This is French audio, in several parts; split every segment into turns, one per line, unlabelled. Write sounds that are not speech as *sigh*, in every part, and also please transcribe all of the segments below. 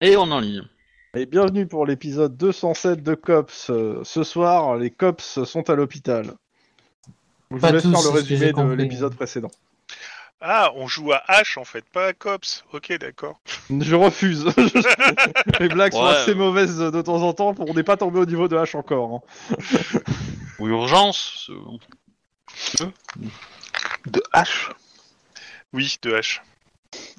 Et on en ligne.
Et bienvenue pour l'épisode 207 de Cops. Euh, Ce soir, les Cops sont à l'hôpital. Je vous
Pas
laisse
tous,
faire le
c'est ce que j'ai
résumé de
compris.
l'épisode précédent.
Ah, on joue à H en fait, pas à Cops. Ok, d'accord.
Je refuse. *laughs* les blagues sont
Ouais.
assez mauvaises de temps en temps. On n'est pas tombé au niveau de H encore. hein.
Ou urgence. euh,
De H
Oui, de H.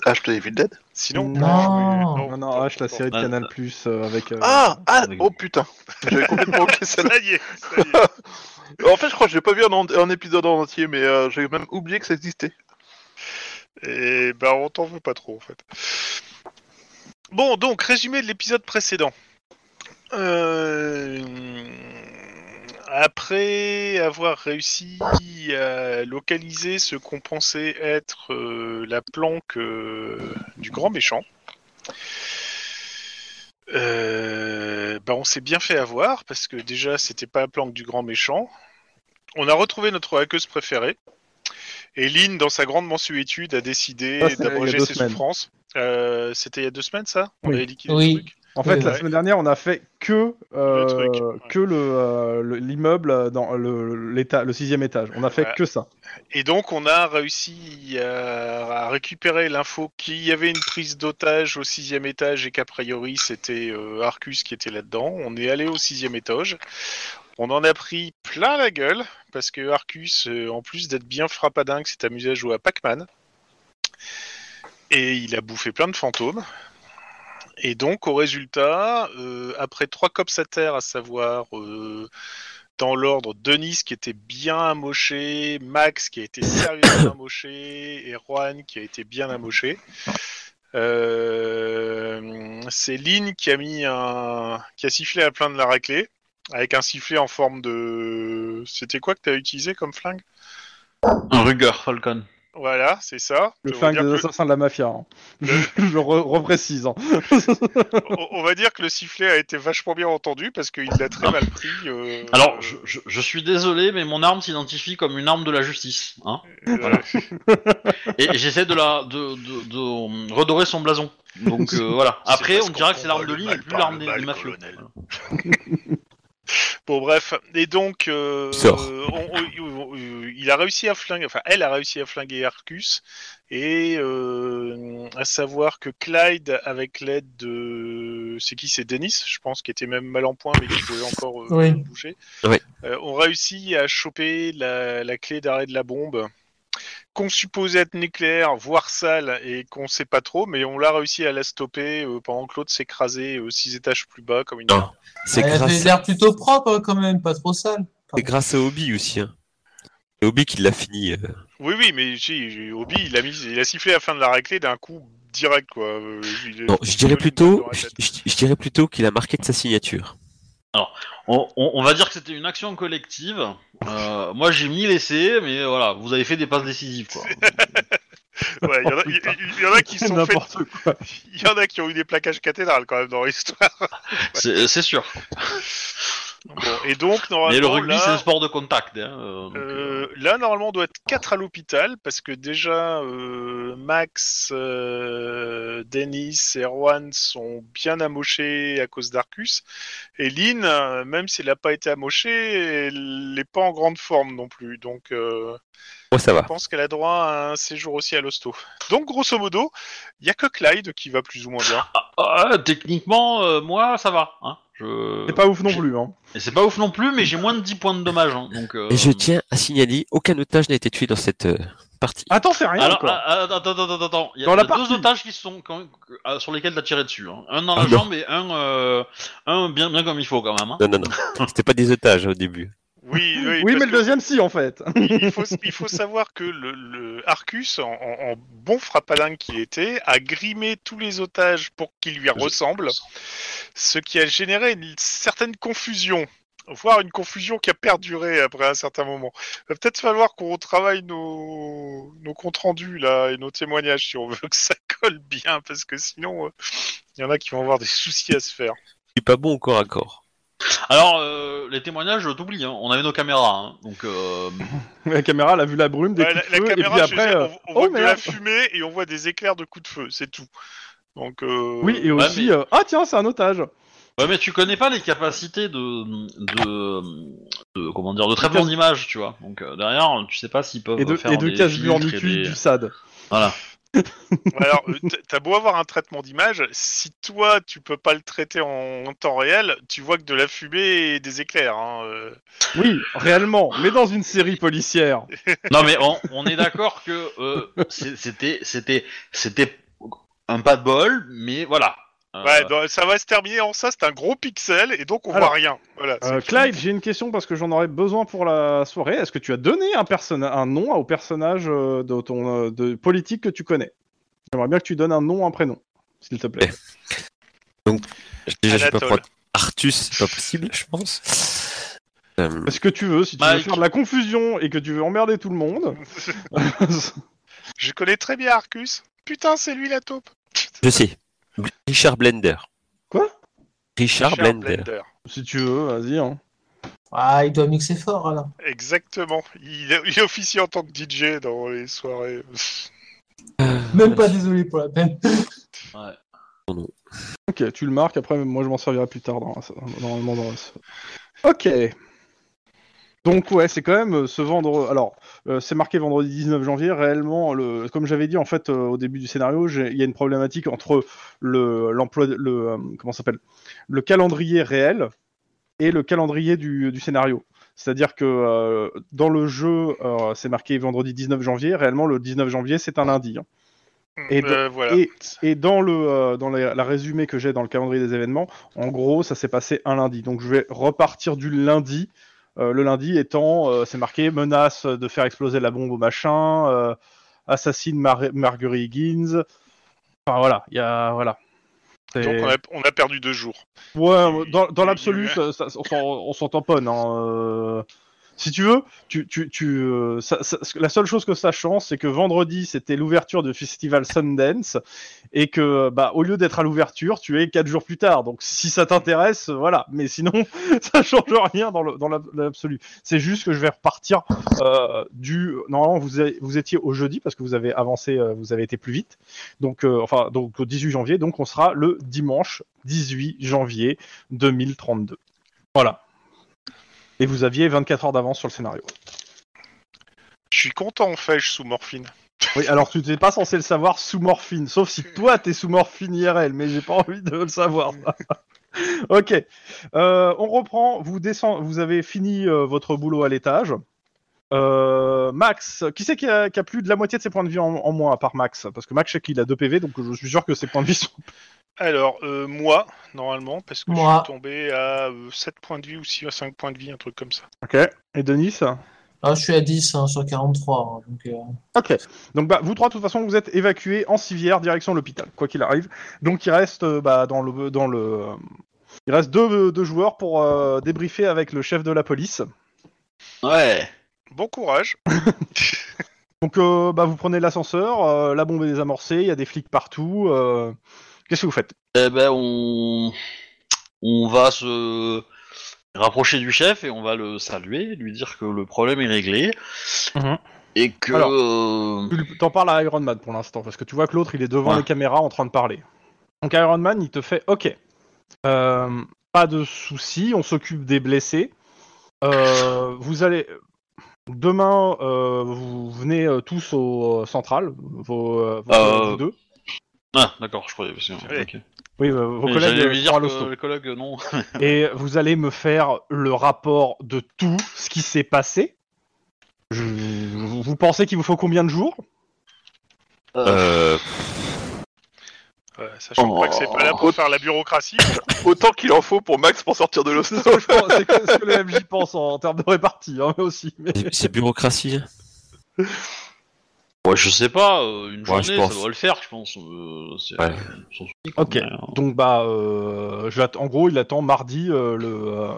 H de Evil
Euh,
Dead
Sinon,
Non.
H, mais-
Non, non, H, la série de
Ah,
Canal Plus avec. euh,
Ah Ah
avec-
Oh putain J'avais complètement oublié celle-là.
*laughs* Ça y est, ça y est.
En fait, je crois que j'ai pas vu un, en- un épisode en entier, mais euh, j'avais même oublié que ça existait.
Et bah, on t'en veut pas trop en fait. Bon, donc, résumé de l'épisode précédent. Euh, Après avoir réussi à localiser ce qu'on pensait être euh, la planque euh, du grand méchant, euh, bah, on s'est bien fait avoir parce que déjà c'était pas la planque du grand méchant. On a retrouvé notre hackeuse préférée. Et Lynn, dans sa grande mensuétude, a décidé
Ça, c'est il y a
d'abréger
deux
ses
semaines.
souffrances. Euh, C'était il y a deux semaines, ça On
Oui.
avait liquidé
Oui.
le truc.
En fait,
Oui,
la
ouais.
semaine dernière, on a fait que euh,
Le truc, ouais.
que le euh, le- l'immeuble euh, dans le l'éta- le sixième étage. On a fait
Voilà.
que ça.
Et donc on a réussi euh, à récupérer l'info qu'il y avait une prise d'otage au sixième étage et qu'a priori c'était euh, Arcus qui était là-dedans. On est allé au sixième étage. On en a pris plein la gueule parce que Arcus, euh, en plus d'être bien frappadingue, s'est amusé à jouer à Pac-Man. Et il a bouffé plein de fantômes. Et donc au résultat, euh, après trois cops à terre, à savoir euh, dans l'ordre Denis qui était bien amoché, Max qui a
*coughs*
été sérieusement amoché et Juan qui a été bien amoché. Euh, c'est Lynn qui a mis un qui a sifflé à plein de la raclée avec un sifflet en forme de c'était quoi que tu as utilisé comme flingue
Un Ruger Falcon.
Voilà, c'est ça.
Le
On va
flingue
dire
des
que-
assassins de la mafia. hein. Je, *laughs* je re- reprécise. hein.
on- on va dire que le sifflet a été vachement bien entendu parce qu'il l'a
Ah.
très mal pris. euh,
Alors, je, je- je suis désolé, mais mon arme s'identifie comme une arme de la justice. Hein
euh,
et j'essaie de la de, de- de, hum, redorer son blason. Donc euh, voilà.
*laughs* C'est
Après,
parce
on dira
qu'on
que c'est l'arme de
combat le
ligne et
mal
plus
par
l'arme
le
des,
mal,
des mafieux.
colonel. Bon, bref. Et donc, euh,
Sors.
euh, on- on- on- il a réussi à flinguer, enfin, elle a réussi à flinguer Arcus. Et euh, à savoir que Clyde, avec l'aide de. C'est qui C'est Dennis, je pense, qui était même mal en point, mais qui pouvait encore euh,
Oui.
bouger.
Oui.
Euh, ont réussi à choper la, la clé d'arrêt de la bombe. Qu'on supposait être nucléaire, voire sale, et qu'on sait pas trop, mais on l'a réussi à la stopper euh, pendant que l'autre s'écrasait euh, six étages plus bas comme une.
Non. C'est
Elle
grâce,
avait Ah, l'air plutôt propre hein, quand même, pas trop sale.
c'est grâce à Obi aussi. Hein. C'est Obi qui l'a fini. euh.
Oui, oui, mais j'ai- j'ai- Obi, il a, mis, il a sifflé la fin de la raclée d'un coup direct, quoi. Euh, il-
Non,
il-
je
il-
dirais
il-
plutôt,
dans la
je,
tête.
je- je dirais plutôt qu'il a marqué de sa signature.
On, on- on va dire que c'était une action collective. Euh, moi, j'ai mis l'essai, mais voilà, vous avez fait des passes décisives. Quoi.
*laughs* Ouais, il y en a- il il- il y
*laughs*
en a qui se sont fait...
N'importe quoi.
Il y en a qui ont eu des plaquages cathédrales, quand même, dans l'histoire.
C'est c'est sûr.
Bon, et donc, normalement,
Mais le rugby,
là,
c'est un sport de contact. hein, euh, donc, euh,
euh, là, normalement, on doit être 4 à l'hôpital, parce que déjà, euh, Max, euh, Dennis et Erwan sont bien amochés à cause d'Arcus. Et Lynn, euh, même si elle n'a pas été amochée, elle n'est pas en grande forme non plus, donc... euh,
Moi, ça
Je
va.
pense qu'elle a droit à un séjour aussi à l'hosto. Donc, grosso modo, il n'y a que Clyde qui va plus ou moins bien.
ah, techniquement, euh, moi, ça va. Hein. Je...
C'est pas ouf non plus. hein.
Et c'est pas ouf non plus, mais j'ai moins de 10 points de dommages. hein, donc, euh,
Et je tiens à signaler, aucun otage n'a été tué dans cette euh, partie.
Attends, c'est rien.
Alors,
encore.
ah, ah, attends, attends, attends, attends. Il y a,
Dans la
il y a deux
partie.
otages qui sont quand- euh, sur lesquels t'as tiré dessus. hein. Un dans la
Ah, non.
jambe et un, euh, un bien, bien comme il faut quand même. hein.
Non, non, non. C'était pas des otages hein, au début.
Oui, oui,
oui,
parce
mais le
que
deuxième, si en fait.
il, faut, il faut savoir que le, le Arcus, en, en- en bon frappadingue qu'il était, a grimé tous les otages pour qu'ils lui ressemblent, ce qui a généré une certaine confusion. Voire une confusion qui a perduré après un certain moment. Va peut-être falloir qu'on travaille nos, nos comptes rendus là et nos témoignages si on veut que ça colle bien, parce que sinon, euh, il y en a qui vont avoir des soucis à se faire.
Je suis pas bon au corps à corps.
Alors, euh, les témoignages, je t'oublie. hein. On avait nos caméras. hein. Donc, euh,
*laughs* la caméra, elle a vu la brume, des
Ouais,
coups
la,
de
la
feu,
caméra,
et puis
je veux
après,
dire,
euh,
on, on
oh
voit que de la
merde.
fumée et on voit des éclairs de coups de feu, c'est tout. Donc, euh,
Oui, et
ouais,
aussi,
mais-
euh, ah tiens, c'est un otage.
Ouais, mais tu connais pas les capacités de, de, de- comment dire, de traitement
casse-
d'image, tu vois. Donc euh, derrière, tu sais pas s'ils peuvent
Et de,
faire
et de
des
casse
filtres et
burnicule
des-
du SAD.
Voilà.
Alors, euh, t- t'as beau avoir un traitement d'image, si toi tu peux pas le traiter en, en temps réel, tu vois que de la fumée et des éclairs. hein, euh.
Oui, réellement, mais dans une série
*laughs*
policière.
Non, mais on, on est d'accord que euh, c'est- c'était, c'était, c'était un pas de bol, mais voilà. Euh,
Ouais, donc, ça va se terminer en ça, c'est un gros pixel et donc on
Alors,
voit rien. Voilà,
Euh,
c'est
Clive, j'ai une question parce que j'en aurais besoin pour la soirée. Est-ce que tu as donné un, personna- un nom au personnage euh, de ton euh, de politique que tu connais J'aimerais bien que tu donnes un nom, un prénom, s'il
*laughs*
te plaît.
Déjà, je peux
Anatole.
prendre Artus, c'est pas possible, je pense. Euh,
Ce que tu veux, si tu veux
Mike.
faire de la confusion et que tu veux emmerder tout le monde. *laughs*
fini. *laughs* Je connais très bien Arcus. Putain, c'est lui la taupe.
je sais. Richard Blender.
Quoi
Richard,
Richard
Blender.
Blender.
si tu veux, vas-y. hein.
Ah, il doit mixer fort alors.
Exactement. Il, il officie en tant que DJ dans les soirées.
Même pas désolé pour la peine.
Ok, tu le marques, après moi je m'en servirai plus tard dans, normalement dans la- Ok. Donc ouais, c'est quand même euh, ce vendre. Alors, euh, c'est marqué vendredi 19 janvier. Réellement, le... comme j'avais dit en fait euh, au début du scénario, j'ai- il y a une problématique entre le l'emploi, de- le euh, comment ça s'appelle, le calendrier réel et le calendrier du, du scénario. C'est-à-dire que euh, dans le jeu, euh, c'est marqué vendredi 19 janvier. Réellement, le 19 janvier, c'est un lundi. hein. Et
*laughs* Euh, voilà.
et, et dans le euh, dans la, la résumé que j'ai dans le calendrier des événements, en gros, ça s'est passé un lundi. Donc je vais repartir du lundi. Euh, le lundi étant, euh, c'est marqué menace de faire exploser la bombe au machin, euh, assassine Mar- Marguerite Higgins. Enfin voilà, il y a voilà. C'est-
Donc on a, on a perdu deux jours.
Ouais, dans, dans l'absolu, ça- ça- on s'en- on s'en tamponne. hein, euh. Si tu veux, tu, tu, tu, euh, ça- ça- la seule chose que ça change, c'est que vendredi, c'était l'ouverture du festival Sundance, et que, bah, au lieu d'être à l'ouverture, tu es quatre jours plus tard. Donc, si ça t'intéresse, euh, voilà. Mais sinon, *laughs* ça change rien dans le- dans l'ab- l'absolu. C'est juste que je vais repartir euh, du. Normalement, vous, avez- vous étiez au jeudi parce que vous avez avancé, euh, vous avez été plus vite. Donc, euh, enfin, donc au 18 janvier, donc on sera le dimanche 18 janvier 2032. Voilà. Et vous aviez 24 heures d'avance sur le scénario.
Je suis content en fait, je suis sous morphine.
Oui, alors tu n'es pas censé le savoir sous morphine, sauf si toi t'es sous morphine IRL, mais j'ai pas envie de le savoir. *laughs* ok, Euh, on reprend. Vous descend, vous avez fini euh, votre boulot à l'étage. Euh, Max, qui c'est qui a, qui a plus de la moitié de ses points de vie en, en moins à part Max Parce que Max, je sais qu'il a 2 PV, donc je suis sûr que ses points de vie sont
Alors, euh, moi, normalement, parce que
Moi.
je suis tombé à 7 points de vie ou 6 à 5 points de vie, un truc comme ça.
Ok. Et Denis
Là, je suis à 10 hein, sur 43. hein, donc, euh,
Ok. Donc bah, vous trois, de toute façon, vous êtes évacués en civière direction l'hôpital, quoi qu'il arrive. Donc il reste euh, bah, dans le dans le euh, il reste deux, deux joueurs pour euh, débriefer avec le chef de la police.
Ouais.
Bon courage.
Donc euh, bah, vous prenez l'ascenseur, euh, la bombe est désamorcée, il y a des flics partout. euh, Qu'est-ce que vous faites
Eh ben, on... on va se rapprocher du chef et on va le saluer, lui dire que le problème est réglé
Mhm.
et que.
Alors.
euh,
Tu lui- T'en parles à Iron Man pour l'instant parce que tu vois que l'autre il est devant
Ouais.
les caméras en train de parler. Donc Iron Man il te fait OK. Euh, pas de souci, on s'occupe des blessés. Euh, vous allez demain, euh, vous venez euh, tous au euh, central, vos, euh, vos-
Euh,
vous deux.
Ah, d'accord, je croyais. parce que-
Ouais.
ok.
Oui, euh, vos
Mais
collègues
J'allais
euh,
lui dire
sont à
que
l'hosto.
les collègues, non.
et vous allez me faire le rapport de tout ce qui s'est passé. Je- vous vous pensez qu'il vous faut combien de jours
Euh,
Ouais, sachant
Oh.
pas que c'est pas là pour faire la bureaucratie.
*laughs* Autant qu'il en faut pour Max pour
*laughs*
sortir de l'hosto.
C'est ce que je pense- c'est que- ce que le MJ pense en, en termes de répartie, hein, mais aussi. mais-
c'est- c'est bureaucratie. hein.
Ouais, je sais pas, euh, une
Ouais, je
journée, ça
pense.
doit le faire, je pense. euh, c'est-
Ouais.
sans souci, quoi,
Ok,
mais, euh,
donc bah, euh, je l'att- en gros, il attend mardi euh, le. euh,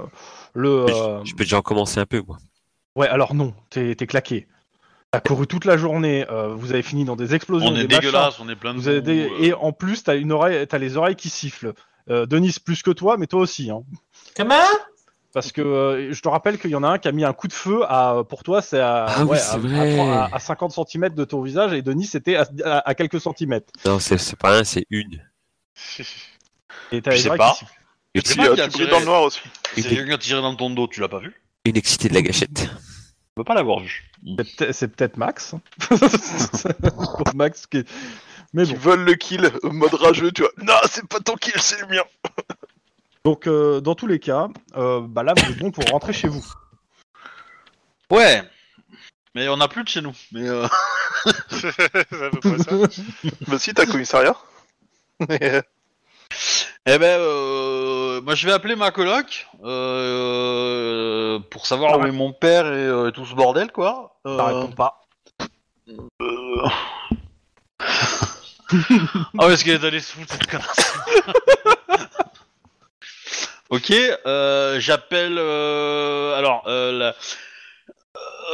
le euh,
Je, je peux déjà en commencer un peu, moi.
Ouais, alors non, t'es t'es claqué. T'as couru toute la journée, euh, vous avez fini dans des explosions.
On est
des machins,
dégueulasse, on est plein de.
vous avez
boue,
des-
euh,
Et en plus, t'as une oreille, t'as les oreilles qui sifflent. Euh, Denis plus que toi, mais toi aussi. hein.
Comment
Parce que euh, je te rappelle qu'il y en a un qui a mis un coup de feu à, pour toi, c'est à,
Ah oui,
ouais,
c'est
à- à
vrai.
trois- à- à 50 cm de ton visage et Denis c'était à, à- à quelques centimètres.
Non, c'est c'est pas un, c'est une.
Et t'as
Je sais
Ezra
pas.
qui-
Je
Si,
sais pas
euh,
qui a
tu brilles
tiré-
dans le noir aussi.
C'est quelqu'un tiré dans ton dos, tu l'as pas vu
Une excitée de la gâchette.
On peut pas l'avoir vu.
C'est peut-être- C'est peut-être Max. hein. *laughs* Pour Max qui. Mais
Ils
bon.
veulent le kill, euh, mode rageux, tu vois. Non, c'est pas ton kill, c'est le mien.
Donc, euh, dans tous les cas, euh, bah là, vous êtes bon pour rentrer chez vous.
Ouais. Mais on a plus de chez nous. Mais euh,
*laughs* C'est à peu près ça.
*laughs* Bah si, t'as le commissariat.
*laughs* Eh ben, euh, moi je vais appeler ma coloc euh, pour savoir
Ah
où
ouais.
est mon père et, euh, tout ce bordel, quoi. Euh,
Ça répond pas.
euh. ah ouais, est-ce qu'elle est allée se foutre cette connasse *laughs* Ok, euh, j'appelle. euh, alors, euh, la-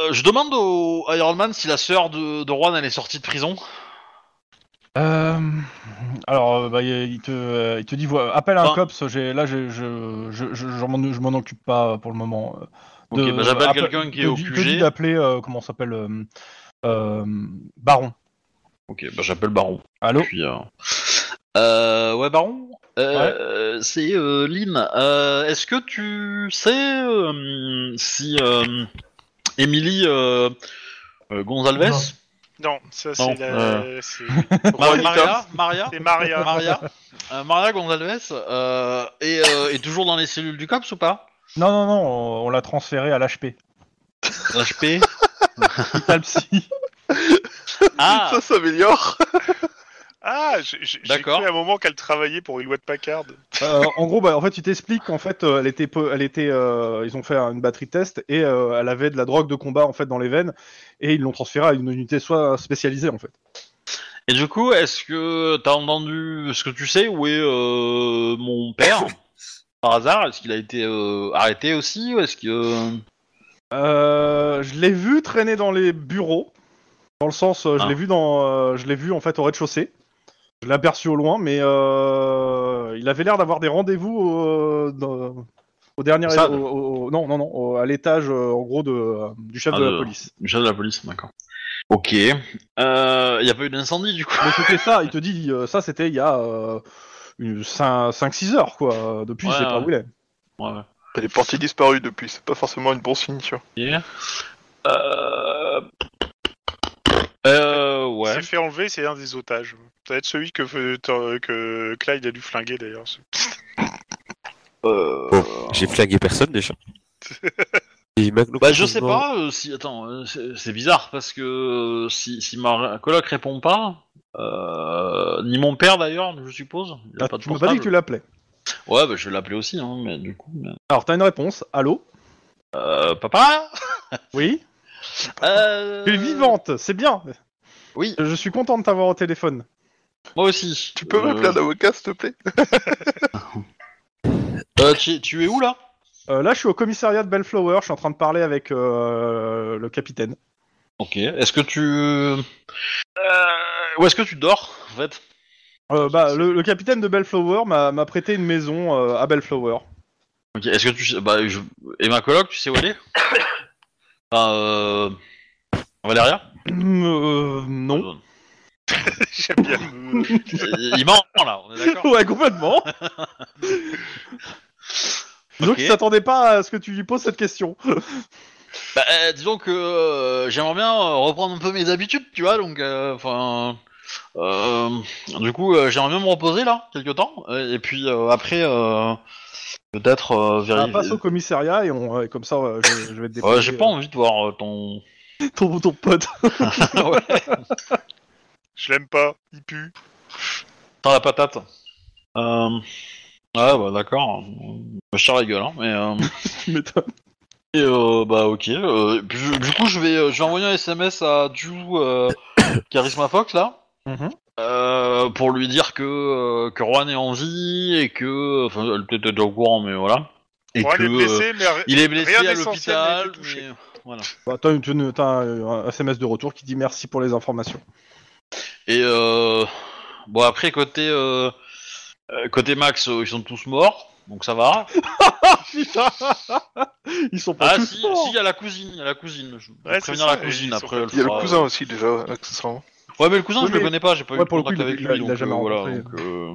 euh, je demande au à Iron Man si la sœur de, de Juan elle est sortie de prison.
Euh, alors, euh, bah, il te, euh, il te dit, voilà, appelle un
Enfin-
cops. J'ai, là, j'ai- je, je, je, je m'en, je m'en occupe pas pour le moment. euh,
Ok, bah, j'appelle
appelle-
quelqu'un qui est
te
au
dit- te
QG.
dit d'appeler, euh, comment ça s'appelle, euh, euh, Baron.
Ok, bah, j'appelle Baron.
Allô.
Puis, euh, euh, ouais, Baron, euh, c'est euh, Lynn. Euh, Est-ce que tu sais euh, si euh, Emily euh, euh, Gonzalez,
Non.
Non, ça
Non,
c'est la.
euh,
C'est
Mar-
Juanita.
*laughs* Maria, Maria,
c'est Maria.
Maria, euh, Maria Gonzalez euh, est, euh, est toujours dans les cellules du COPS ou pas
Non, non, non, on, on l'a transféré
*laughs*
à l'HP.
HP
Hôpital psy.
Ah,
Ça s'améliore.
Ah, j'ai j'ai- j'ai cru
D'accord.
à un moment qu'elle travaillait pour Hewlett Packard.
Euh, en gros, bah, en fait, il t'explique qu'en fait, euh, elle était, peu- elle était, euh, ils ont fait une batterie de test et euh, elle avait de la drogue de combat en fait dans les veines et ils l'ont transférée à une unité soit spécialisée en fait.
et du coup, est-ce que t'as entendu, est-ce que tu sais où est euh, mon père Par hasard, est-ce qu'il a été euh, arrêté aussi ou est-ce que...
Euh, je l'ai vu traîner dans les bureaux, dans le sens, euh, je
Ah.
l'ai vu dans, euh, je l'ai vu en fait au rez-de-chaussée. Je l'ai aperçu au loin, mais euh, il avait l'air d'avoir des rendez-vous euh, dans- au dernier,
Au SAD.
au- au- au- non, non, non, au- à l'étage euh, en gros de, euh, du chef
Ah,
de la
de-
police.
Le chef de la police, d'accord. Ok. Il euh, y a pas eu d'incendie du coup.
Mais c'était ça, il te dit, euh, ça c'était il y a euh, 5-6 heures, quoi. Euh, Depuis,
Ouais,
je sais pas
ouais.
où il est.
Ouais.
Elle est partie disparue depuis, c'est pas forcément une bonne signe, tu vois.
Euh... Euh,
Il
ouais.
s'est fait enlever, c'est un des otages. Ça va être celui que, euh, que Clyde a dû flinguer d'ailleurs.
Euh,
J'ai flagué personne *laughs* déjà. Et Magnum,
Bah je sais
franchement,
pas. euh, si attends, euh, c'est c'est bizarre parce que euh, si si ma coloc répond pas, euh, ni mon père d'ailleurs, je suppose. Il a
Ah,
pas de
tu m'as pas dit
portable.
que tu l'appelais.
Ouais, bah, je vais l'appeler aussi, hein, mais du coup. mais-
Alors, t'as une réponse. Allô
Euh, papa.
Oui
Euh...
Tu es vivante, c'est bien.
Oui,
Je suis content de t'avoir au téléphone.
moi aussi.
Tu peux
Euh,
m'appeler un avocat, s'il te plaît
euh, tu, tu es où là
Euh, là, je suis au commissariat de Bellflower, je suis en train de parler avec euh, le capitaine.
Ok. Est-ce que tu. Euh... Où est-ce que tu dors, en fait
Euh, bah, le, le capitaine de Bellflower m'a m'a prêté une maison euh, à Bellflower.
Ok. Est-ce que tu. sais- Bah, je... Et ma coloc, tu sais où elle est *coughs* Enfin, euh. Valéria
Hum, euh, non.
Pardon.
J'aime bien.
Il il ment, là, on est Ah, bah,
*laughs*
d'accord *laughs*
Ouais, complètement. Donc,
Ok.
il s'attendait pas à ce que tu lui poses cette question.
bah, euh, Disons que euh, j'aimerais bien euh, reprendre un peu mes habitudes, tu vois, donc. euh, Enfin. euh, Du coup, euh, j'aimerais bien me reposer, là, quelque temps. euh, Et puis, euh, après, euh, peut-être euh,
Ah,
vérifier.
passe au commissariat et on, et comme ça, euh, je, je vais te déposer,
Ouais, J'ai pas envie de voir euh, ton. *laughs*
euh, ton, ton pote. *laughs*
ouais.
Je l'aime pas, il pue.
Dans la patate. Euh... Ouais, bah d'accord. Je tire la gueule, hein, mais... euh,
Mais t'as-
Et euh, bah ok. euh, puis je- du coup, je vais, euh, je vais envoyer un SMS à Ju euh, *coughs* Charisma Fox, là, euh, pour lui dire que, euh, que Juan est en vie, et que... Enfin, elle est peut-être déjà au courant, mais voilà. Et
Bon,
que...
elle est
euh,
blessée, mais elle-
il est blessé
Rien
à
d'essentiel n'a
l'hôpital,
été touché.
mais- Voilà.
Bah, t'as une- t'as une- t'as un un SMS de retour qui dit merci pour les informations. *laughs*
Et euh... Bon, après, côté... euh, euh, Côté Max, euh, ils sont tous morts, donc ça va.
Ils sont pas
Ah
tous
si,
morts.
si, il y a la cousine, il y a la cousine. Je vais
Ouais, c'est
prévenir la
ça, et ils
cousine,
sont
après
Ah
pas-
elle
Il y a
fera-
le cousin aussi, déjà, accessoirement.
Ouais, mais le cousin,
Oui,
je le
mais-
connais pas, j'ai pas eu
Ouais,
de
pour le
contact
coup, il-
avec
il-
lui,
il l'a
donc
jamais
euh, voilà.
rencontré.
donc, euh,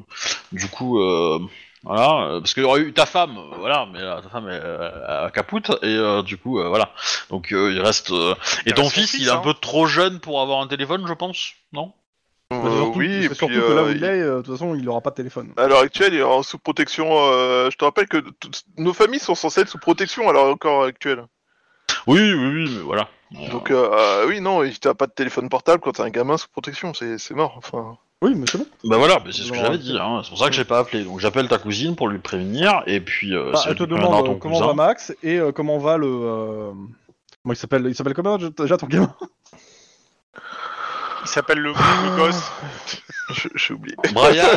du coup, euh, voilà, euh, parce qu'il y aurait eu ta femme, euh, voilà, mais euh, ta femme est euh, à Caput, et euh, du coup, euh, voilà. Donc euh, il reste. euh, Et
Il
ton
reste son
fils,
fils,
il est un
hein.
peu trop jeune pour avoir un téléphone, je pense, non
Euh,
Surtout-
oui, et
Bah, c'est surtout
puis,
que là
euh,
où il est, euh, de toute façon, il aura pas de téléphone.
À l'heure actuelle, il est en sous protection. euh, je te rappelle que toutes nos familles sont censées être sous protection à l'heure encore actuelle.
Oui, oui, oui, mais voilà.
Donc, euh, euh, oui, non, t'as pas de téléphone portable quand t'as un gamin sous protection, c'est c'est mort. Enfin,
Oui, mais c'est bon.
Bah voilà, mais c'est ce que
Bon,
j'avais
ok.
dit, hein. c'est pour ça que j'ai pas appelé. Donc j'appelle ta cousine pour lui prévenir, et puis euh,
Bah,
si
elle te
lui prévient dans
demande
ton
euh, comment
cousin-
va Max et euh, comment va le. euh, Comment il s'appelle Il s'appelle comment déjà ton gamin
Il s'appelle le, le gosse.
*laughs* je- j'ai oublié.
*laughs*
Brian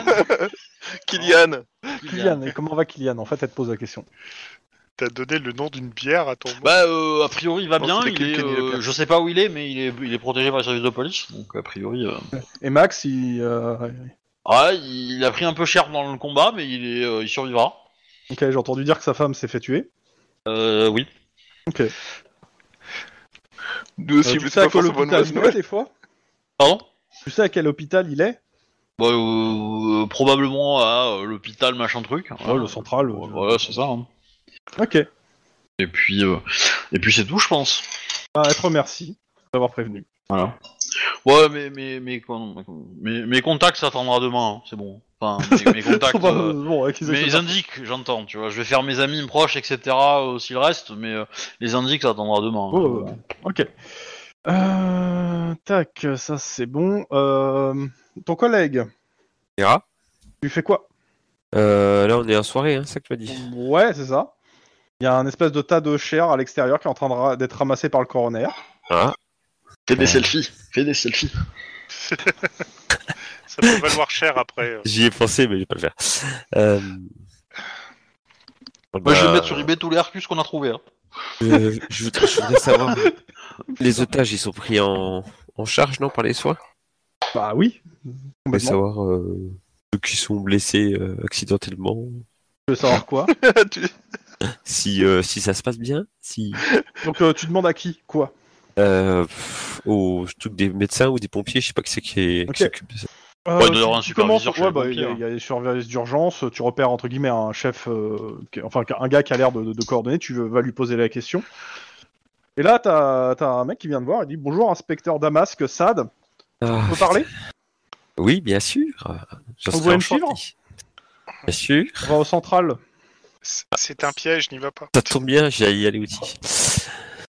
Kylian
Kylian. Et comment va Kylian En fait, elle te pose la question.
T'as donné le nom d'une bière à ton mot.
Bah, euh, a priori, il va
Non,
bien.
c'était
Il
Kenny,
est,
Kenny,
euh,
le père.
je sais pas où il est, mais il est, il est protégé par les services de police. Donc, a priori. euh,
Et Max, il. euh,
Ah, il a pris un peu cher dans le combat, mais il, est, euh, il survivra.
Ok, j'ai entendu dire que sa femme s'est fait tuer.
Euh, oui.
Nous
Euh,
aussi,
tu
mais
sais
c'est
à
pas
quel
forcément une
hôpital
bonne
il est
nouvelle.
des fois
Pardon
Tu sais à quel hôpital il est
bah, euh, euh, Probablement à euh, l'hôpital, machin truc.
Ouais, le central.
Ouais,
euh,
Voilà, c'est ça. hein.
Ok.
Et puis, euh, et puis c'est tout, je pense.
Ah, elle te remercie d'avoir prévenu.
Voilà. Ouais, mais mais mais quoi, non, mais- mes, mes contacts, ça attendra demain. hein, c'est bon. Enfin, mes,
*laughs*
mes contacts.
Bon, bah,
euh,
bon, ouais, qu'ils aient
Mais les
fait
indiques, j'entends, tu vois. Je vais faire mes amis, mes proches, etc. euh, S'il reste, mais euh, les indiques, ça attendra demain. hein.
Ouais, ouais, ouais. Ok. Euh, tac, ça c'est bon. Euh, ton collègue,
Ira
tu fais quoi
Euh, là, on est en soirée, hein, c'est ça que tu m'as dit.
Ouais, c'est ça. Il y a un espèce de tas de chair à l'extérieur qui est en train de ra- d'être ramassé par le coroner.
Ah,
Fais des
Ouais.
selfies. Fais des selfies.
Ça peut valoir cher après. euh.
*laughs* j'y ai pensé, mais je vais pas le faire. Euh...
Moi, je vais
bah,
mettre sur eBay tous les Arcus qu'on a trouvés. hein.
euh, je, voudrais, je
*laughs*
voudrais savoir. les otages, ils sont pris en, en charge, non, par les soins
Bah oui.
Je voudrais savoir euh, ceux qui sont blessés euh, accidentellement,
Tu veux savoir quoi
Tu-
si, euh, si ça se passe bien, si.
Donc euh, tu demandes à qui Quoi
Euh, pff, au truc des médecins ou des pompiers, je sais pas qui c'est qui, est- qui
Ok.
s'occupe de ça.
Euh,
Ouais, il doit y
tu-
avoir un
tu
superviseur
commences-
chez
ouais,
les
bah,
pompiers,
il y a-
hein.
il y, a des surveillants d'urgence, tu repères entre guillemets un chef, euh, qui- enfin un gars qui a l'air de, de- de coordonner, tu vas lui poser la question. Et là, t'as as un mec qui vient te voir, il dit Bonjour, inspecteur Damasque, SAD,
Ah,
on peut parler
Oui, bien sûr. Je
On
serai
voit une
enchanté. Bien sûr.
On va au central.
C'est- C'est un piège, n'y va pas.
Ça tombe bien, j'ai y aller aussi.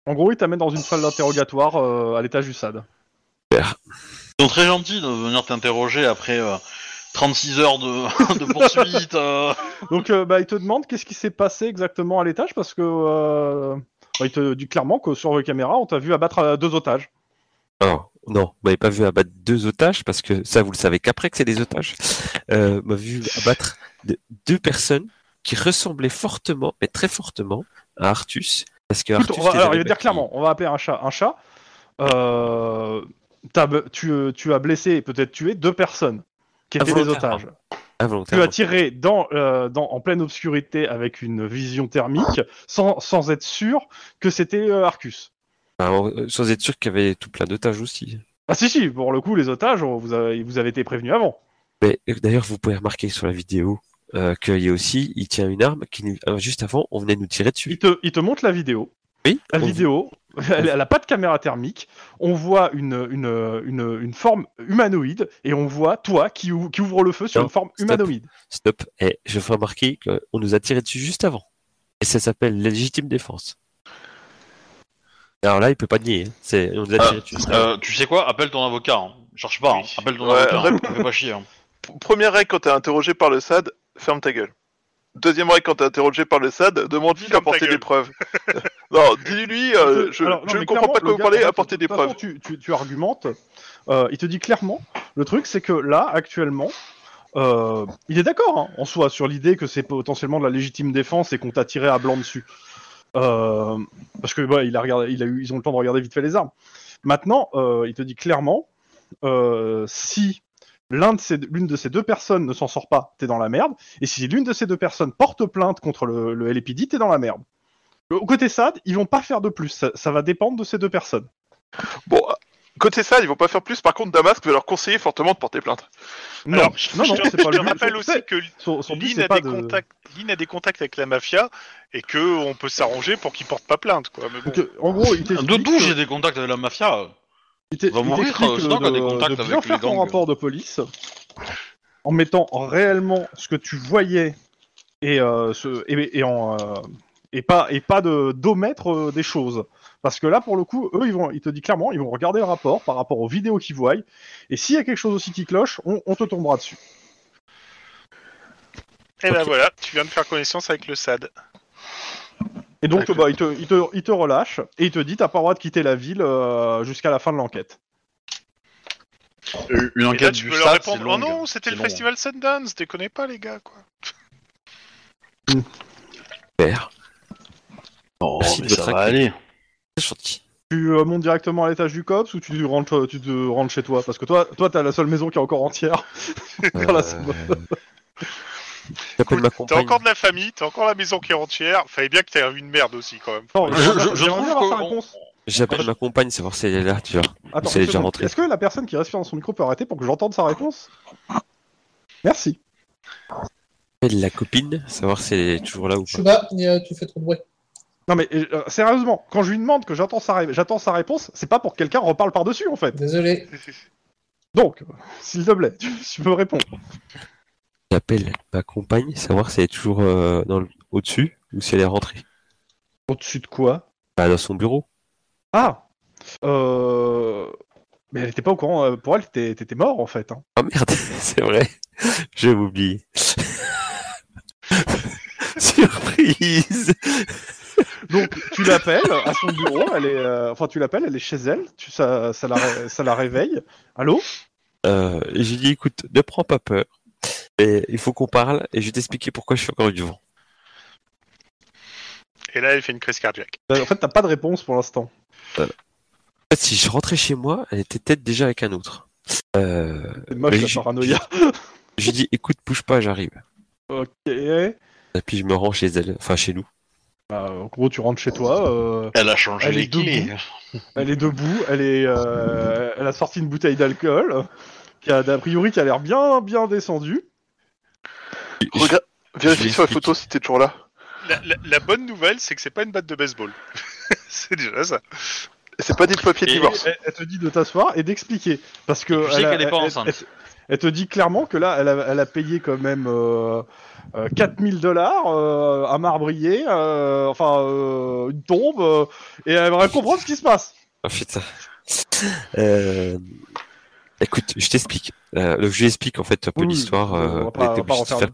En gros, il t'amène dans une salle d'interrogatoire euh, à l'étage du SAD.
Ils sont très gentils de venir t'interroger après euh, 36 heures de, *laughs* de poursuite. euh.
Donc, euh, bah, il te demande qu'est-ce qui s'est passé exactement à l'étage parce que. euh, bah, il te dit clairement que sur les caméras, on t'a vu abattre euh, deux otages.
Alors, non, vous m'avez pas vu abattre deux otages, parce que ça, vous le savez qu'après que c'est des otages. Euh, m'a vu abattre de- deux personnes qui ressemblaient fortement, mais très fortement, à Artus. Parce que
Écoute,
Artus
on va-
les
alors,
avait
il va dire
battus.
clairement, on va appeler un chat un chat. Euh, t'as be- tu, euh, tu as blessé et peut-être tué deux personnes qui étaient des
Involontairement.
otages. Tu as
Involontairement.
tiré dans, euh, dans- en pleine obscurité avec une vision thermique sans, sans être sûr que c'était euh, Arcus.
Enfin, euh, sans être sûr qu'il y avait tout plein d'otages aussi.
Ah si, si, pour le coup, les otages, on vous avez, vous avez été prévenus avant.
Mais euh, d'ailleurs, vous pouvez remarquer sur la vidéo euh, qu'il y a aussi, il tient une arme qui, nous- euh, juste avant, on venait nous tirer dessus.
Il te, il te montre la vidéo.
Oui,
La
on-
vidéo, elle, elle a pas de caméra thermique. On voit une, une, une, une forme humanoïde et on voit toi qui, ou- qui ouvre le feu sur
Non,
une forme
stop.
humanoïde.
Stop. Et je fais remarquer qu'on nous a tiré dessus juste avant. Et ça s'appelle la légitime défense. Alors là, il peut pas nier. hein. C'est, on nous a
Ah,
tiré dessus juste avant.
Euh, tu sais quoi Appelle ton avocat. hein. Cherche pas. hein.
Oui.
Appelle ton
Ouais,
avocat. hein.
vraiment.
Fais pas chier. hein.
Première règle quand t'es interrogé par le SAD, ferme ta gueule. Deuxième règle quand t'es interrogé par le SAD, demande-lui
Ferme ta
d'apporter
gueule.
*laughs*
des preuves. non, dis-lui, euh, je,
Alors, non,
je
mais
ne comprends
clairement,
pas
le
comment vous
gars,
parlez,
en fait,
apporter
de toute
des preuves.
façon, Tu, tu, tu argumentes. euh, il te dit clairement, le truc c'est que là, actuellement, euh, il est d'accord hein, en soi sur l'idée que c'est potentiellement de la légitime défense et qu'on t'a tiré à blanc dessus. Euh, parce que bah, il a regardé, il a eu, ils ont le temps de regarder vite fait les armes. Maintenant, euh, il te dit clairement, euh, si l'un de ces- l'une de ces deux personnes ne s'en sort pas, t'es dans la merde. Et si l'une de ces deux personnes porte plainte contre le, le LPD, t'es dans la merde. Au côté SAD, ils vont pas faire de plus. Ça, ça va dépendre de ces deux personnes.
Bon, Côté ça, ils vont pas faire plus. Par contre, Damasque va leur conseiller fortement de porter plainte.
Non,
Alors, je,
non,
je
non,
te,
c'est pas
je te
lui.
rappelle
Son-
aussi que
Son, son but,
Lynn
c'est
a,
pas
des
de-
contacts, Lynn a des contacts avec la mafia et que on peut s'arranger pour qu'ils portent pas plainte, quoi. Mais bon.
que- euh, en gros,
euh,
il t'explique
De d'où
que-
j'ai des contacts avec la mafia
Il t'est-
Va
il
mourir,
t'explique
euh,
de-
Snark a des
de-
contacts
de
avec
bien
les
faire ton
gangs.
rapport de police en mettant réellement ce que tu voyais et euh, ce- et, et en euh, et pas et pas de d'omettre euh, des choses parce que là pour le coup eux ils vont ils te disent clairement ils vont regarder le rapport par rapport aux vidéos qu'ils voient et s'il y a quelque chose aussi qui cloche on, on te tombera dessus
Et ben voilà, tu viens de faire connaissance avec le SAD.
et donc bah, ils, te, ils, te, ils te relâchent et ils te disent t'as pas le droit de quitter la ville euh, jusqu'à la fin de l'enquête
Euh, Une
Et là,
enquête
tu
du
peux leur
SAD, c'est
répondre Oh
long.
non, c'était
C'est
le
long.
festival Sundance, déconnez pas, les gars, quoi.
Père,
Oh,
Ah,
Merci
mais
de
ça
votre
va aller.
c'est gentil.
tu euh, montes directement à l'étage du COPS ou tu rentres, euh, tu te rentres chez toi Parce que toi, toi, t'as la seule maison qui est encore entière. Dans
Euh,
la seconde.
J'appelle ma
T'as
compagne.
encore de la famille, t'as encore la maison qui est entière. Fallait bien que t'aies une merde aussi, quand même.
Attends,
Je-
j'aimerais-
je- je
j'aimerais
trouve
bien avoir
que
sa
on-
réponse.
J'appelle ma compagne, c'est voir si elle est là, tu vois.
Attends,
c'est
une
déjà
seconde.
rentré.
Est-ce que la personne qui respire dans son micro peut arrêter pour que j'entende sa réponse Merci.
J'appelle la copine, savoir si elle est toujours là ou
Je
pas.
suis là, et, euh, tu fais trop de bruit.
Non mais euh, sérieusement, quand je lui demande que j'attends sa, ré- j'attends sa réponse, c'est pas pour que quelqu'un reparle par-dessus en fait.
Désolé.
Donc, euh, s'il te plaît, *laughs* tu, tu peux répondre.
J'appelle ma compagne, savoir si elle est toujours euh, dans le... au-dessus ou si elle est rentrée.
Au-dessus de quoi
Bah, dans son bureau.
Ah Euh... Mais elle était pas au courant. euh, Pour elle, t'étais t'étais mort en fait. hein.
Ah merde, *laughs* c'est vrai. J'ai oublié. *laughs* Surprise
Donc tu l'appelles à son bureau, elle est, euh, enfin tu l'appelles, elle est chez elle, tu, ça, ça, la, ré- ça la réveille. Allô
euh, et J'ai dit, écoute, ne prends pas peur. Et il faut qu'on parle et je vais t'expliquer pourquoi je suis encore vivant.
Et là, elle fait une crise cardiaque.
Euh, En fait t'as pas de réponse pour l'instant.
En fait, si je rentrais chez moi, elle était peut-être déjà avec un autre. Euh,
C'est moche
Oui,
la
je-
paranoïa.
j'ai dit, écoute, bouge pas, j'arrive.
Ok.
Et puis je me rends chez elle, enfin chez nous.
Bah, en gros tu rentres chez toi, euh,
Elle a changé
Elle est
les clés.
elle est debout, elle est, euh, elle a sorti une bouteille d'alcool, qui a d'a priori qui a l'air bien bien descendue.
Regarde,
je
vérifie
vais
sur la
expliquer.
photo si t'es toujours là.
La, la- la bonne nouvelle, c'est que c'est pas une batte de baseball. *laughs* c'est déjà ça.
C'est pas des papiers de
Et-
divorce.
Elle, elle te dit de t'asseoir et d'expliquer parce que
Tu sais
a-
qu'elle est pas
elle-
enceinte.
Elle, elle te dit clairement que là, elle a, elle a payé quand même euh, 4000 dollars, un marbrier, euh, enfin euh, une tombe, euh, et elle aimerait comprendre ce qui se passe.
Oh,
Ah putain. Euh, Écoute, je t'explique. Euh, donc, je lui explique en fait un peu
Oui, oui,
l'histoire.
on
euh,
va
elle
pas-
était
on va pas
obligée de
refaire
faire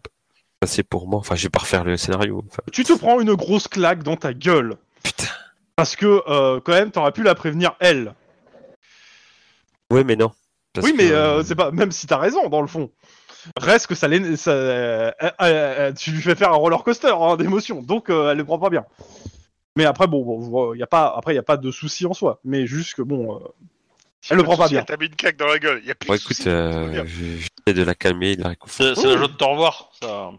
passer pour moi. Enfin, je vais pas refaire le scénario. Enfin,
Tu te prends une grosse claque dans ta gueule
putain.
parce que euh, quand même, t'aurais pu la prévenir elle.
Ouais, mais non. Parce
oui,
que,
mais euh, c'est pas même si t'as raison dans le fond. Reste que ça, l'é- ça euh, euh, euh, tu lui fais faire un roller coaster hein, d'émotion, donc euh, elle le prend pas bien. Mais après bon, bon, y a pas après y a pas de souci en soi, mais juste que bon, euh, elle le prend pas bien.
T'as mis une claque dans la gueule. Y a plus
Bon,
de soucis.
écoute, euh, je- j'essaie de la calmer, de la réconforter.
C'est c'est la joie de te revoir. ça.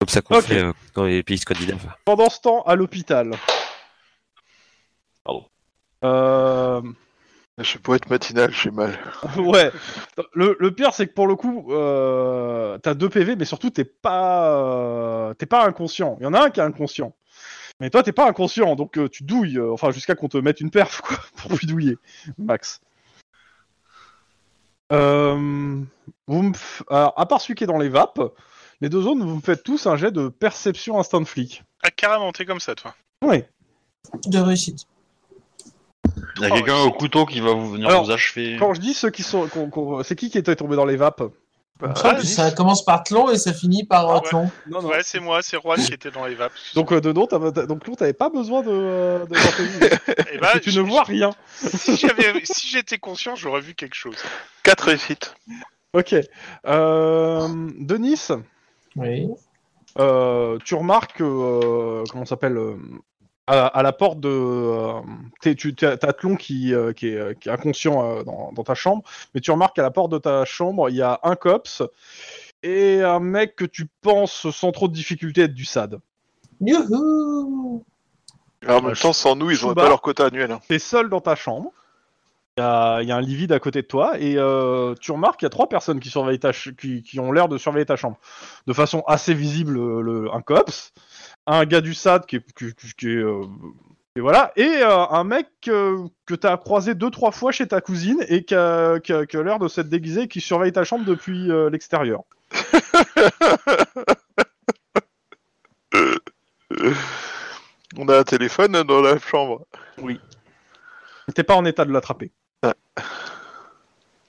Comme ça qu'on
Ok.
fait euh, dans les pays scandinaves.
Pendant ce temps, à l'hôpital.
Pardon.
Euh,
Je pourrais être matinal, j'ai mal.
ouais. Le, le pire, c'est que pour le coup, euh, t'as deux PV, mais surtout t'es pas, euh, t'es pas inconscient. Il y en a un qui est inconscient, mais toi t'es pas inconscient, donc euh, tu douilles. euh, enfin, jusqu'à qu'on te mette une perf, quoi, *laughs* pour bidouiller, Max. Euh, vous me f- alors, à part celui qui est dans les vapes, les deux autres, vous me faites tous un jet de perception instant flic.
Ah, carrément, t'es comme ça, toi.
Ouais.
De réussite.
Il y a
Oh,
quelqu'un
shit.
au couteau qui va vous venir
Alors,
vous achever.
Quand je dis ceux qui sont, qu'on- qu'on- c'est qui qui était tombé dans les vapes Euh,
Je
Ah,
crois que ça commence par Tlon et ça finit par
Ah
euh,
ouais.
Tlon.
Non,
Ouais, c'est moi, c'est Juan qui était dans les vapes.
Donc euh, de nom, t'as- t'as- donc Lou, t'avais pas besoin de, euh, de d'organiser.
Eh
Parce
ben,
que tu
je-
ne vois rien.
si j'avais- si j'étais conscient, j'aurais vu quelque chose.
Quatre réussites.
Ok. Euh, Denis,
Oui.
euh, tu remarques que euh, comment ça s'appelle euh, à, à la porte de euh, t'es- tu t'as t'as Tlon qui, euh, qui, est, euh, qui est inconscient euh, dans, dans ta chambre, mais tu remarques qu'à la porte de ta chambre, il y a un cops et un mec que tu penses sans trop de difficulté être du SAD.
Youhou
Alors, en même temps, sans nous, ils auraient
Chouba.
pas leur quota annuel. hein.
T'es seul dans ta chambre. y a, il y a un lit vide à côté de toi et euh, tu remarques qu'il y a trois personnes qui, surveillent ta ch- qui, qui ont l'air de surveiller ta chambre. De façon assez visible, euh, le, un cops, un gars du SAD qui est... qui- qui- qui est, euh, et voilà, et euh, un mec euh, que t'as croisé deux trois fois chez ta cousine et qui a, qui a- qui a l'air de s'être déguisé et qui surveille ta chambre depuis euh, l'extérieur.
On a un téléphone dans la chambre.
T'es pas en état de l'attraper.
Ouais.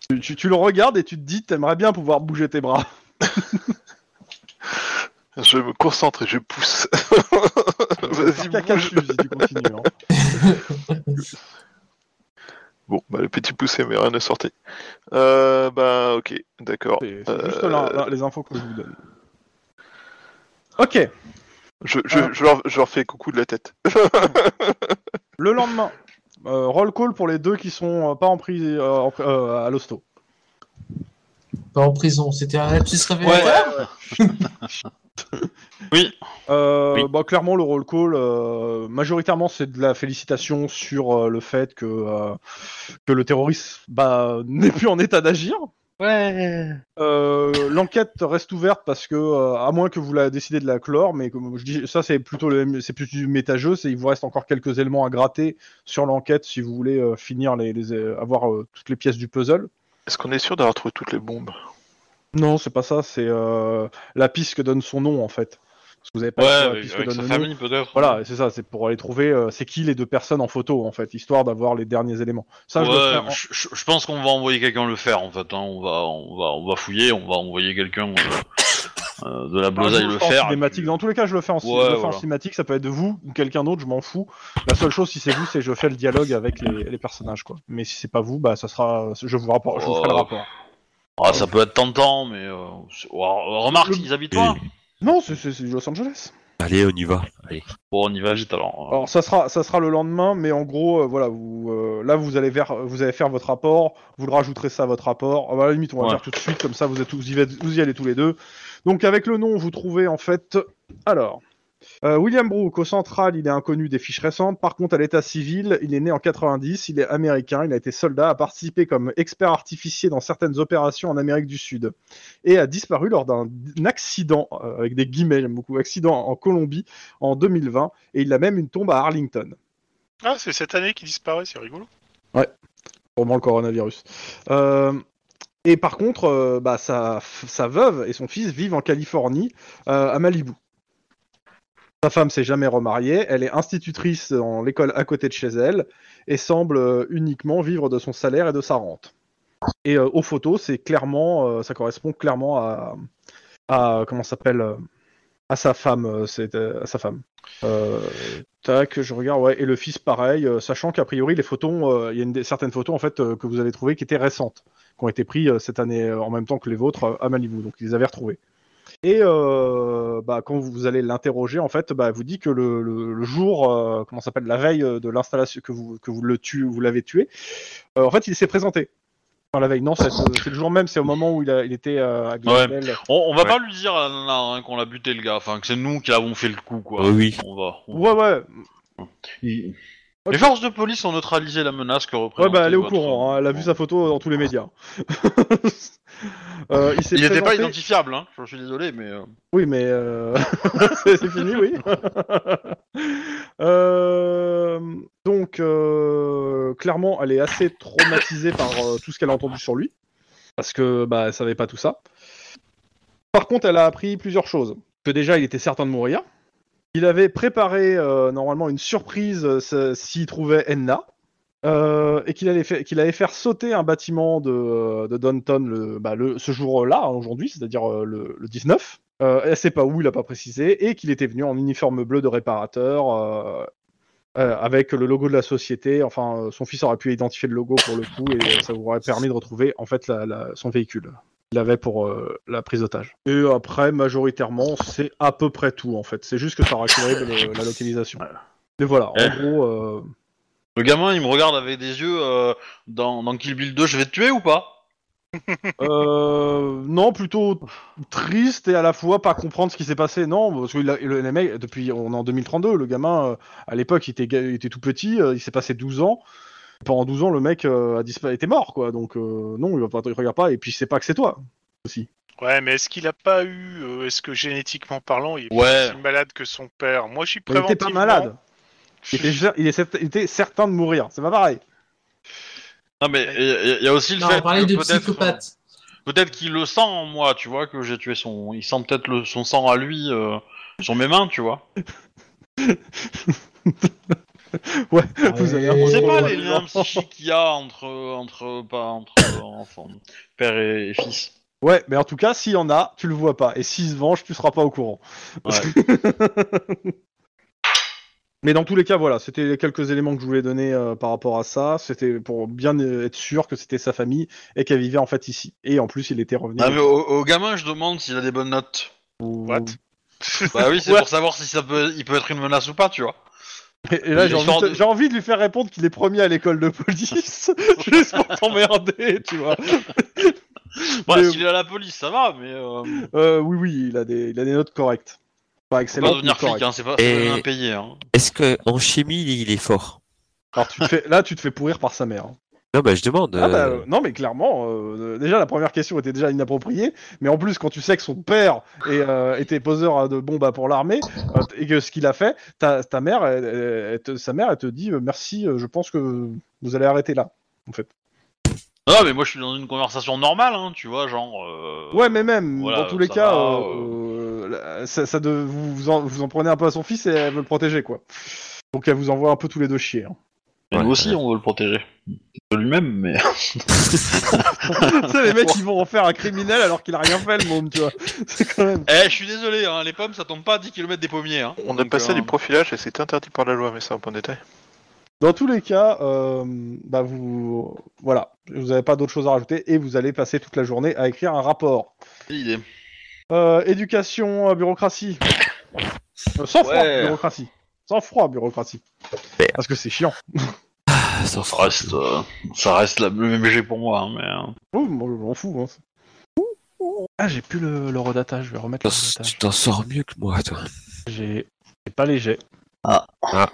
Tu, tu- tu le regardes et tu te dis t'aimerais bien pouvoir bouger tes
*laughs*
bras.
Je me concentre et je pousse. *laughs* Vas-y,
Caca
bouge.
dessus si tu continues. hein.
Bon, bah, le petit poussé, mais rien ne sortait. Euh, bah, ok, d'accord.
C'est c'est
Euh,
juste là, là, les infos que je vous donne. Ok,
Je, je,
Ah.
je leur, je leur fais coucou de la tête.
le lendemain, euh, roll call pour les deux qui sont euh, pas en prise euh, en pri- euh, à l'hosto.
Pas en prison, c'était un lapsus révélateur.
Oui.
Euh,
Oui.
bah, clairement, le roll call, euh, majoritairement, c'est de la félicitation sur euh, le fait que, euh, que le terroriste bah, *laughs* n'est plus en état d'agir.
Ouais.
Euh, L'enquête reste ouverte parce que, euh, à moins que vous la décidez de la clore, mais comme je dis, ça c'est plutôt le, c'est plutôt du métajeu, c'est il vous reste encore quelques éléments à gratter sur l'enquête si vous voulez euh, finir les, les- euh, avoir euh, toutes les pièces du puzzle.
Est-ce qu'on est sûr d'avoir trouvé toutes les bombes
Non, c'est pas ça, c'est euh, la piste que donne son nom en fait. Parce que vous avez pas
Ouais,
la
avec,
piste
avec
que
sa
donne le nom.
famille peut-être.
Voilà, et c'est ça, c'est pour aller trouver euh, c'est qui les deux personnes en photo en fait, histoire d'avoir les derniers éléments. Ça, je le ferai en-
Ouais, je, je- je pense qu'on va envoyer quelqu'un le faire en fait. hein. On va, on va, on va fouiller, on va envoyer quelqu'un euh, euh, de la
Enfin, Ah, je
blosaille
le
le
fais en
faire.
cinématique. Dans tous les cas, je le fais en,
Ouais,
je le fais en
voilà.
cinématique. Ça peut être de vous ou quelqu'un d'autre, je m'en fous. La seule chose, si c'est vous, c'est je fais le dialogue avec les, les personnages, quoi. Mais si c'est pas vous, bah ça sera, je vous rapport, je vous ferai le
Oh.
rapport.
Ah, ça peut être tentant, mais euh, c'est- ouais, remarque,
Le-
ils habitent loin.
Non, c'est- c'est c'est Los Angeles.
Allez, on y va. Allez.
Bon, on y va vite alors.
Alors ça sera, ça sera le lendemain, mais en gros, euh, voilà, vous, euh, là vous allez vers, vous allez faire votre rapport, vous le rajouterez ça à votre rapport. Ah, bah, à la limite, on va
Ouais.
le faire tout de suite, comme ça vous êtes, tous- vous y, êtes- vous y allez tous les deux. Donc avec le nom, vous trouvez en fait, alors. euh, William Brooke, au central, il est inconnu des fiches récentes. Par contre, à l'état civil, il est né en 90, il est américain, il a été soldat, a participé comme expert artificier dans certaines opérations en Amérique du Sud et a disparu lors d'un accident, euh, avec des guillemets, j'aime beaucoup, accident en Colombie en 2020 et il a même une tombe à Arlington.
Ah, c'est cette année qui disparaît, c'est rigolo.
Probablement le coronavirus. Euh, et par contre, euh, bah, sa, sa veuve et son fils vivent en Californie, euh, à Malibu. Sa femme s'est jamais remariée, elle est institutrice dans l'école à côté de chez elle et semble euh, uniquement vivre de son salaire et de sa rente. Et euh, aux photos, c'est clairement, euh, ça correspond clairement à, à comment ça s'appelle euh, à sa femme, euh, c'est euh, à sa femme. Euh, tac, je regarde, ouais, et le fils pareil, euh, sachant qu'a priori les photos, euh, il y a une, des- certaines photos en fait euh, que vous allez trouver qui étaient récentes, qui ont été prises euh, cette année euh, en même temps que les vôtres euh, à Malibu, donc ils les avaient retrouvées. Et euh, bah, quand vous allez l'interroger, en fait, bah, elle vous dit que le, le- le jour, euh, comment ça s'appelle, la veille euh, de l'installation que vous que vous le tuez, vous l'avez tué, euh, en fait, il s'est présenté. Enfin, la veille, non, c'est c'est le jour même, c'est au moment où il, a- il était euh, à Glendale.
On, on va
Ouais.
pas lui dire à la nana, hein, qu'on l'a buté le gars, enfin que c'est nous qui avons fait le coup quoi.
Oui, oui.
On va. on-
Ouais, ouais,
Il-
Ok.
Les forces de police ont neutralisé la menace que
Ouais,
représentait.
bah elle est au
votre-
courant, hein, elle a vu sa photo dans tous les médias. *laughs* Euh, il s'est
Il était pas
présenté-
identifiable, hein. Je suis désolé, mais. euh,
Oui, mais euh, *laughs* c'est c'est fini, oui. Euh, Donc, euh, clairement, elle est assez traumatisée par euh, tout ce qu'elle a entendu sur lui, parce que bah, elle savait pas tout ça. Par contre, elle a appris plusieurs choses. Que déjà, il était certain de mourir. Il avait préparé euh, normalement une surprise euh, s- s'il trouvait Enna. Euh, et qu'il allait, fa- qu'il allait faire sauter un bâtiment de, euh, de Downton le, bah, le- ce jour-là, hein, aujourd'hui, c'est-à-dire euh, le, le 19. Euh, elle sait pas où, il a pas précisé, et qu'il était venu en uniforme bleu de réparateur, euh, euh, avec le logo de la société. Enfin, euh, son fils aurait pu identifier le logo pour le coup, et euh, ça vous aurait permis de retrouver en fait la- la- son véhicule. Il avait pour euh, la prise d'otage. Et après, majoritairement, c'est à peu près tout en fait. C'est juste que ça raccorde le- la localisation. Mais voilà, en
Eh.
gros. euh,
Le gamin, il me regarde avec des yeux euh, dans, dans Kill Bill 2, je vais te tuer ou pas
Euh, non, plutôt triste et à la fois pas comprendre ce qui s'est passé. Non, parce que il a- le, les mecs, depuis, on est en 2032, le gamin, euh, à l'époque, il était, ga- il était tout petit, euh, il s'est passé 12 ans. pendant 12 ans, le mec euh, a disparu, était mort, quoi. Donc, euh, non, il, va pas, il regarde pas, et puis il sait pas que c'est toi. Aussi.
Ouais, mais est-ce qu'il a pas eu, euh, est-ce que génétiquement parlant, il est
Eh.
Ouais.
plus malade que son père Moi, je suis
Il était pas
préventivement-
malade. Il était,
Je-
il est cert- il était certain de mourir. C'est pas pareil.
Non, mais il y, a- il y a aussi le
Non,
fait
on parlait
que
de
peut-être- euh,
psychopathe.
Peut-être qu'il le sent en moi, tu vois, que j'ai tué son. Il sent peut-être le- son sang à lui euh, sur mes mains, tu vois.
Ouais, vous avez un
On
Et-
sait pas les
ouais,
liens psychiques qu'il y a entre entre pas entre enfin, père et, et fils.
Ouais, mais en tout cas, s'il y en a, tu le vois pas. Et s'il se venge, tu seras pas au courant.
Ouais.
*laughs* Mais dans tous les cas, voilà, c'était les quelques éléments que je voulais donner euh, par rapport à ça. C'était pour bien euh, être sûr que c'était sa famille et qu'elle vivait en fait ici. Et en plus, il était revenu.
Ah, mais au, au gamin, je demande s'il a des bonnes notes.
Ou-
*laughs*
What
Bah oui, c'est
Ouais.
pour savoir si ça peut, il peut être une menace ou pas, tu vois.
*laughs* Et, et là, j'ai envie,
Histoire
de-
de-
j'ai envie de lui faire répondre qu'il est premier à l'école
*laughs*
de police, *laughs* juste pour t'emmerder, tu vois.
Bah,
Mais-
s'il est à la police, ça va, mais euh,
Euh, oui, oui, il a des, il a des notes correctes. Pas
faut pas
excellentes, mais
devenir flic,
correctes.
hein, c'est pas c'est
Et-
pas bien payé. Hein.
Est-ce que en chimie, il est fort
Alors, tu te fais- là, tu te fais pourrir par sa mère. hein.
Non, bah je demande.
Ah bah,
euh,
euh, non mais clairement, euh, déjà la première question était déjà inappropriée, mais en plus quand tu sais que son père est, euh, était poseur de bombes pour l'armée euh, et que ce qu'il a fait, ta, ta mère, elle- elle- elle te- sa mère, elle te dit euh, merci, euh, je pense que vous allez arrêter là.
Non, mais moi, je suis dans une conversation normale, hein, tu vois, genre. euh,
Ouais mais même
voilà,
dans tous les
ça
cas,
va,
euh, euh, ça, ça de, vous, vous en, vous en prenez un peu à son fils et elle veut le protéger quoi. Donc elle vous envoie un peu tous les deux chier. hein.
mais
ouais,
nous aussi, on veut le protéger de lui-même, mais.
*laughs* tu sais *laughs* les mecs ils vont en faire un criminel alors qu'il a rien fait le monde tu vois. C'est quand même.
*laughs* Eh, je suis désolé, hein, les pommes, ça tombe pas à 10 km des pommiers. Hein.
On est
Donc,
passé
euh,
du profilage et c'est interdit par la loi, mais c'est un bon détail.
Dans tous les cas, euh, bah vous, voilà, vous n'avez pas d'autre chose à rajouter et vous allez passer toute la journée à écrire un rapport.
quelle idée.
Euh, éducation, euh, bureaucratie. Euh, sans froid,
Ouais.
bureaucratie. Sans froid, bureaucratie. Parce que c'est chiant.
ah,
Ça
sans froid.
reste, euh, ça reste la, le MG pour moi, hein, mais. euh,
Oh, moi, je m'en fous. hein. Ah, j'ai plus le, le redatage, je vais remettre
T'en-
le redatage.
Tu t'en sors mieux que moi, toi.
J'ai j'ai pas léger.
Ah.
Ah.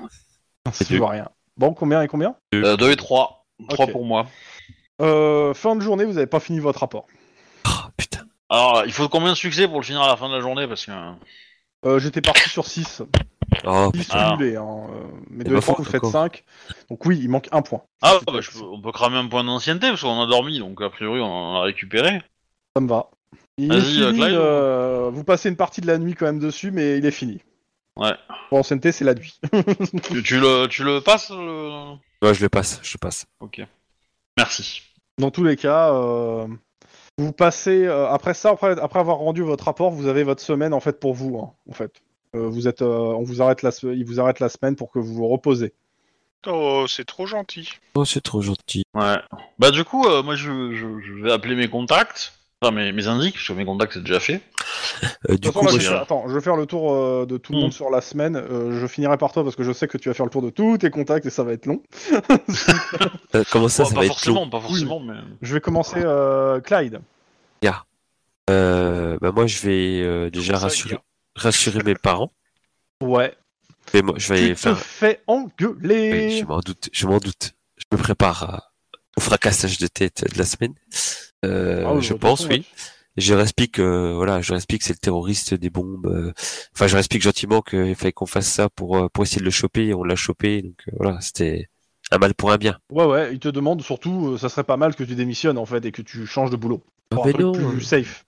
C'est
dur.
rien. Bon, combien et combien
Euh, 2 et 3. 3
Ok.
pour moi.
Euh, Fin de journée, vous n'avez pas fini votre rapport.
Ah, putain.
Alors, il faut combien de succès pour le finir à la fin de la journée Parce que.
Euh, J'étais parti sur 6.
Oh,
10
Ah.
cumulés, hein, euh, mais
C'est
de
pas
fois
faux,
vous faites
encore.
5. Donc oui, il manque un point.
Ah, bah, je peux- on peut cramer un point d'ancienneté parce qu'on a dormi, donc a priori, on en a récupéré.
Ça me va. Il est
Vas-y,
fini,
euh, Clyde.
euh, vous passez une partie de la nuit quand même dessus, mais il est fini.
Ouais.
Pour ancienneté, c'est la nuit. *laughs*
tu, tu le, tu le passes le-
ouais, je le passe, je le passe.
Ok. Merci.
Dans tous les cas, euh, vous passez euh, après ça, après, après avoir rendu votre rapport, vous avez votre semaine en fait pour vous. hein, en fait, Euh, vous êtes, euh, on vous arrête la, se- il vous arrête la semaine pour que vous vous reposez.
Oh, c'est trop gentil.
Oh, c'est trop gentil.
Ouais. Bah, du coup, euh, moi, je, je, je vais appeler mes contacts. Enfin, mes, mes indices, parce que mes contacts, c'est déjà fait.
Euh, du
De toute façon,
coup,
moi,
là,
moi,
je
j'ai-
vais faire- Attends, je vais faire le tour euh, de tout le
Hmm.
monde sur la semaine. Euh, je finirai par toi parce que je sais que tu vas faire le tour de tous tes contacts et ça va être long.
je- euh, comment ça,
Bon,
ça
pas
va être long
forcément, pas forcément, mais.
Je vais commencer euh, Clyde.
Euh, bah, moi, je vais euh, déjà
Ça,
rassurer,
gars.
rassurer mes parents.
Ouais.
Mais moi, je vais
Tu te
faire.
fais engueuler.
Oui, je m'en doute, je m'en doute. Je me prépare à- au fracassage de tête de la semaine. Euh,
Ah oui,
je
de toute
pense,
façon,
oui. Je leur explique, euh, voilà, je leur explique que c'est le terroriste des bombes. euh. Enfin, je leur explique gentiment qu'il fallait qu'on fasse ça pour euh, pour essayer de le choper. On l'a chopé, donc euh, voilà, c'était un mal pour un bien.
Ouais, ouais, il te demande surtout, euh, ça serait pas mal que tu démissionnes en fait et que tu changes de boulot. Pour un
Ah mais
truc
non.
plus safe.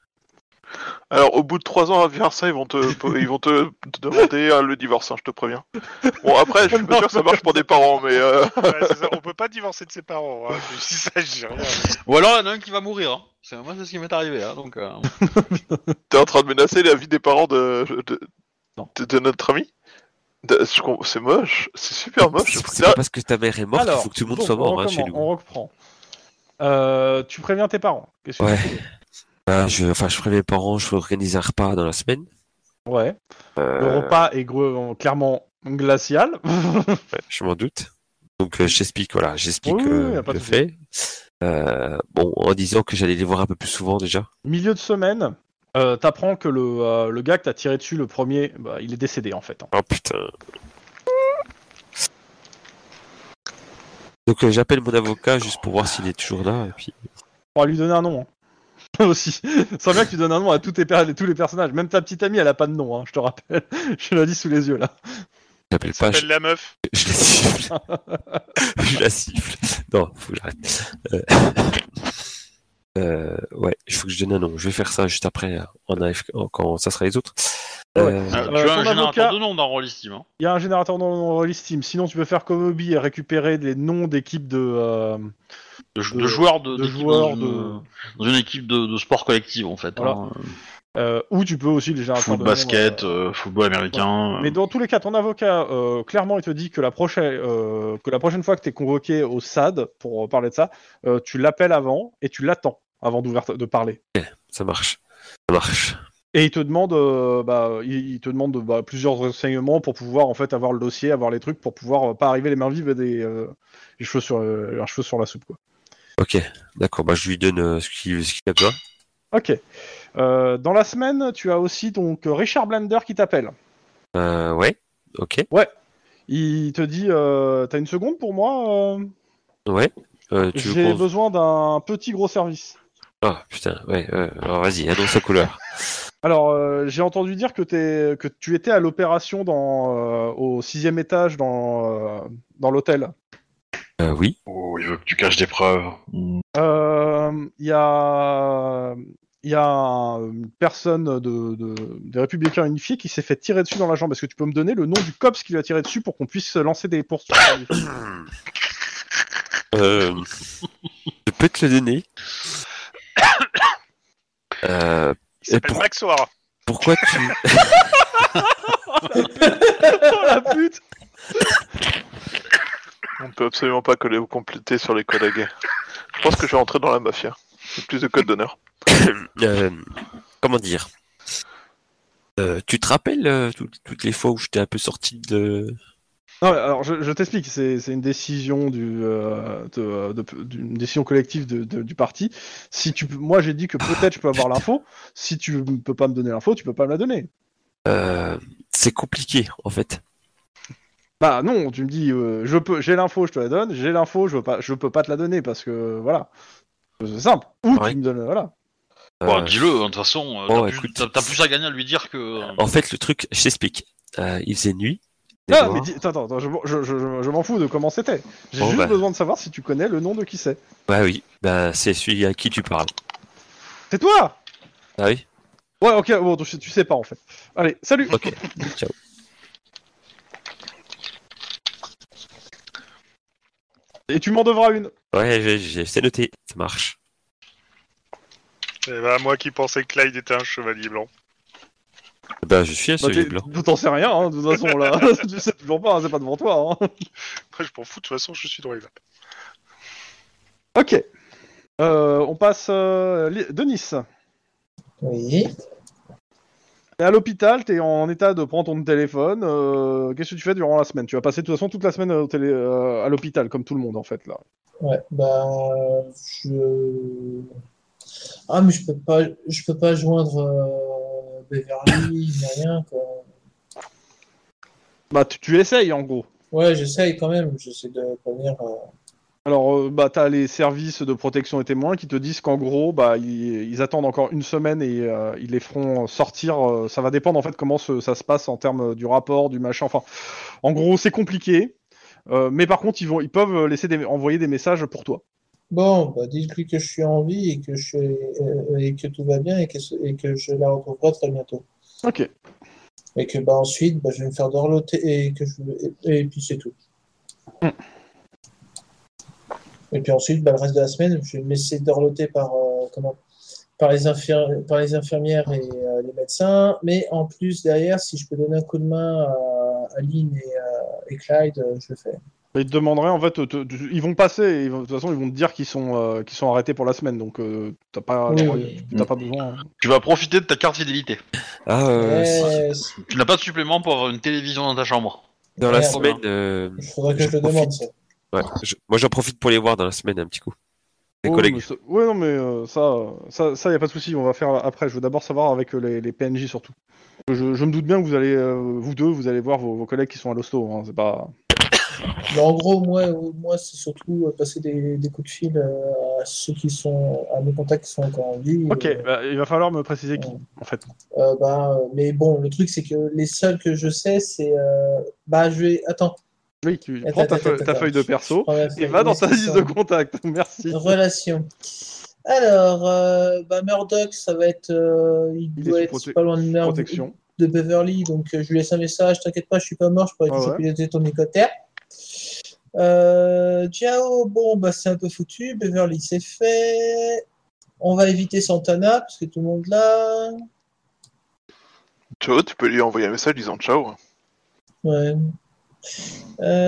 Alors, au bout de trois ans à Versailles, ils vont te, ils vont te, te demander euh, le divorce, hein, je te préviens. Bon, après, je suis pas sûr que ça marche pour des parents, mais euh,
Ouais, c'est ça, On peut pas divorcer de ses parents. Hein. Je dis ça, je dis rien.
Ou alors, il y en a un qui va mourir. hein. C'est moi, c'est ce qui m'est arrivé. hein, donc,
*laughs*
euh,
t'es en train de menacer la vie des parents de, de,
Non.
de- de notre ami De- je com- C'est moche, c'est
Ah
super
bah,
moche.
C'est c'est pas parce que ta mère est morte qu'il faut que tout le monde
donc,
soit mort
on,
hein, chez
recommence,
nous.
on reprend. Euh, tu préviens tes parents. Qu'est-ce que
Ouais.
tu fais
Voilà, Bah, je, enfin, je ferai mes parents, je organise un repas dans la semaine.
Ouais.
Euh.
Le repas est gre- clairement glacial. *laughs*
Ouais, je m'en doute. Donc euh, j'explique, voilà, j'explique
Oui, oui,
euh,
y a pas de
le
souci.
fait. Euh, bon, en disant que j'allais les voir un peu plus souvent déjà.
Milieu de semaine, euh, t'apprends que le, euh, le gars que t'as tiré dessus, le premier, bah, il est décédé en fait. hein.
Oh putain. Donc euh, j'appelle mon avocat juste pour voir s'il est toujours là. Et puis...
On va lui donner un nom. hein. *laughs* Aussi. Ça bien que tu donnes un nom à tous, tes per- tous les personnages. Même ta petite amie, elle a pas de nom, hein, je te rappelle. *laughs* Je l'ai dit sous les yeux là.
J'appelle pas, je,
S'appelle la meuf.
je la siffle. je la siffle. Non, faut que j'arrête. Euh, euh, ouais, il faut que je donne un nom. Je vais faire ça juste après, euh, en AFK, en- quand ça sera les autres.
Ouais.
Euh,
Euh,
Euh,
tu as
ton
un générateur
avocat-
de nom dans Rollistim. Hein.
Il y a un générateur dans le release team. Sinon, tu peux faire comme Obi et récupérer des noms d'équipes de. euh,
De, jou-
De-
de joueurs de,
de
d'équipe
joueurs
dans une,
de-
dans une équipe de, de sport collectif en fait.
Voilà.
hein.
euh, ou tu peux aussi les générateurs
Foot,
de noms,
basket,
euh,
euh, football américain. euh.
Mais dans tous les cas, ton avocat, euh, clairement, il te dit que la prochaine, euh, que la prochaine fois que tu es convoqué au SAD pour euh, parler de ça, euh, tu l'appelles avant et tu l'attends avant d'ouvrir ta- de parler.
ça marche. Ça marche.
Et il te demande, euh, bah, il, il te demande de- bah, plusieurs renseignements pour pouvoir en fait avoir le dossier, avoir les trucs pour pouvoir euh, pas arriver les mains vives et des euh, les cheveux sur euh, un cheveu sur la soupe quoi.
Ok, d'accord. Bah, je lui donne euh, ce qu'il ce qu'il a besoin.
Ok. Euh, dans la semaine, tu as aussi donc euh, Richard Blander qui t'appelle.
Euh, ouais, ok.
Il te dit, euh, t'as une seconde pour moi euh,
Ouais. Euh, tu veux
J'ai
qu'on-
besoin d'un petit gros service.
Ah putain, ouais. euh, alors vas-y, annonce la couleur.
Alors, euh, j'ai entendu dire que, t'es- que tu étais à l'opération dans, euh, au sixième étage dans, euh, dans l'hôtel.
Euh, oui.
Oh, il veut que tu caches des preuves.
Euh, Il y a, il y a un- une personne de, de- des Républicains Unifiés qui s'est fait tirer dessus dans la jambe. Est-ce que tu peux me donner le nom du COPS qui lui a tiré dessus pour qu'on puisse lancer des poursuites
Euh, je peux te le donner. Euh,
Il s'appelle
pour-
Max O'Hara.
pourquoi tu
Oh la pute
On ne peut absolument pas coller- compléter sur les codes à guerre. Je pense que je vais rentrer dans la mafia. J'ai Plus de codes d'honneur.
euh, comment dire Euh, Tu te rappelles euh, tout- toutes les fois où j'étais un peu sorti de
Non, mais alors je, je t'explique, c'est c'est une décision du, euh, de, euh, de- d'une décision collective de- de- du parti. Si tu, peux- moi j'ai dit que peut-être je peux avoir l'info. Si tu ne peux pas me donner l'info, tu peux pas me la donner.
Euh, C'est compliqué en fait.
Bah non, tu me dis, euh, je peux, j'ai l'info, je te la donne. J'ai l'info, je veux pas, je peux pas te la donner parce que voilà, c'est simple. Ou
Ouais.
tu me donnes, voilà.
Euh,
Bah, dis-le, hein, de toute façon, euh,
bon,
t'as,
écoute.
plus, t'as- t'as plus à gagner à lui dire que. euh,
en fait, le truc, je t'explique. Euh, il faisait nuit.
Non,
Noir.
mais dis- attends, attends, attends, je, m'en- je- je- je- je m'en fous de comment c'était. J'ai
Bon,
juste
bah.
besoin de savoir si tu connais le nom de qui c'est.
Bah oui. Bah c'est celui à qui tu parles.
C'est toi
Ah oui.
Ouais, ok, bon, tu, tu sais pas en fait. Allez, salut *laughs*
Ok. Ciao.
Et tu m'en devras une. Bah,
Ouais, j'ai- j'ai- c'est noté. Ça marche.
Eh ben, moi qui pensais que Clyde était un chevalier blanc.
Bah je suis un
Bah,
chevalier
t'es-
blanc.
*laughs* T'en sais rien, hein, de toute façon, là. *laughs* tu sais toujours pas, hein, c'est pas devant toi. hein.
Moi, je m'en fous, de toute façon, je suis dans les vapes.
Ok. Euh, on passe. euh, Li- Denis,
Oui.
t'es à l'hôpital, t'es en état de prendre ton téléphone. euh, Qu'est-ce que tu fais durant la semaine Tu vas passer de toute façon toute la semaine au télé- euh, à l'hôpital, comme tout le monde, en fait, là.
Ouais, bah, je... euh, Ah, mais je peux pas, je peux pas joindre euh, Beverly, ni rien, quoi.
Bah, tu, tu essayes, en gros.
Ouais, j'essaye quand même, j'essaie de prévenir. euh,
Alors, euh, bah, t'as les services de protection et témoins qui te disent qu'en gros, bah, ils, ils attendent encore une semaine et euh, ils les feront sortir. euh, ça va dépendre en fait comment ce- ça se passe en termes du rapport, du machin. Enfin, en gros, c'est compliqué. Euh, mais par contre, ils vont, ils peuvent laisser des, envoyer des messages pour toi.
Bon, bah, dites-lui que je suis en vie et que je suis- euh, et que tout va bien et que, et que je la retrouverai très bientôt.
Ok.
Et que bah ensuite, bah, je vais me faire dorloter et que je et, et puis c'est tout.
Hmm.
Et puis ensuite, bah, le reste de la semaine, je vais me laisser dorloter par euh, comment par les infirmières, par les infirmières et euh, les médecins. Mais en plus derrière, si je peux donner un coup de main à Aline et, euh, et Clyde, euh, je le fais.
Ils te demanderaient en fait, te- te- ils vont passer. Ils vont- de toute façon, ils vont te dire qu'ils sont, euh, qu'ils sont arrêtés pour la semaine. Donc, euh, t'as pas,
Oui,
t'as
oui.
pas- t'as pas besoin.
Tu vas profiter de ta carte fidélité.
Ah euh, si.
Yes.
Tu n'as pas de supplément pour avoir une télévision dans ta chambre.
dans la
Merde.
semaine. euh,
Il faudrait que
je
je le
profite.
demande ça.
Ouais, je- moi j'en profite pour les voir dans la semaine un petit coup. Les
Oui,
collègues.
Oh, mais ça- ouais, non, mais euh, ça, euh, ça, ça, y a pas de souci. On va faire après. Je veux d'abord savoir avec euh, les, les PNJ surtout. Je, je me doute bien que vous allez, euh, vous deux, vous allez voir vos, vos collègues qui sont à l'hosto. hein, c'est pas.
Mais en gros, moi, moi c'est surtout euh, passer des, des coups de fil euh, à ceux qui sont, à mes contacts qui sont encore en vie.
Ok,
euh,
bah, il va falloir me préciser qui, en fait.
euh, bah, euh, mais bon, le truc, c'est que les seuls que je sais, c'est. euh, Bah, je vais. Attends.
Oui, tu
Attends,
prends ta,
attends,
feu-
attends,
ta
attends.
feuille de
Je
perso
prends la
et
feuille.
va dans
Oui,
ta
c'est
liste
ça.
de contacts. Merci.
Relations. Alors, euh, bah, Murdoch, ça va être. euh, il
Il est
doit
sous
être
prote-
pas loin de, Mur-
Protection.
de Beverly, donc euh, je lui laisse un message. T'inquiète pas, je suis pas mort, je pourrais
Ah
toujours
ouais.
piloter ton hélicoptère. Euh, ciao, bon, bah, c'est un peu foutu. Beverly, c'est fait. On va éviter Santana, parce que tout le monde là.
Ciao, tu peux lui envoyer un message disant ciao. hein.
Ouais.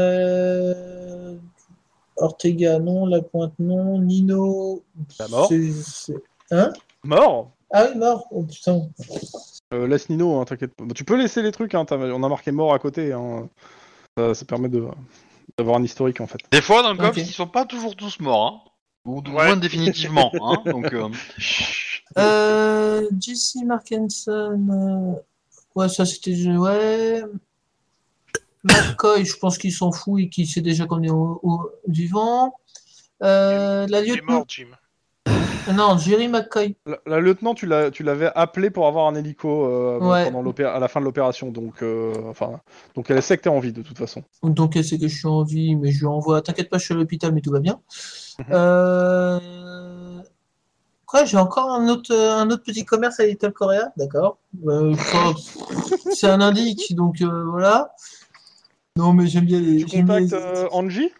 Euh, Ortega, non. La Pointe, non. Nino.
La mort.
c'est- c'est- Hein?
Mort
Ah oui, mort. Oh putain.
Euh, Laisse Nino, hein, t'inquiète pas. Bon, tu peux laisser les trucs, hein, t'as- on a marqué mort à côté. hein. Ça, ça permet de- d'avoir un historique en fait.
Des fois, dans le cops,
Ok.
ils sont pas toujours tous morts, hein. Ou du
Ouais.
moins définitivement, hein. Donc, euh,
Euh, Jesse Markinson. euh, Ouais, ça c'était. Ouais. McCoy, je pense qu'il s'en fout et qu'il sait déjà qu'on est au, au- vivant. Euh, la
Il est
lieutenant.
mort, Jim.
Non, Jerry McCoy.
La, la lieutenant, tu l'as- tu l'avais appelé pour avoir un hélico euh,
Ouais.
pendant l'opé- à la fin de l'opération, donc euh, enfin, donc elle sait que t'es en vie de toute façon.
Donc elle sait que je suis en vie, mais je lui envoie, t'inquiète pas, je suis à l'hôpital, mais tout va bien.
Mhm.
Euh, Quoi, j'ai encore un autre, euh, un autre petit commerce à Little Korea D'accord. Euh, je crois- c'est un indice, donc euh, voilà. Non, mais j'aime bien les...
Tu
j'aime bien
contactes
les-
euh, Angie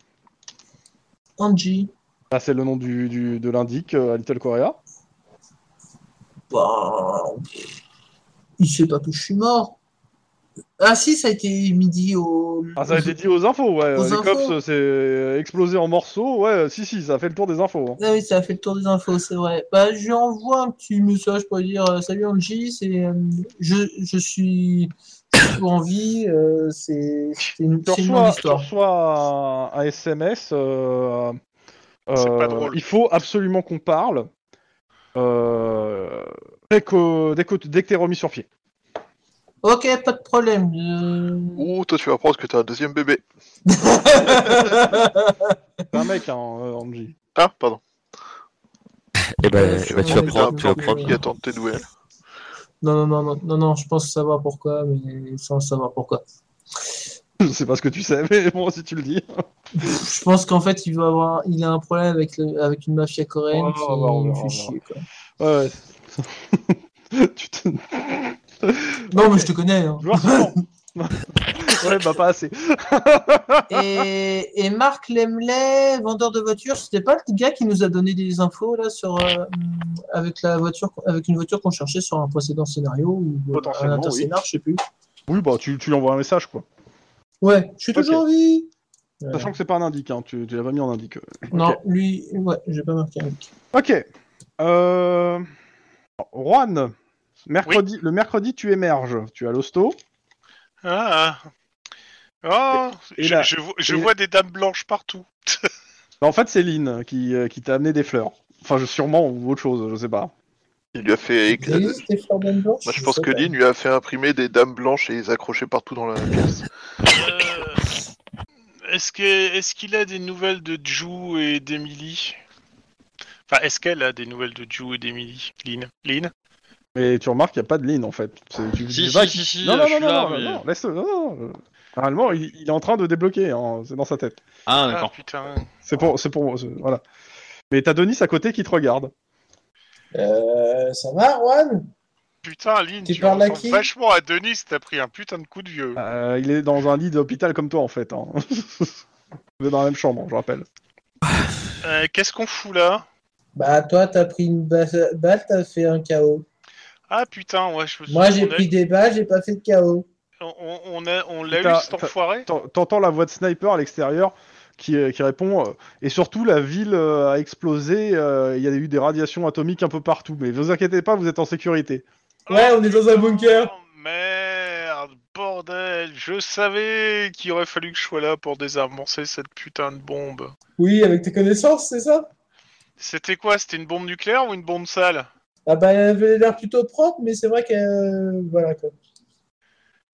Angie.
Ah, c'est le nom du, du- de l'indic euh, à Little Korea.
Bah, Il sait pas que je suis mort. Ah si, ça a été midi au...
Ah, ça a été dit aux infos, ouais.
Aux
les
infos.
cops, euh, c'est explosé en morceaux, ouais. Si, si, ça a fait le tour des infos. hein.
Ah oui, ça a fait le tour des infos, c'est vrai. Bah, je lui envoie un petit message pour lui dire euh, Salut Angie, c'est, euh, je, je suis je suis en vie, euh, c'est c'est une,
Tu
c'est une longue
reçois, tu
histoire.
reçois un, un SMS. euh,
C'est
euh,
pas drôle.
Il faut absolument qu'on parle euh, dès que, dès que, dès que t'es remis sur pied.
Ok, pas de problème. euh.
Ouh, oh, toi tu vas apprendre que t'as un deuxième bébé.
*laughs* C'est un mec, hein, euh, Angie.
Ah, pardon.
Eh ben,
Ouais,
eh
c'est
ben, tu vas
vrai,
prendre,
d'accord.
tu vas
Il
prendre.
y a tant de tes nouvelles.
non, non, non, non, non, non, je pense savoir pourquoi, mais sans savoir pourquoi.
*laughs* Je sais pas ce que tu sais, mais *laughs* bon, si tu le dis.
Je pense qu'en fait, il, veut avoir, il a un problème avec, le- avec une mafia coréenne
Ouais,
qui
on verra, on verra,
fait
on verra.
chier. Quoi.
Ouais. *laughs* tu te...
Non, mais je te connais. hein.
Joueur suivant. *laughs* ouais, bah pas assez.
Et, et Marc Lemley, vendeur de voitures, c'était pas le gars qui nous a donné des infos là sur euh, avec la voiture, avec une voiture qu'on cherchait sur un précédent scénario ou euh,
Potentiellement,
un interscénar, je sais plus.
Oui, bah tu, tu lui envoies un message, quoi.
Ouais, je suis
Ok.
toujours en vie. Ouais.
Sachant que c'est pas un indique, hein. tu, tu l'as pas mis en indique. euh.
Non, lui, ouais, j'ai pas marqué. un mec.
Ok. Euh... Juan, mercredi, le mercredi, tu émerges. Tu as l'hosto.
Ah. ah. Oh,
Et
je,
là-
je vois- je
et-
vois des dames blanches partout.
Bah, En fait, c'est Lynn qui, euh, qui t'a amené des fleurs. Enfin, je, sûrement, ou autre chose, je sais pas.
Il lui a fait.
Il existe des fleurs d'âne blanche
Moi, je pense
sais
que
pas.
Lynn lui a fait imprimer des dames blanches et les accrocher partout dans la pièce.
Euh, est-ce que est-ce qu'il a des nouvelles de Jou et d'Emily Enfin, est-ce qu'elle a des nouvelles de Jou et d'Emily Lynn Lynn
Mais tu remarques qu'il n'y a pas de Lynn, en fait. C'est- Tu, tu
Ah, si,
vas-
si, si, si,
non,
euh,
non,
je
non,
suis
non,
là,
non,
mais-
non, laisse. Non, non, non. Normalement, il, il est en train de débloquer, hein, c'est dans sa tête.
Ah,
Ah,
d'accord.
putain.
C'est pour, c'est pour moi, c'est- voilà. Mais t'as Denis à côté qui te regarde.
Euh, ça va, Juan
Putain, Lynn,
Tu
tu,
parles à
ressembles
qui
vachement à Denis, t'as pris un putain de coup de vieux.
Euh, il est dans un lit d'hôpital comme toi en fait. Hein. *laughs* Vous êtes dans la même chambre, je rappelle.
Euh, Qu'est-ce qu'on fout là
Bah toi, t'as pris une ba- balle, t'as fait un KO.
Ah putain, ouais, je me
Moi,
souviens,
j'ai
on a-
pris des balles, j'ai pas fait de KO.
On, on a, on l'a
T'as-
eu cet
t'as-
enfoiré
T'en- T'entends la voix de Sniper à l'extérieur qui, euh, qui répond euh, et surtout la ville euh, a explosé. euh, Il y a eu des radiations atomiques un peu partout, mais vous inquiétez pas, vous êtes en sécurité.
Ouais, on est dans un bunker.
Oh, Merde, bordel, je savais qu'il aurait fallu que je sois là pour désamorcer cette putain de bombe.
Oui, avec tes connaissances, c'est ça
C'était quoi C'était une bombe nucléaire ou une bombe sale
Ah bah, elle avait l'air plutôt propre, mais c'est vrai que euh, voilà quoi.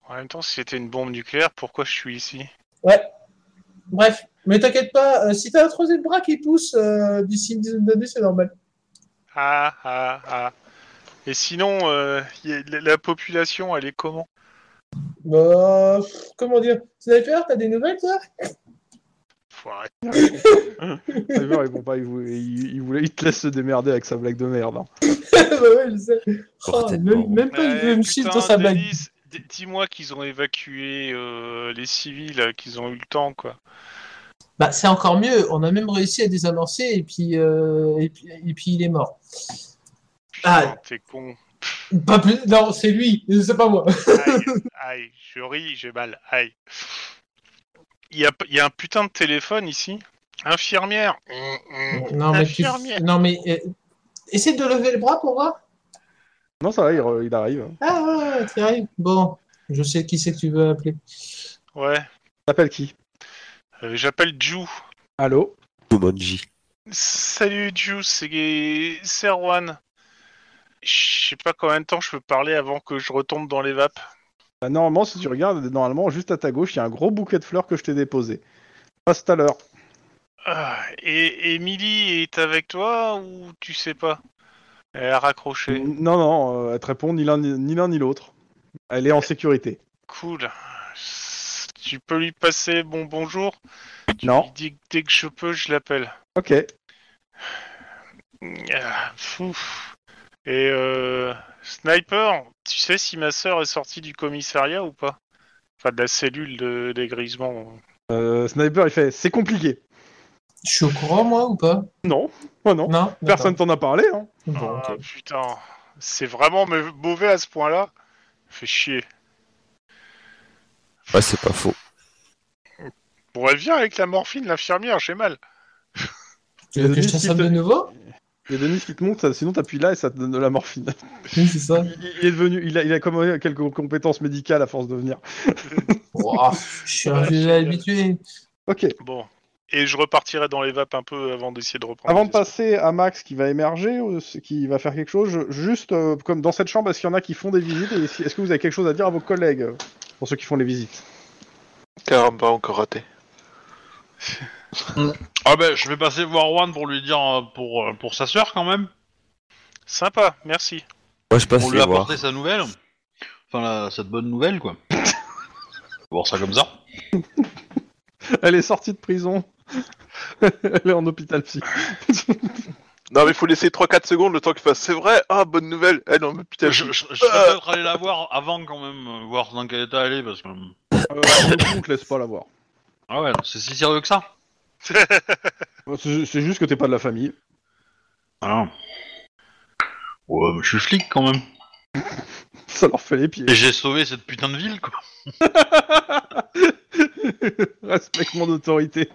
En même temps, si c'était une bombe nucléaire, pourquoi je suis ici
Ouais. Bref, mais t'inquiète pas, euh, si t'as un troisième bras qui pousse euh, d'ici une dizaine d'années, c'est normal.
Ah, ah, ah. Et sinon, euh, y a- la- la population, elle est comment
Bah, pff, comment dire Sniper, t'as des nouvelles, toi *laughs*
Faut arrêter.
Driver, ils vont pas, ils, vou- ils- ils voulaient- ils te laissent se démerder avec sa blague de merde. hein.
Bah ouais, je sais. Oh,
Bordel.
même, même pas
Eh,
une me chiffre dans
putain,
sa blague.
Denis, d- Dis-moi qu'ils ont évacué euh, les civils, euh, qu'ils ont eu le temps, quoi.
Bah, c'est encore mieux. On a même réussi à désamorcer et puis, euh, et puis, et puis il est mort.
Putain,
Ah.
t'es con.
Pas plus. Non, c'est lui. C'est pas
*laughs*
moi. *laughs*
Aïe, aïe, je ris, j'ai mal, aïe. Il y a, il y a un putain de téléphone ici. Infirmière.
Non mais, tu...
Infirmière.
non, mais euh, essaie de lever le bras pour voir.
Non, ça va, il, re- il arrive. hein.
Ah ouais, ouais, t'y arrives. Bon, je sais qui c'est que tu veux appeler.
Ouais,
T'appelles qui
euh, j'appelle Ju.
Allô
Jumanji.
Salut Ju, c'est c'est Erwan. Je sais pas combien de temps je peux parler avant que je retombe dans les vapes.
Bah, Normalement, si tu regardes, normalement, juste à ta gauche, il y a un gros bouquet de fleurs que je t'ai déposé. Passe tout à l'heure.
Ah, et Emily est avec toi ou tu sais pas Elle a raccroché.
Non, non, euh, elle te répond ni l'un ni ni l'un ni l'autre. Elle est en sécurité.
Cool. Tu peux lui passer bon bonjour
Non.
Dès- dès que je peux, je l'appelle.
Ok.
Ah, fou. Et euh, Sniper, tu sais si ma sœur est sortie du commissariat ou pas Enfin, de la cellule de, des grisements.
Euh, Sniper, il fait c'est compliqué.
Je suis au courant moi ou pas
Non. Oh non.
Non.
Personne t'en a parlé. Hein.
D'accord. Bon,
Ah,
ok.
putain, c'est vraiment me- mauvais à ce point-là. Fait chier.
Ouais, Ah, c'est pas faux.
Bon, elle vient avec la morphine, l'infirmière, j'ai mal.
Tu veux que je
Denis,
t'assomme
si
de
te-
nouveau
Il y a Denis qui te montre, ça- sinon t'appuies là et ça te donne de la morphine.
Oui, c'est ça.
Il, il est devenu, il a, il a comme quelques compétences médicales à force de venir.
Ouah, je suis un vieux habitué.
Ok.
Bon. Et je repartirai dans les vapes un peu avant d'essayer de reprendre.
Avant de
les
passer à Max qui va émerger ou ce- qui va faire quelque chose, je- juste euh, comme dans cette chambre, est-ce qu'il y en a qui font des visites et si- est-ce que vous avez quelque chose à dire à vos collègues euh, pour ceux qui font les visites
Caramba, encore raté.
Ah ben, je vais passer voir Juan pour lui dire euh, pour euh, pour sa sœur quand même,
esprits. Sympa, merci.
Moi, je passe
pour lui
les voir.
apporter sa nouvelle, enfin la- cette bonne nouvelle quoi. *laughs* Faut voir ça comme ça.
Elle est sortie de prison. *laughs* Elle est en hôpital psy.
Non, mais faut laisser 3-4 secondes le temps qu'il fasse. C'est vrai, ah, bonne nouvelle. Eh non, mais putain,
Je, je, je vais peut-être aller la voir avant quand même, euh, voir dans quel état elle est parce que.
Euh, on te laisse pas la voir.
Ah ouais, c'est si sérieux que ça.
Euh, C'est c'est juste que t'es pas de la famille.
Ah. Ouais, mais je suis flic quand même.
Ça leur fait les pieds. *laughs*
Et j'ai sauvé cette putain de ville quoi.
Respecte mon autorité.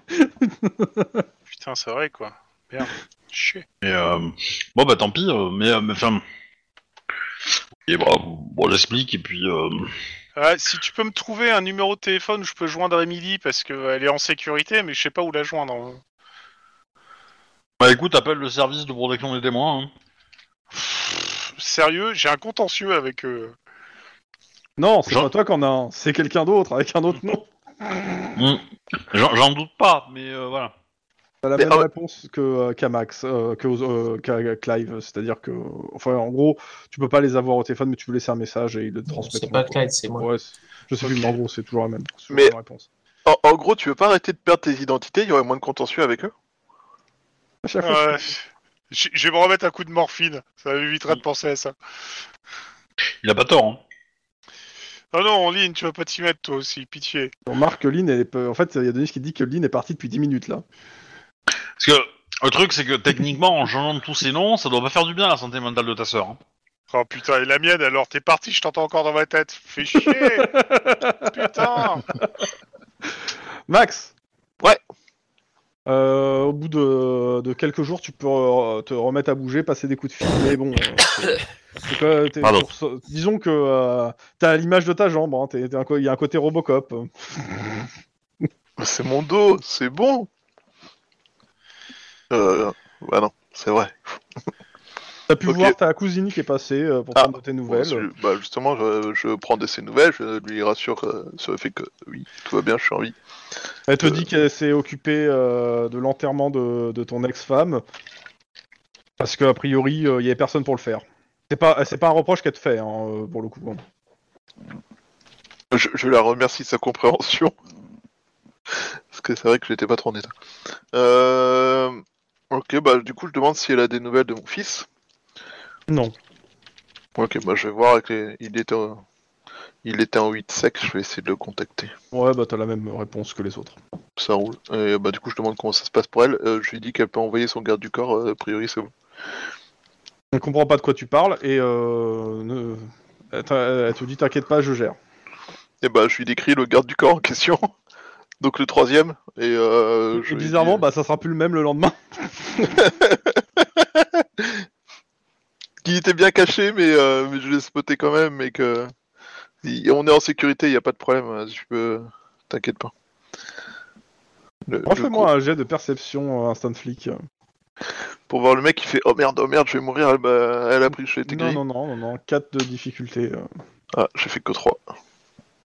Putain, c'est vrai, quoi. Merde. Chier.
Et euh, bon bah tant pis, euh, mais euh, mais, enfin. Et bah, bon, on l'explique et puis. euh,
Ah, si tu peux me trouver un numéro de téléphone, où je peux joindre Emily parce qu'elle est en sécurité, mais je sais pas où la joindre.
Bah écoute, appelle le service de protection des témoins. hein.
Sérieux, j'ai un contentieux avec eux.
Non, c'est
Jean-
pas toi qu'on a un. C'est quelqu'un d'autre avec un autre nom.
hein.
Mm.
J'en j'en doute pas, mais euh, voilà.
T'as la
Mais,
même
ah ouais.
réponse que euh, qu'à Max, euh, que aux- euh, qu'à Clive, c'est-à-dire que, enfin, en gros, tu peux pas les avoir au téléphone, mais tu peux laisser un message et ils le transmettent.
C'est pas Clyde, c'est moi.
Ouais, c'est- je sais plus, mais en gros, c'est toujours la même, c'est toujours
Mais-
la même réponse.
En, en gros, tu veux pas arrêter de perdre tes identités, il y aurait moins de contentieux avec eux
À chaque fois,
Ouais. Je je vais me remettre un coup de morphine, ça m'évitera de penser à ça.
Il a pas tort. Hein.
Oh non, Lynn, tu vas pas t'y mettre toi aussi, pitié.
on remarque que Lynn, elle est peu- en fait, il y a Denis qui dit que Lynn est partie depuis 10 minutes là.
Parce que le truc, c'est que techniquement, en changeant tous ces noms, ça doit pas faire du bien à la santé mentale de ta sœur. hein.
Oh putain, et la mienne alors, t'es parti, je t'entends encore dans ma tête.
*laughs*
Fais chier Putain
Max
Ouais.
Euh, au bout de, de quelques jours, tu peux euh, te remettre à bouger, passer des coups de fil, mais bon. euh, c'est- c'est quoi, t'es-
Pardon.
tu reço- disons que euh, t'as l'image de ta jambe, hein, t'es- t'es un co- il y a un côté Robocop. euh,
Mais C'est mon dos, c'est bon. Euh, bah non, c'est vrai.
T'as pu
Ok.
voir ta cousine qui est passée euh, pour
Ah,
prendre de tes nouvelles.
Bon, c'est- bah, justement, je, je prends des ses nouvelles, je lui rassure euh, sur le fait que oui, tout va bien, je suis en vie.
Elle te
euh,
dit qu'elle s'est occupée euh, de l'enterrement de, de ton ex-femme parce qu'a priori euh, il y avait personne pour le faire. C'est pas c'est pas un reproche qu'elle te fait hein, euh, pour le coup. hein.
Je, je la remercie de sa compréhension. Parce que c'est vrai que j'étais pas trop en état. Euh, Ok, bah du coup, je demande si elle a des nouvelles de mon fils.
Non.
Ok, bah je vais voir avec les- Il était, en- il était en 8 sec, je vais essayer de le contacter.
Ouais bah t'as la même réponse que les autres.
Ça roule. Et bah du coup, je demande comment ça se passe pour elle. Euh, je lui dis qu'elle peut envoyer son garde du corps, euh, a priori, c'est bon.
Elle comprend pas de quoi tu parles et euh, ne- elle t'a- elle te dit t'inquiète pas je gère.
Et bah, je lui décris le garde du corps en question. *laughs* Donc le troisième. Et, euh, je
Et
lui dis-
bizarrement bah ça sera plus le même le lendemain.
qui était bien caché, mais, euh, mais je l'ai spoté quand même, et que il- on est en sécurité, il n'y a pas de problème. euh, Tu peux, t'inquiète pas. Le- le
Refais-moi un jet de perception euh, instant flic.
con- pour voir le mec qui fait oh merde, oh merde, je vais mourir. Elle, m'a- elle a pris, je été
Non
grillé.
non non non non 4 de difficulté. euh.
Ah, j'ai fait que 3.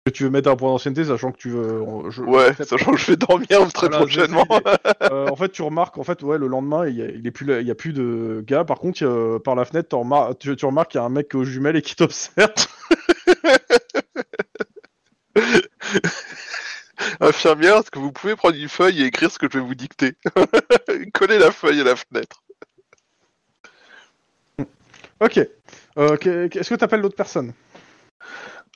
Que tu veux mettre un point d'ancienneté sachant que tu veux. on- je-
Ouais,
j'accepte.
sachant que je
*laughs*
vais dormir très
Voilà, j'ai-
prochainement. *laughs*
*laughs* Euh, en fait, tu remarques, en fait, ouais, le lendemain, il y a, il est plus, là- il y a plus de gars. Par contre, euh, par la fenêtre, t'en remar- tu, tu remarques qu'il y a un mec aux jumelles et qui t'observe. *laughs*
Infirmière, est-ce que vous pouvez prendre une feuille et écrire ce que je vais vous dicter *laughs* Coller la feuille à la fenêtre.
ok. Euh, qu'est- qu'est- Est-ce que t'appelles l'autre personne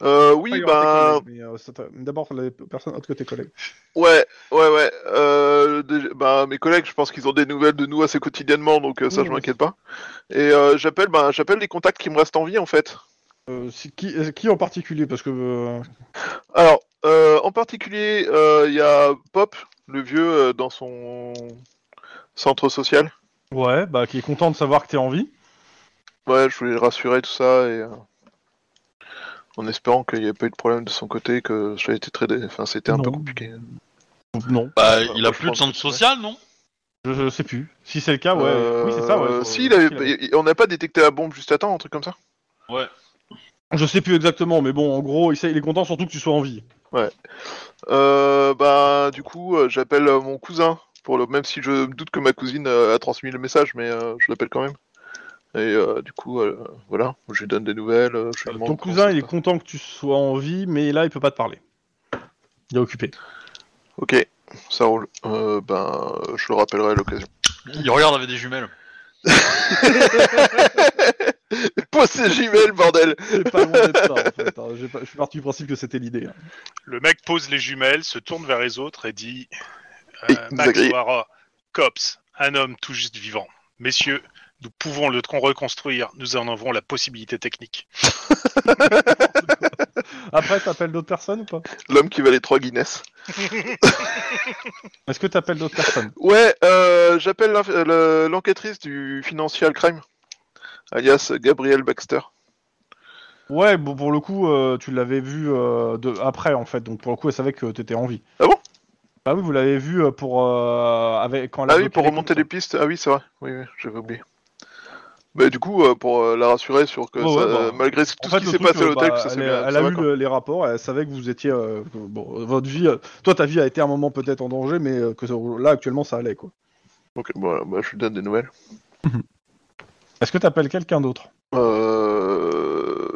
Euh,
Pas
oui, ben.
Yoram, tes collègues, mais, euh, ça t'a- D'abord, les personnes autres que tes collègues.
Ouais, ouais, ouais. Euh, déjà- bah, mes collègues, je pense qu'ils ont des nouvelles de nous assez quotidiennement, donc euh, ça,
Oui,
je
oui.
m'inquiète pas. Et euh, j'appelle, bah, j'appelle les contacts qui me restent en vie, en fait.
Euh, c'est qui, euh, qui en particulier Parce que. euh,
Alors, euh, en particulier, euh, il y a Pop, le vieux, euh, dans son centre social.
Ouais, bah, qui est content de savoir que t'es en vie.
Ouais, je voulais le rassurer, tout ça, et euh, en espérant qu'il n'y ait pas eu de problème de son côté, que ça a été très, dé- enfin, c'était un peu
Non.
compliqué.
Non,
Bah,
Ouais,
il
moi,
a
je
plus de
pense
centre
que-
social, non
je, je sais plus. Si c'est le cas, Ah ouais.
Euh,
Oui, c'est ça, ouais. faut-
si, il avait-
faut qu'il ait-
on n'a pas détecté la bombe juste à temps, un truc comme ça.
Ouais.
Je sais plus exactement, mais bon, en gros, il, sait- il est content surtout que tu sois en vie.
Euh, bah, du coup, euh, j'appelle euh, mon cousin, pour le... même si je me doute que ma cousine euh, a transmis le message, mais euh, je l'appelle quand même. Et euh, du coup, euh, voilà, je lui donne des nouvelles. euh, Je lui demande
Ton
comment
cousin,
ça
il est
se passe.
content que tu sois en vie, mais là, il peut pas te parler. Il est occupé. *laughs*
Ok, ça roule. Euh, ben, euh, je le rappellerai à l'occasion. *laughs*
Il regarde avec des jumelles.
Pose ses jumelles, bordel
C'est pas loin d'être ça, en fait. hein. J'ai pas- Je suis parti du principe que c'était l'idée. hein.
Le mec pose les jumelles, se tourne vers les autres et dit
Il
euh,
nous a
Max
grillé.
O'Hara, Cops, un homme tout juste vivant. Messieurs, nous pouvons le tronc reconstruire, nous en avons la possibilité technique.
Après, t'appelles d'autres personnes ou pas
L'homme qui valait trois Guinness.
Est-ce que t'appelles d'autres personnes
Ouais, euh, j'appelle l'inf- euh, le- l'enquêtrice du Financial Crime, alias Gabriel Baxter.
Ouais, bon, pour le coup, euh, tu l'avais vu euh, de... après, en fait. Donc, pour le coup, elle savait que t'étais en vie.
Ah bon
Bah oui, vous l'avez vu euh, pour. euh, avec... Quand elle a
Ah oui,
bloqué
pour
les
remonter les
comptes.
pistes. Ah oui, c'est vrai. Oui, oui, j'avais oublié. Mais du coup, euh, pour euh, la rassurer sur que
Ouais,
ça-
ouais, bah,
euh, malgré tout
En
ce
fait,
qui
le
s'est
truc,
passé à
euh,
l'hôtel,
bah,
que ça s'est
elle,
bien.
elle
ça
a
va,
eu
quoi.
le- les rapports, elle savait que vous étiez. euh, que- bon, votre vie. euh, Toi, ta vie a été à un moment peut-être en danger, mais euh, que là, actuellement, ça allait, quoi.
Ok, voilà, bah, je lui donne des nouvelles.
Est-ce que t'appelles quelqu'un d'autre
Euh...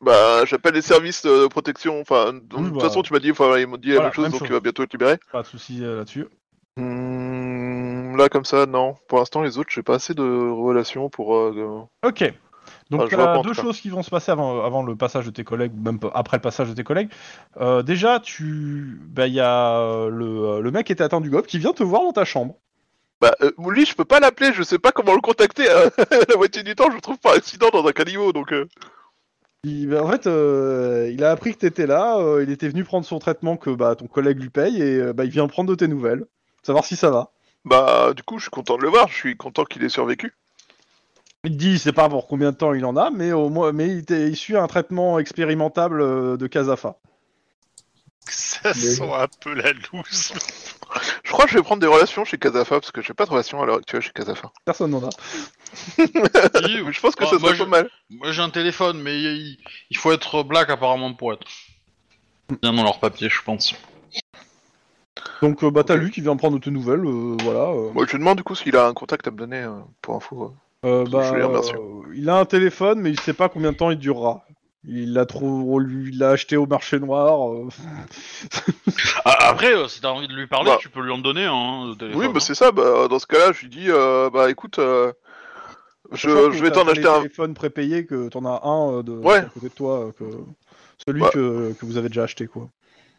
Bah, j'appelle les services de protection. Enfin, de
Oui,
toute
bah.
façon, tu m'as dit, enfin, ils m'ont dit la
Voilà,
même chose,
même
donc
chose.
il va bientôt être libéré.
Pas de soucis euh, là-dessus.
Hmm, là, comme ça, non. Pour l'instant, les autres, j'ai pas assez de relations pour. euh, de-
Ok. Donc,
Ah, je
t'as
vois pas, en
deux
tout cas.
choses qui vont se passer avant, avant le passage de tes collègues, ou même pas- après le passage de tes collègues. Euh, déjà, tu, bah, il y a euh, le, euh, le mec qui était atteint du GOP qui vient te voir dans ta chambre.
Bah, euh, lui, je peux pas l'appeler. Je sais pas comment le contacter. euh, *laughs* la moitié du temps, je le trouve par accident dans un caniveau, donc. euh,
Il, bah, en fait, euh, il a appris que t'étais là. euh, il était venu prendre son traitement que bah, ton collègue lui paye et euh, bah, il vient prendre de tes nouvelles, savoir si ça va.
Bah, du coup, je suis content de le voir. Je suis content qu'il ait survécu.
Il te dit, il sait pas pour combien de temps il en a, mais au moins, mais il, t'est- il suit un traitement expérimentable euh, de Casafa.
Max, Ça sent un peu la loose.
Je crois que je vais prendre des relations chez Casafa parce que j'ai pas de relations à l'heure actuelle chez Casafa.
Personne n'en a.
Si,
Mais *laughs* je pense que
Ah,
ça
moi,
serait
je-
pas mal.
Moi j'ai un téléphone, mais il, il faut être black apparemment pour être.
Mm.
Bien dans leur papier, je pense.
Donc, euh, bah, t'as
Ok.
lui qui vient prendre de tes nouvelles, euh, voilà. euh.
Moi, je lui demande du coup s'il a un contact à me donner euh, pour info. euh.
Euh,
Je
bah,
les remercie.
euh, il a un téléphone, mais il sait pas combien de temps il durera. Il l'a trop, on lui- il l'a acheté au marché noir. euh.
Ah, après, euh, si t'as envie de lui parler,
Bah.
tu peux lui en donner hein, le téléphone.
Oui,
hein.
bah c'est ça. Bah, dans ce cas-là, je lui dis euh, bah écoute, euh,
Sachant *laughs*
je,
que
je vais
t'as-
t'en
t'as
acheter
les
un.
téléphone prépayé que t'en as un euh, de
Ouais.
à côté de toi, euh, que celui
Bah.
que, que vous avez déjà acheté, quoi.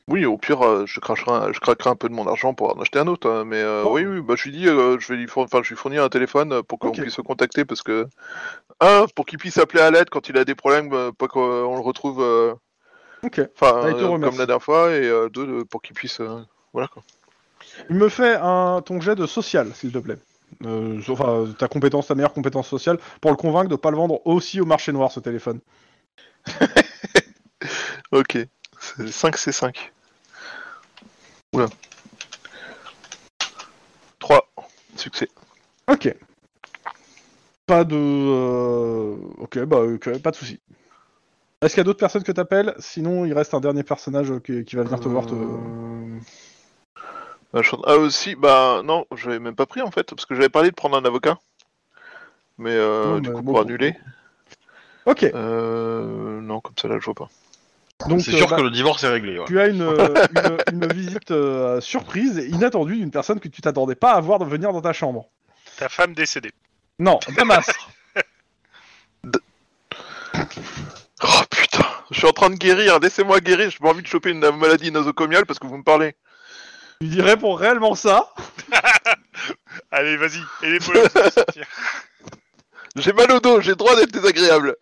Oui, au pire, euh, je cracherai, un- je craquerai un peu de mon argent pour en acheter un autre. hein, mais euh,
Bon.
oui, oui, bah je lui dis, euh, je vais lui fournir, enfin, je lui fournis un téléphone euh, pour qu'on
Ok.
puisse se contacter parce que un, pour qu'il puisse appeler à l'aide quand il a des problèmes, euh, pas qu'on le retrouve, euh,
Ok.
enfin,
Bah, il te
euh,
remercie.
comme la dernière fois, et euh, deux, de- pour qu'il puisse, euh, voilà quoi.
Il me fait un ton jet de social, s'il te plaît. Euh, enfin, ta compétence, ta meilleure compétence sociale, pour le convaincre de pas le vendre aussi au marché noir ce téléphone.
Ok, 5 c'est 5. Oula. 3. Succès.
Ok. Pas de. euh, Ok, bah, ok, pas de souci. Est-ce qu'il y a d'autres personnes que t'appelles Sinon, il reste un dernier personnage euh, qui, qui va venir te voir. Te...
Euh,
Ah, je- Ah aussi, bah non, je l'avais même pas pris en fait, parce que j'avais parlé de prendre un avocat. Mais euh,
Non,
du
mais
coup,
bon,
pour
bon.
annuler.
Ok.
Euh, non, comme ça là, je vois pas.
Donc,
C'est
euh,
sûr
bah,
que le divorce est réglé. ouais.
tu
*laughs*
as une, euh, une, une visite euh, surprise et inattendue d'une personne que tu t'attendais pas à voir de venir dans ta chambre.
Ta femme décédée.
Non,
*laughs*
Damas.
Oh putain, je suis en train de guérir, laissez-moi guérir, j'ai pas envie de choper une maladie nosocomiale parce que vous me parlez.
tu dirais pour réellement ça
Allez, vas-y, et les poils, ça va sortir.
J'ai mal au dos, j'ai le droit d'être désagréable.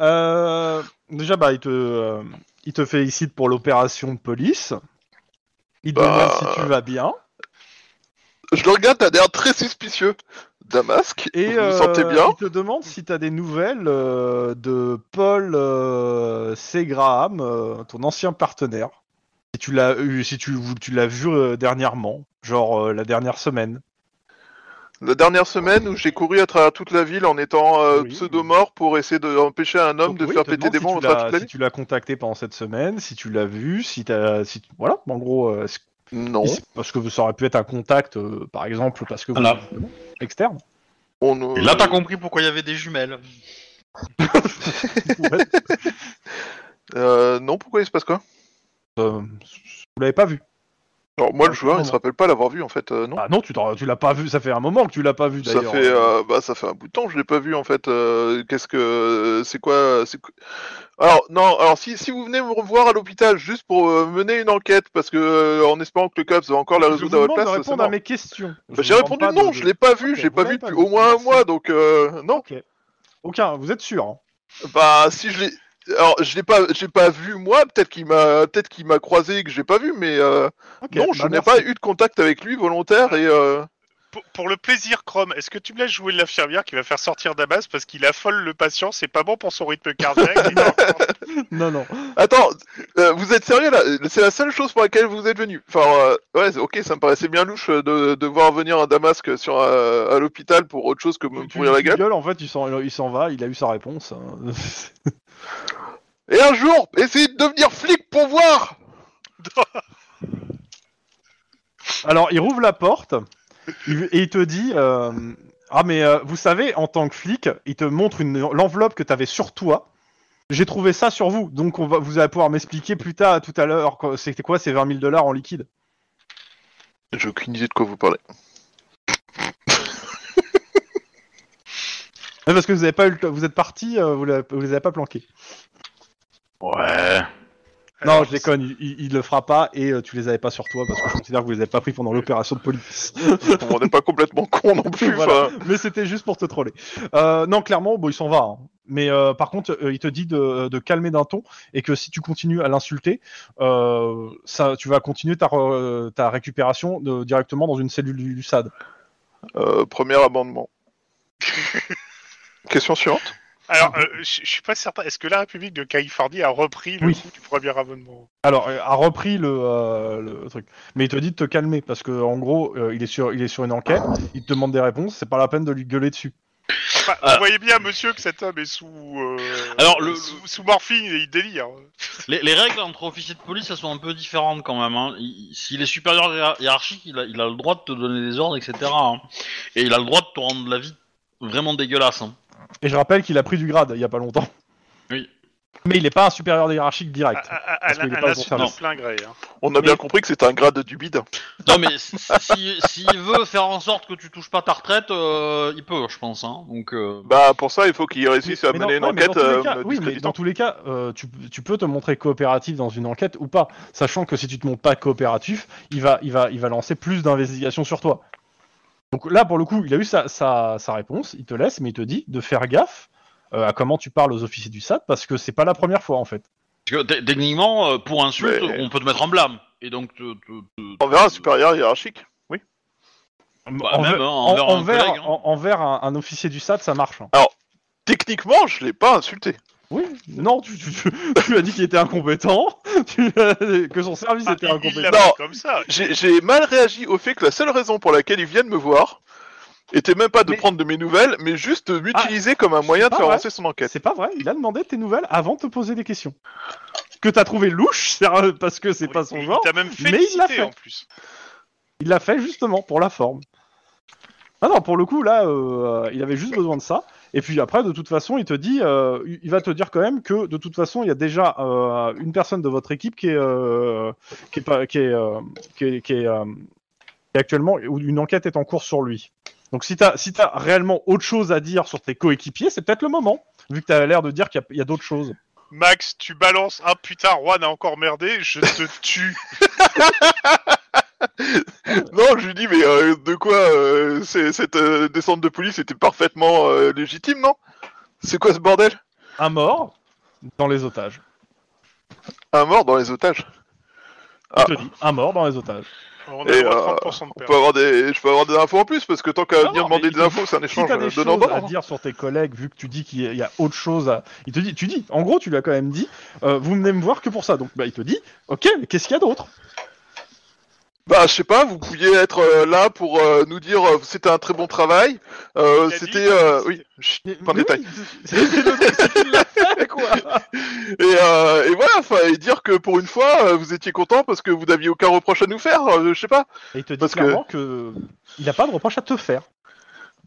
Euh, Déjà, bah, il te, euh, il te félicite pour l'opération de police. Il te demande
Bah.
si tu vas bien.
Je le regarde, t'as l'air très suspicieux. Damasque,
Et
vous vous sentez
euh,
bien
il te demande si t'as des nouvelles euh, de Paul euh, C. Graham, euh, ton ancien partenaire. Si tu l'as eu, si tu, tu l'as vu euh, dernièrement, genre euh, la dernière semaine.
La dernière semaine où j'ai couru à travers toute la ville en étant euh,
Oui.
pseudo-mort pour essayer d'empêcher un homme
Donc,
de
oui,
faire
il te
péter des
demande
bombes
si
au
tu
travers
l'as-
toute la
Si
ville.
tu l'as contacté pendant cette semaine, si tu l'as vu, si t'as, si tu- voilà, en gros, euh, est-ce-
Non,
est-ce- parce que ça aurait pu être un contact, euh, par exemple, parce que
Voilà.
externe. *laughs*
on, euh,
Et là, t'as compris pourquoi il y avait des jumelles.
Ouais,
euh, non, pourquoi il se passe quoi
euh, vous l'avez pas vu.
Alors moi le joueur
Non,
il se rappelle pas l'avoir vu en fait, euh, non.
Ah non, tu, t'en- tu l'as pas vu. Ça fait un moment que tu l'as pas vu
Ça
d'ailleurs. hein.
fait, euh, bah, ça fait un bout de temps que je l'ai pas vu en fait. euh, Qu'est-ce que c'est quoi c'est quoi- Alors non, alors si, si vous venez me revoir à l'hôpital juste pour euh, mener une enquête parce que euh, en espérant que le cops va encore la
Je vous
résoudre à votre
demande de
place, c'est
répondre à
mort.
mes questions.
Bah,
Je
j'ai
vous
répondu
demande pas
non,
de-
je l'ai pas vu,
Ok,
j'ai
vous
pas
l'avez
vu
pas
depuis
vu.
au moins un
Merci.
mois donc euh, non.
Ok. Aucun, vous êtes sûr hein
Bah si je l'ai, alors je l'ai pas, j'ai pas vu moi. Peut-être qu'il m'a, peut-être qu'il m'a croisé et que j'ai pas vu, mais euh,
Ok,
non, je
bah,
n'ai
merci.
pas eu de contact avec lui volontaire et. euh,
Pour, pour le plaisir, Chrome, est-ce que tu me laisses jouer l'infirmière qui va faire sortir Damas parce qu'il affole le patient, c'est pas bon pour son rythme cardiaque et-
Non, non.
Attends, euh, vous êtes sérieux là C'est la seule chose pour laquelle vous êtes venu. Enfin, euh, ouais, c'est- ok, ça me paraissait bien louche euh, de, de voir venir un Damasque sur euh, à l'hôpital pour autre chose que me
Tu- tu-
pourrir la
tu
gueule.
gueules, en fait, il s'en, il s'en va, il a eu sa réponse. hein. *laughs*
Et un jour, essayez de devenir flic pour voir.
Alors, il rouvre la porte il- et il te dit euh, Ah, mais euh, vous savez, en tant que flic, il te montre une, l'enveloppe que t'avais sur toi. J'ai trouvé ça sur vous, donc on va, vous allez pouvoir m'expliquer plus tard, tout à l'heure, quoi- c'était quoi ces 20 000 dollars en liquide
J'ai aucune idée de quoi vous parlez.
Ouais, Parce que vous avez pas eu le temps- vous êtes parti, euh, vous, l'avez- vous les avez pas planqués.
Ouais.
Non, je déconne, il, il- il le fera pas et euh, tu les avais pas sur toi parce que je considère que vous les avez pas pris pendant l'opération de police. *laughs*
on n'est pas complètement con non plus.
Voilà.
enfin.
Mais c'était juste pour te troller. Euh, non, clairement, bon, il s'en va. hein. Mais euh, par contre, euh, il te dit de, de calmer d'un ton et que si tu continues à l'insulter, euh, ça, tu vas continuer ta, re- ta récupération de- directement dans une cellule du, du SAD.
Euh, premier amendement. Question suivante.
Alors, euh, je je suis pas certain. Est-ce que la République de Californie a repris le
Oui.
coût du premier abonnement
Alors, euh, a repris le, euh, le truc. Mais il te dit de te calmer parce que en gros, euh, il est sur, il est sur une enquête. Il te demande des réponses. C'est pas la peine de lui gueuler dessus.
Enfin,
Ah.
Vous voyez bien, monsieur, que cet homme est sous, euh,
Alors, le-
sous, sous morphine et il délire. hein.
Les, les règles entre officiers de police, elles sont un peu différentes quand même. hein. Il- il- S'il est supérieur hiér- hiérarchique, il a, il a le droit de te donner des ordres, etc. hein. Et il a le droit de te rendre la vie vraiment dégueulasse. hein.
Et je rappelle qu'il a pris du grade il y a pas longtemps.
Oui. Ah,
Mais il n'est pas un supérieur hiérarchique
Un,
direct.
un-
Parce
un-
qu'il est
un
pas
insulte de
concerné.
plein gré. hein.
On a
Mais-
bien compris que c'était un grade du bide.
Non mais si- si- s'il veut faire en sorte que tu touches pas ta retraite, euh, il peut, je pense. hein. Donc, euh,
Bah, pour ça, il faut qu'il réussisse à
Mais
mener une
non, ouais, mais
enquête
dans tous les
euh,
cas- oui, mais dans
discréditante.
tous les cas, euh, tu, tu peux te montrer coopératif dans une enquête ou pas, sachant que si tu te montres pas coopératif, il va, il va, il va lancer plus d'investigations sur toi. Donc là, pour le coup, il a eu sa, sa, sa réponse, il te laisse, mais il te dit de faire gaffe euh, à comment tu parles aux officiers du SAT parce que c'est pas la première fois en fait.
parce que t- techniquement, euh, pour insulte,
Mais-
on peut te mettre en blâme. Et donc, te- te- te-
On verra un supérieur hiérarchique.
bah,
Enver-
même, hein,
en-
envers, un
envers-
collègue, hein.
en- envers un- un officier du SAT, ça marche. hein.
Techniquement, je l'ai pas insulté.
Oui, non, tu, tu, tu- tu as dit qu'il était incompétent, *laughs* tu as- que son service
Ah,
était
il- il l'a
incompétent.
Non.
pris comme ça.
J'ai j'ai mal réagi au fait que la seule raison pour laquelle ils viennent me voir était même pas de
Mais- Ah,
prendre de mes nouvelles, mais juste de m'utiliser comme un moyen de
pas
faire
vrai.
avancer son enquête.
C'est pas vrai, il a demandé tes nouvelles avant de te poser des questions. Que t'as trouvé louche, sérieux, parce que c'est
Oui,
pas son
et
genre,
Il t'a même fait
mais il l'a fait.
en plus.
il l'a fait justement pour la forme. Ah Non, non, pour le coup, là, euh, il avait juste besoin de ça. Et puis après, de toute façon, il te dit, euh, il va te dire quand même que de toute façon, il y a déjà euh, une personne de votre équipe qui est, euh, qui est, pas- qui est, euh, qui est- qui est, euh, qui est actuellement, où une enquête est en cours sur lui. Donc si t'as si t'as réellement autre chose à dire sur tes coéquipiers, c'est peut-être le moment, vu que t'as l'air de dire qu'il y a- il y a d'autres choses.
Max, tu balances. Ah putain, Juan a encore merdé,
*laughs*
je te tue.
Non, je lui dis, mais euh, de quoi euh, c'est- cette euh, descente de police était parfaitement euh, légitime, non C'est quoi ce bordel
un mort dans les otages.
Un mort dans les otages.
Je
Ah,
te dis, un mort dans les otages.
On
Et,
a le droit
euh,
à 30% de
on
perte.
peut avoir des... je peux avoir des infos en plus, parce que tant qu'à
Non,
venir
non, mais
demander
il
des
te-
infos, c'est un
Si
échange
t'as des
euh, de hein.
choses
donnant
à dire sur tes collègues, vu que tu dis qu'il y a- il y a autre chose à... Il te dit, tu dis, en gros, tu lui as quand même dit, euh, vous venez me voir que pour ça. Donc, bah, il te dit, ok, mais qu'est-ce qu'il y a d'autre
Bah, je sais pas, vous pouviez être euh, là pour euh, nous dire euh, c'était un très bon travail. euh,
Il a dit-
c'était. euh, oui, chut,
Mais-
pas de
mais
détail.
oui, c'est- c'est le truc, c'est qu'il l'a fait, quoi.
Et, euh, et voilà, enfin, et dire que pour une fois, euh, vous étiez content parce que vous n'aviez aucun reproche à nous faire, euh, je sais pas.
Et il te dit
Parce que-
clairement que... il a pas de reproche à te faire.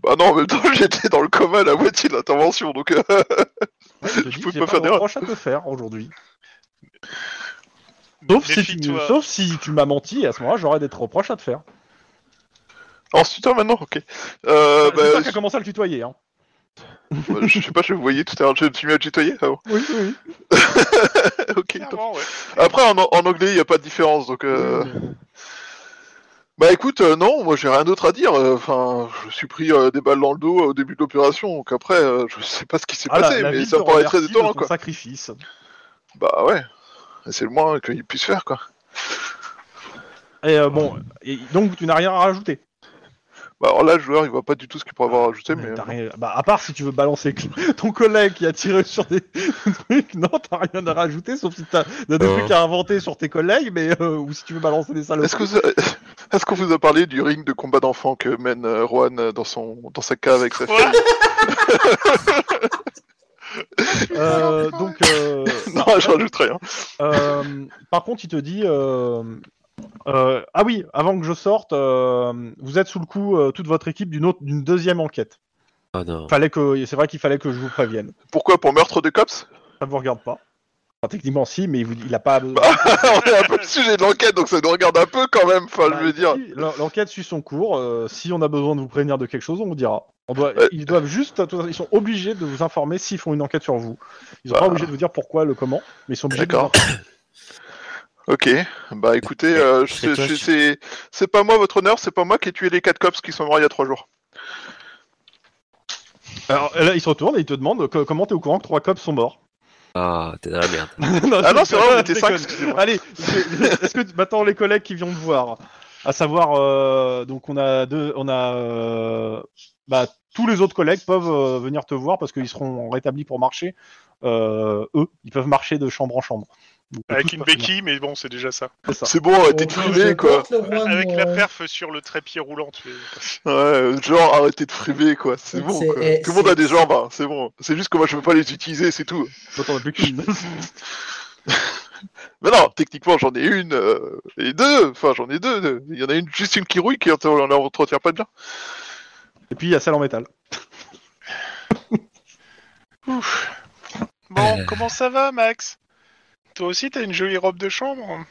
Bah non, en même temps, *laughs* j'étais dans le coma à la moitié de l'intervention, donc. euh, *laughs*
Ouais, il te dit,
peux
j'ai
pas
pas,
faire
de
d'erreur.
reproche à te faire aujourd'hui. Sauf si, tu,
Méfie-toi.
sauf si tu m'as menti, et à ce moment-là, j'aurais des reproches à te faire.
Ensuite, hein, maintenant, ok. Euh,
C'est
bah,
toi qui as commencé à le tutoyer. Hein.
je- je sais pas, je vous voyais tout à l'heure, je me suis mis à tutoyer. Ah bon, *laughs*
Oui, oui. Ah,
ok. top.
Clairement, ouais.
Après, en, en anglais, il n'y a pas de différence, donc. euh,
Mm.
Bah écoute, euh, non, moi j'ai rien d'autre à dire. euh, Enfin, je suis pris euh, des balles dans le dos euh, au début de l'opération, donc après, euh, je sais pas ce qui s'est
Ah, la-
passé,
la
mais
ville
ça
te
me paraît très
remercie de
étonnant,
ton
quoi.
Sacrifice.
Bah ouais, c'est le moins qu'ils puissent faire, quoi.
Et euh, bon, et donc tu n'as rien à rajouter.
Bah alors là, le joueur, il voit pas du tout ce qu'il pourrait avoir ajouté, mais. euh,
T'as rien- Bah, à part si tu veux balancer que- ton collègue qui a tiré sur des *laughs* trucs, non, t'as rien à rajouter, sauf si t'as t'as des
Euh.
trucs à inventer sur tes collègues, mais euh, ou si tu veux balancer des salopes.
Est-ce que vous- est-ce qu'on vous a *laughs* parlé du ring de combat d'enfants que mène euh, Juan euh, dans son dans sa cave avec sa fille *laughs*
Quoi
Euh, donc, euh,
Non, je rajoute rien.
euh, par contre, il te dit. euh, euh, ah oui, avant que je sorte, euh, vous êtes sous le coup euh, toute votre équipe d'une autre, d'une deuxième enquête.
Oh non.
Fallait que, c'est vrai qu'il fallait que je vous prévienne.
Pourquoi pour meurtre de cops *laughs*
Ça ne vous regarde pas. Enfin, techniquement, si, mais il, vous- il a pas.
Bah, On est un peu le sujet de l'enquête, donc ça nous regarde un peu quand même. Enfin, je veux dire.
Bah, Si, l'en- L'enquête suit son cours. euh, si on a besoin de vous prévenir de quelque chose, on vous dira. On doit,
Euh,
ils doivent juste, ils sont obligés de vous informer s'ils font une enquête sur vous. Ils sont
Bah.
pas obligés de vous dire pourquoi, le comment, mais ils sont obligés. de
D'accord.
vous informer.
Ok, bah écoutez, euh, je-
Fais-toi
je-
su-
c'est c'est pas moi votre honneur, c'est pas moi qui ai tué les quatre cops qui sont morts il y a trois jours.
Alors là, ils se retournent et ils te demandent co- comment t'es au courant que trois cops sont morts. *laughs*
Ah, t'es dans la merde.
Ah non, c'est vrai, on
je
était
déconne.
cinq,
*laughs*
excusez-moi.
Allez, est-ce est-ce que maintenant les collègues qui viennent de voir, à savoir, euh, donc on a deux, on a euh, bah, tous les autres collègues peuvent euh, venir te voir parce qu'ils seront rétablis pour marcher. Euh, eux, ils peuvent marcher de chambre en chambre. Donc,
Avec
tous
une
peuvent venir.
béquille, mais bon, c'est déjà ça.
C'est ça.
C'est bon, arrêtez de
Euh,
friver
je
Oh, quoi.
porte le euh, roi
Ah,
de
Avec
mon-
la
euh,
perf sur le trépied roulant. tu sais.
Ouais, genre arrêtez de friver quoi. C'est bon
C'est-
quoi.
eh,
Tout le monde a
c'est-
des jambes, hein, c'est bon. C'est juste que moi je peux pas les utiliser, c'est tout.
Toi, t'en as plus qu'une.
Mais non, techniquement j'en ai une euh, et deux. Enfin j'en ai deux, deux. Il y en a une juste une qui rouille qui ent- on entretient pas bien.
Et puis il y a celle en métal.
Euh.
Bon, comment ça va, Max Toi aussi, t'as une jolie robe de chambre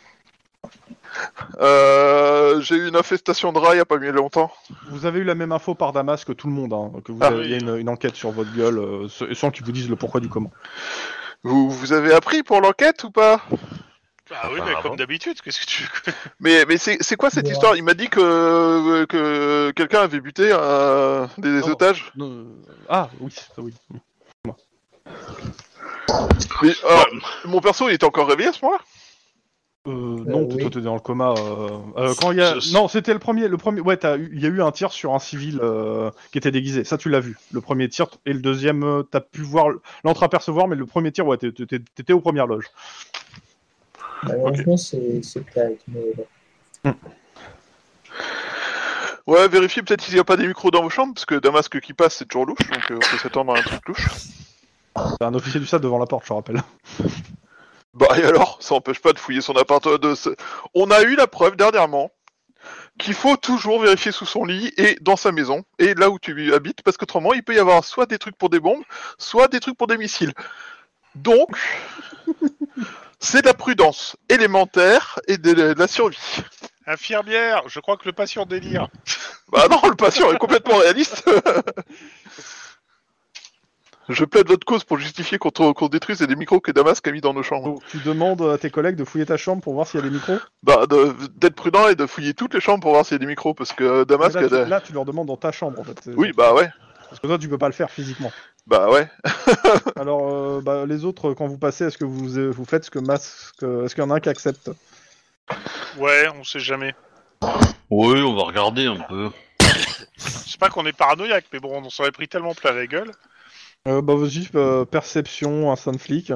Euh, J'ai eu une infestation de rats il y a pas bien longtemps.
Vous avez eu la même info par Damas que tout le monde, hein, que vous
Ah
avez-
oui.
il y a une, une enquête sur votre gueule, euh, ce- sans qu'ils vous disent le pourquoi du comment.
Vous vous avez appris pour l'enquête ou pas
Bah oui,
Bah,
mais
avant.
comme d'habitude, qu'est-ce que tu veux
Mais, mais c'est c'est quoi cette
Ouais.
histoire Il m'a dit que, euh, que quelqu'un avait buté euh, des
Non.
otages.
Non, euh, ah oui, ça oui.
Mais, alors, Mon perso, il était encore réveillé à ce moment-là
Euh, non,
oui.
toi t'étais dans le coma. euh, euh, quand il y a...
Ça, c'est-
Non, c'était le premier, le premier. Ouais, t'as eu- il y a eu un tir sur un civil euh, qui était déguisé. Ça, tu l'as vu. Le premier tir et le deuxième, euh, t'as pu voir l- l'entre-apercevoir, mais le premier tir, ouais, t'es- t'es- t'étais aux premières loges.
Malheureusement, bah, c'est c'est Clyde, mais bon.
Ouais, vérifiez peut-être s'il n'y a pas des micros dans vos chambres, parce que Damasque qui passe, c'est toujours louche, donc euh, on peut s'attendre à un truc louche.
T'as un officier du SAD devant la porte, je te rappelle.
Bah et alors, ça empêche pas de fouiller son appartement. De... se- On a eu la preuve dernièrement qu'il faut toujours vérifier sous son lit et dans sa maison, et là où tu habites, parce qu'autrement, il peut y avoir soit des trucs pour des bombes, soit des trucs pour des missiles. Donc, c'est de la prudence élémentaire et de la- de la survie.
Infirmière, je crois que le patient délire.
Bah non, le patient est complètement réaliste. Je plaide votre cause pour justifier qu'on qu'on détruise des micros que Damasque a mis dans nos chambres.
Donc, tu demandes à tes collègues de fouiller ta chambre pour voir s'il y a des micros.
Bah, de- d'être prudent et de fouiller toutes les chambres pour voir s'il y a des micros, parce que euh,
Mais
Damasque...
là,
a-
tu, là, tu leur demandes dans ta chambre, en fait. C'est-
Oui, bah ouais,
Parce que toi, tu peux pas le faire physiquement.
bah ouais.
Alors, euh, bah, les autres, quand vous passez, est-ce que vous, euh, vous faites ce que masque Est-ce qu'il y en a un qui accepte
Ouais, on sait jamais.
Oui, on va regarder un peu.
C'est pas qu'on est paranoïaque, mais bon, on s'en est pris tellement plein la gueule.
euh, Bah, vas-y, euh, perception, instinct de flic.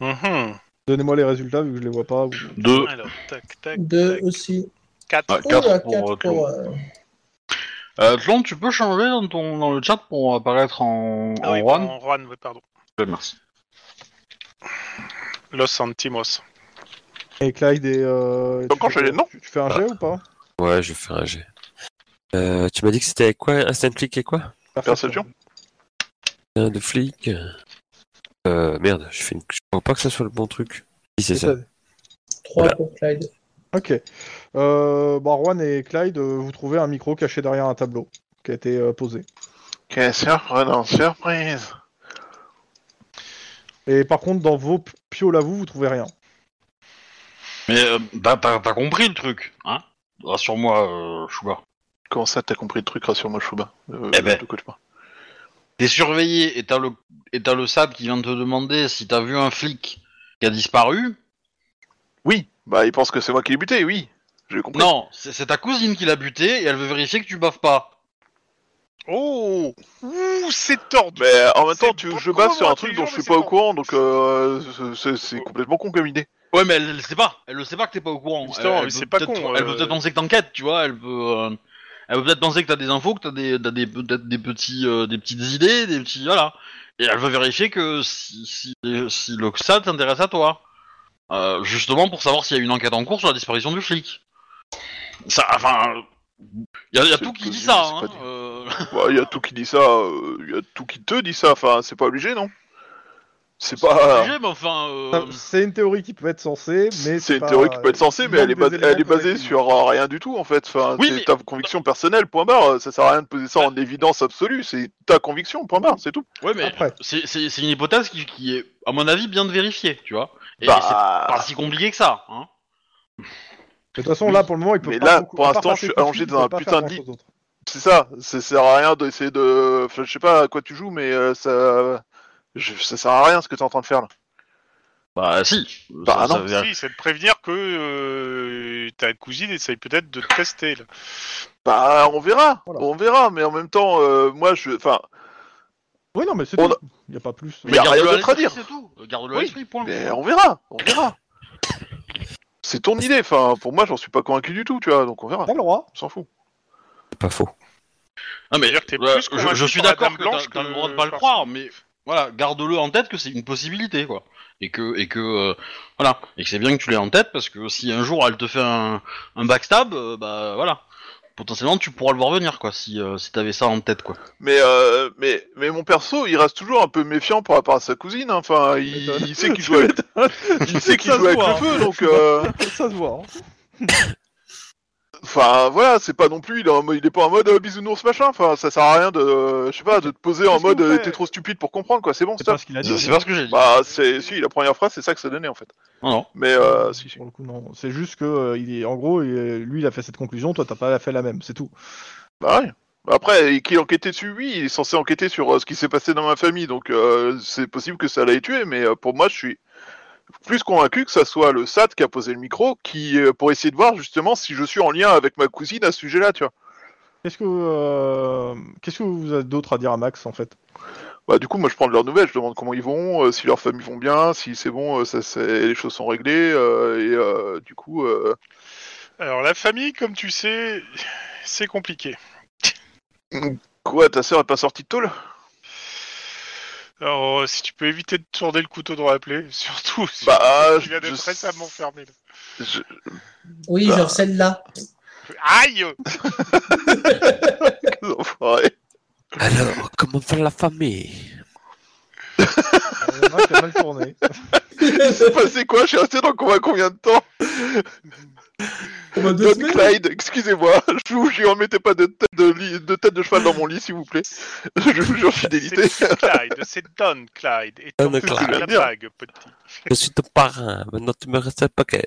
Mhm.
Donnez-moi les résultats, vu que je les vois pas. vous-
Deux.
Alors, tac, tac,
Deux
tac.
aussi.
Euh. Ah,
Quatre.
Oh,
quatre
là,
pour,
quatre
euh, Tlon.
pour, euh,
Euh, Tlon, tu peux changer dans, ton, dans le chat pour apparaître en,
Ah
en
oui,
Juan
en Juan, ouais, pardon.
Ouais, Merci.
Los Santimos.
Et Clyde et. Euh,
Donc,
tu,
enchaînez,
fais,
non
tu, tu fais un jet ou pas
Ouais, je vais faire un jet. Euh, tu m'as dit que c'était avec quoi Instant Click et quoi
Perception
Un de flic. Euh, merde, je fais une... je crois pas que ça soit le bon truc. Si, c'est
C'est
ça.
ça.
Trois
Voilà.
pour Clyde.
Ok. Euh, bah, Juan et Clyde, euh, vous trouvez un micro caché derrière un tableau qui a été euh, posé.
Quelle surprenante surprise
Et par contre, dans vos p- pioles à vous, vous trouvez rien.
Mais euh, t'as- t'as t'as compris le truc, hein Rassure-moi, euh, Sugar.
Comment ça, t'as compris le truc, rassure-moi, Chouba euh,
Eh ben.
je te coach pas.
T'es surveillé et t'as le et t'as le SAD qui vient te demander si t'as vu un flic qui a disparu.
Oui, bah il pense que c'est moi qui l'ai buté, oui. J'ai compris.
Non, c'est c'est ta cousine qui l'a buté et elle veut vérifier que tu baves pas.
Oh Ouh, c'est tordu
Mais euh, en même temps,
C'est
tu veux
pas
que je base
con,
sur un
moi,
truc
tu
dont
jures,
je
mais
suis pas
c'est
au
con.
courant, donc euh, c'est- c'est- c'est complètement con comme idée.
Ouais, mais elle, elle sait pas. Elle le sait pas que t'es pas au courant.
Justement,
elle,
mais
peut
c'est pas
peut-être-
con,
Elle
euh.
peut peut-être penser que t'enquêtes, tu vois. Elle peut, euh, elle peut peut-être penser que t'as des infos, que t'as des, t'as des peut-être des petits, euh, des petites idées, des petits, voilà. Et elle va vérifier que si, si, si le SAD t'intéresse à toi, Euh, justement pour savoir s'il y a une enquête en cours sur la disparition du flic. Ça, enfin, il y a, y a
C'est
tout qui
possible,
dit ça.
c'est
Hein,
pas dit.
euh,
Bah, il y a tout qui dit ça, euh, il y a tout qui te dit ça, enfin, c'est pas obligé, non C'est pas.
obligé, mais enfin. euh,
Ça- C'est une théorie qui peut être censée, mais
C'est une
pas-
théorie qui peut être censée, mais
euh, manque
elle est,
des
basée, elle est
éléments
basée
connectés.
sur euh, rien du tout, en fait. Enfin,
Oui,
c'est
mais- Bah.
ta conviction personnelle, point barre. Ça sert à rien de poser ça en évidence absolue, c'est ta conviction, point barre, c'est tout.
ouais, mais
Après.
c'est- c'est c'est une hypothèse qui, qui est, à mon avis, bien de vérifier, tu vois. Et c'est pas
Bah,
si compliqué que ça. Hein.
De toute façon, là, pour le moment, il peut
Mais
pas.
là,
beaucoup-
pour
à part
l'instant,
passer
je suis
tout de
allongé
suite,
dans
il peut
un
pas
putain
faire
de
grand-chose
lit.
d'autre.
c'est ça, ça sert à rien d'essayer de. Enfin, je sais pas à quoi tu joues, mais euh, ça. je- Ça sert à rien ce que t'es en train de faire là.
Bah si.
Bah, non.
Ah
vient-
Si, c'est de prévenir que euh, ta cousine essaye peut-être de te tester. là.
Bah, on verra,
Voilà.
on verra, mais en même temps, euh, moi, je, enfin,
Oui, non, mais c'est
On
tout. Il n'y a pas plus.
Mais y a rien
garde-le
d'autre à
l'esprit,
dire.
C'est tout. Garde-le à
Oui.
l'esprit, point.
mais on verra, on verra. C'est ton idée, enfin, pour moi, j'en suis pas convaincu du tout, tu vois, donc on verra,
T'as le droit.
on s'en fout.
C'est pas faux.
Non, Ah, mais
C'est-à-dire que t'es
ouais,
plus
je,
convaincu
Bah, je suis
par la
d'accord
Dame
que
Blanche
t'as- t'as
que
le droit de pas le
par-
croire, mais voilà, garde-le en tête que c'est une possibilité, quoi. Et que, et que, euh, voilà, et que c'est bien que tu l'aies en tête parce que si un jour elle te fait un, un backstab, euh, bah voilà, potentiellement tu pourras le voir venir, quoi, si, euh, si t'avais ça en tête, quoi.
Mais, euh, mais, mais mon perso, il reste toujours un peu méfiant par rapport à sa cousine. hein. Enfin, il,
m'étonnes.
il sait
*laughs*
qu'il joue avec, il sait qu'il joue avec le
hein.
feu, donc. euh,
Ça se voit. hein.
Enfin, voilà, c'est pas non plus. Il est, en mode- il est pas en mode euh, bisounours machin. Enfin, ça sert à rien de, euh, je sais pas, de te poser en
Qu'est-ce que
mode
vous
euh,
faites
t'es trop stupide pour comprendre quoi. C'est bon,
C'est
stop.
pas ce qu'il a dit.
C'est c'est pas ce que j'ai dit.
Bah, c'est si la première phrase, c'est ça que ça donnait en fait.
Non, non.
Mais euh, si, si.
Pour le coup, non. C'est juste que, euh, il est... en gros, il est- lui, il a fait cette conclusion, toi, t'as pas fait la même, c'est tout.
Bah ouais. Après, qui enquêtait dessus, oui, il est censé enquêter sur euh, ce qui s'est passé dans ma famille, donc euh, c'est possible que ça l'ait tué, mais euh, pour moi, je suis plus convaincu que ça soit le SAT qui a posé le micro, qui euh, pour essayer de voir justement si je suis en lien avec ma cousine à ce sujet-là, tu vois.
Qu'est-ce que, euh, qu'est-ce que vous avez d'autre à dire à Max, en fait
Bah du coup, moi, je prends de leurs nouvelles, je demande comment ils vont, euh, si leurs familles vont bien, si c'est bon, euh, ça, c'est- les choses sont réglées, euh, et euh, du coup, euh,
Alors la famille, comme tu sais, *laughs* c'est compliqué.
quoi, ta sœur est pas sortie de tôle
Alors euh, si tu peux éviter de tourner le couteau dans la plaie, *laughs* surtout si
Bah,
tu viens d'être
je-
récemment fermé. là.
je- *laughs*
Oui,
Bah.
genre celle-là.
Aïe
Quels enfoirés.
Alors, comment va la famille
Il y en a un qui a Euh, mal *laughs* tourné.
Il s'est passé quoi Je suis resté dans combien- combien de temps
Pendant deux
Don
semaines.
Clyde, excusez-moi, *laughs* je vous jure, mettez pas de tête de, li- de tête de cheval dans mon lit, s'il vous plaît. *laughs* Je vous jure, fidélité.
C'est Clyde, c'est Don Clyde. Et
Don
t'en peux
Clyde.
plus la bague, petit.
Je suis ton parrain, maintenant tu me restes un paquet.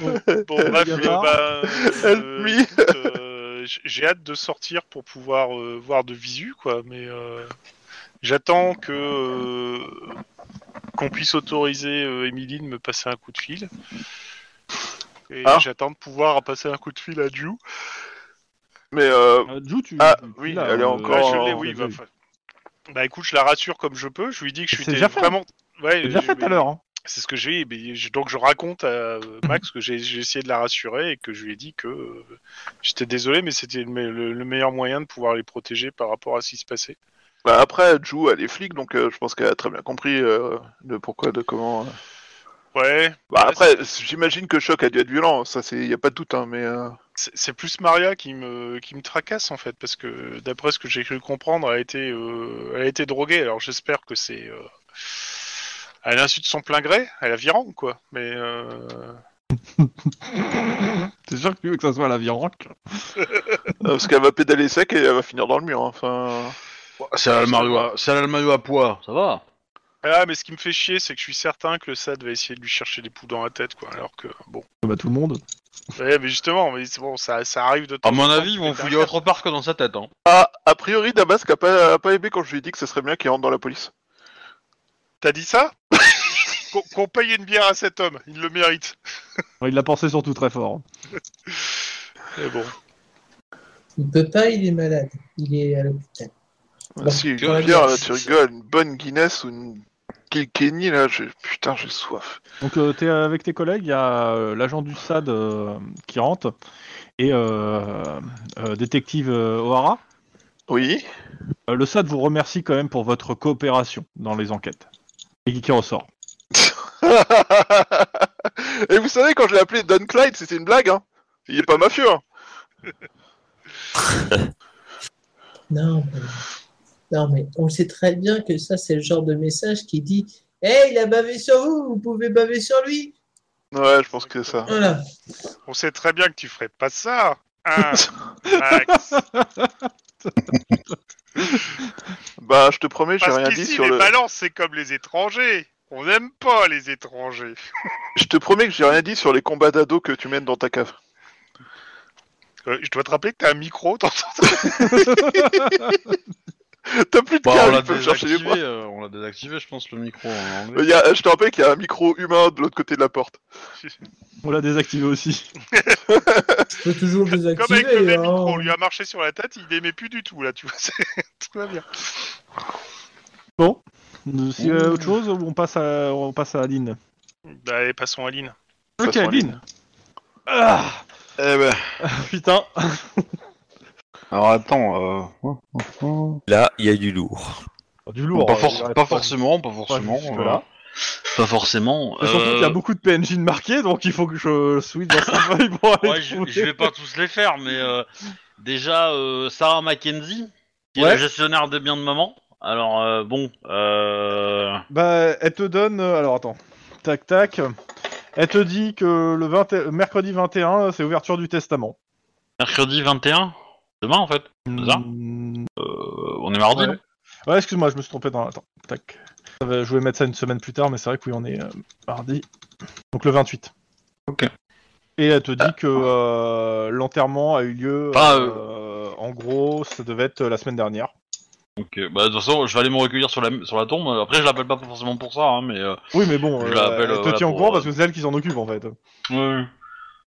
Bon, bref,
Help
euh, bah, euh,
me.
écoute, euh, j- j'ai hâte de sortir pour pouvoir euh, voir de visu, quoi, mais euh, j'attends que euh, qu'on puisse autoriser euh, Emily de me passer un coup de fil. Et
Ah.
j'attends de pouvoir passer un coup de fil à Ju.
*laughs* Mais euh,
Euh, Jou, tu.
Ah,
tu- tu
oui,
l'as,
elle est
euh,
Bah,
encore-
je l'ai, oui, bah, enfin, bah, écoute, je la rassure comme je peux, je lui dis que je suis
C'est déjà fait.
vraiment... Ouais,
Tu l'as
je-
fait tout à l'heure. hein.
C'est ce que j'ai mais je- donc je raconte à euh, Max que j'ai j'ai essayé de la rassurer et que je lui ai dit que euh, j'étais désolé mais c'était le, me- le- le meilleur moyen de pouvoir les protéger par rapport à ce qui se passait.
bah, après, Jou, elle est flic, donc euh, je pense qu'elle a très bien compris euh, le pourquoi, de comment. euh.
Ouais,
Bah, après, j'imagine que le choc a dû être violent, ça, c'est, y a pas de doute, hein, mais. euh,
c'est c'est plus Maria qui me qui me tracasse en fait parce que d'après ce que j'ai cru comprendre, elle a été euh, elle a été droguée. Alors j'espère que c'est euh, à l'insu de son plein gré, elle a virant quoi. Mais euh,
*laughs* T'es sûr que tu veux que ça soit la viranque
euh, parce qu'elle va pédaler sec et elle va finir dans le mur, hein, enfin.
bah, C'est à la Mario à- c'est à la Mario à poids, ça va.
ah mais ce qui me fait chier c'est que je suis certain que le SAD va essayer de lui chercher des poux dans la tête quoi. Alors que bon.
Bah, tout le monde.
Ouais, mais justement, mais c'est bon, ça, ça arrive de temps
À mon
en temps,
avis, ils vont
mais
fouiller
derrière,
autre part que dans sa tête, *laughs* hein.
Ah, a priori, Damask a pas, a pas aimé quand je lui ai dit que ça serait bien qu'il rentre dans la police.
T'as dit
*laughs*
ça Qu'on qu'on paye une bière à cet homme, il le mérite.
Ouais, Il l'a pensé surtout très fort.
Mais bon.
Il peut pas, il est malade. Il est à l'hôpital. Bon,
si, une
tu vois,
bière, là,
c'est-
tu rigoles, une bonne Guinness ou une Kilkenny, là, je... putain, j'ai soif.
Donc euh, t'es avec tes collègues, il y a euh, l'agent du SAD euh, qui rentre et euh, euh, détective euh, O'Hara.
Oui. *laughs*
Euh, le SAD vous remercie quand même pour votre coopération dans les enquêtes. Et qui, qui ressort.
Et vous savez, quand je l'ai appelé Don Clyde, c'était une blague, hein Il est pas mafieux, hein
Non, mais... non, mais on sait très bien que ça, c'est le genre de message qui dit Hey, il a bavé sur vous, vous pouvez baver sur lui.
Ouais, je pense que c'est ça.
Voilà.
On sait très bien que tu ferais pas ça. Hein, Max.
Bah, je te promets, j'ai rien
Parce
dit
qu'ici,
sur
les
le...
balances, c'est comme les étrangers. On n'aime pas les étrangers.
Je te promets que j'ai rien dit sur les combats d'ados que tu mènes dans ta cave. *laughs*
Euh, je dois te rappeler que t'as un micro. t'entends
T'as plus de
Bah, on
câble,
l'a
il peut me chercher les bras.
désactivé, euh, on l'a désactivé, je pense, le micro. en anglais.
Il y a- je te rappelle qu'il y a un micro humain de l'autre côté de la porte.
On l'a désactivé aussi.
Je peux toujours
Comme avec le
désactiver.
même micro, on
hein.
lui a marché sur la tête, il n'aimait plus du tout, là, tu vois. c'est- Tout va bien.
Bon. Si euh, autre chose, ou on passe à, on passe à Aline.
Bah, Allez, passons à Lynn.
Ok,
Passons à
Aline. Ah,
Eh ben,
putain.
alors attends. euh,
Là, il y a du lourd.
Du lourd.
pas,
euh,
for-
il arrête
pas forcément, pas forcément.
jusque-là.
euh, Pas forcément.
Mais surtout
euh,
qu'il y a beaucoup de PNJ de marqués, donc il faut que je switch dans sa feuille pour aller
ouais, je,
trouver.
je vais pas tous les faire, mais euh, déjà, euh, Sarah Mackenzie, qui est
Ouais.
la gestionnaire des biens de maman. Alors, euh, bon. Euh...
Bah, elle te donne. euh, Alors attends. Tac tac. Elle te dit que le 20 euh, mercredi 21, c'est ouverture du testament.
Mercredi 21 Demain en fait C'est ça
Mm.
Euh, On est mardi
Ouais.
non
Ouais, excuse-moi, je me suis trompé dans. Attends. Tac. Ça va- Je voulais mettre ça une semaine plus tard, mais c'est vrai que oui, on est euh, mardi. Donc le 28.
Ok.
Et elle te dit que euh, l'enterrement a eu lieu.
Enfin,
euh, En gros, ça devait être euh, la semaine dernière.
Donc, euh, bah, de toute façon, je vais aller me recueillir sur la, sur la tombe. Après, je l'appelle pas forcément pour ça, hein, mais. euh,
Oui, mais bon,
Je
euh,
l'appelle,
elle
euh,
te
voilà,
tient au
pour,
courant
euh,
parce que c'est elle qui s'en occupe en fait. *laughs*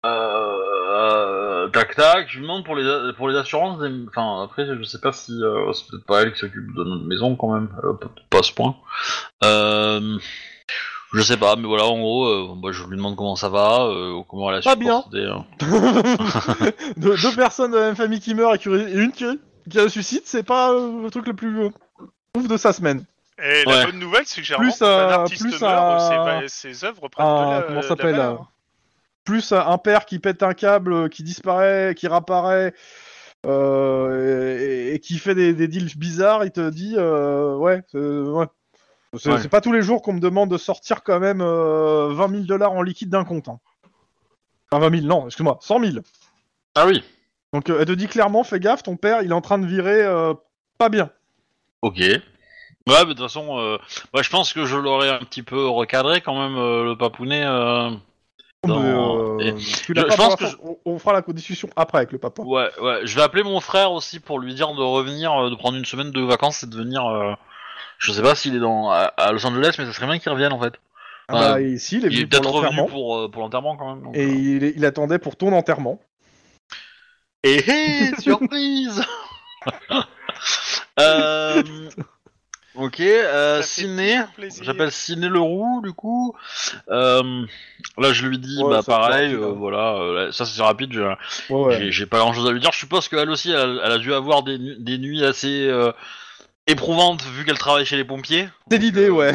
Euh, euh, tac tac, je lui demande pour les pour les assurances. des- Enfin après je sais pas si euh, c'est peut-être pas elle qui s'occupe de notre maison quand même, euh, peut-être pas à ce point. Euh, je sais pas, mais voilà en gros, euh, bah, je lui demande comment ça va, euh, comment elle a
Pas bien.
supporté, euh.
deux, deux personnes de la même famille qui meurent et, qui- et une qui, qui a un suicide, c'est pas euh, le truc le plus euh, ouf de sa semaine.
Et
Ouais.
Eh, la bonne nouvelle, c'est que généralement,
Plus
quand un
à-
artiste
plus
meurt,
à-
ses, va- ses œuvres prennent
à-
de la,
Ah, comment ça
de la hein.
s'appelle, euh,
valeur.
Plus un père qui pète un câble, euh, qui disparaît, qui réapparaît euh, et, et qui fait des, des deals bizarres, il te dit euh, ouais, c'est- ouais. C'est
Ouais.
c'est pas tous les jours qu'on me demande de sortir quand même euh, 20 000 dollars en liquide d'un compte. hein. Enfin, 20 000, non, excuse-moi, 100 000.
Ah oui.
Donc euh, elle te dit clairement, fais gaffe, ton père, il est en train de virer euh, pas bien.
Ok. Ouais, mais de toute façon, euh, bah, je pense que je l'aurais un petit peu recadré quand même euh, le papounet. euh, dans-
Mais, euh,
et-
tu l'as
je-
pas
je pense
pour
que
l'instant. on, on fera la discussion après avec le papa.
Ouais, ouais, je vais appeler mon frère aussi pour lui dire de revenir, euh, de prendre une semaine de vacances et de venir. euh, je sais pas s'il est dans à, à Los Angeles, mais ça serait bien qu'il revienne en fait.
Ah bah,
euh,
et si, il est
Il est
venu pour
peut-être revenu
l'enterrement
pour, euh, pour l'enterrement quand même. donc,
et
euh.
il, est- il attendait pour ton enterrement.
Eh *laughs* hé,
*laughs*
surprise Euh, Ok, euh,
Ça fait
ciné.
toujours plaisir.
J'appelle Ciné Leroux, du coup. Euh, là, je lui dis,
Ouais,
bah
ça, c'est
pareil,
rapide,
euh,
hein.
voilà, euh, là, ça c'est rapide, j'ai-
Ouais, ouais.
J'ai- J'ai pas grand chose à lui dire. Je suppose qu'elle aussi, elle, elle a dû avoir des, nu- des nuits assez euh, éprouvantes vu qu'elle travaille chez les pompiers.
C'est l'idée, ouais.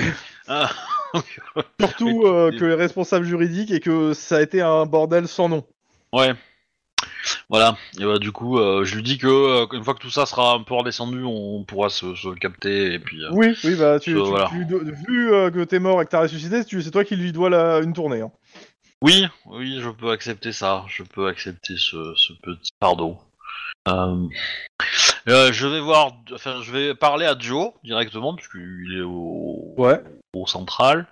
Ah, *laughs*
Surtout
Et-
euh, que les responsables juridiques et que ça a été un bordel sans nom.
ouais. Voilà. Et bah, du coup, euh, je lui dis que euh, une fois que tout ça sera un peu redescendu, on pourra se, se capter et puis. euh,
Oui, oui, bah tu,
Euh,
tu-
voilà.
tu lui dois- vu euh, que t'es mort et que t'as ressuscité, tu- c'est toi qui lui dois la, une tournée. hein.
Oui, oui, je peux accepter ça. Je peux accepter ce, ce petit pardon. je vais voir, enfin, je vais parler à Joe directement puisqu'il est au,
Ouais.
au central.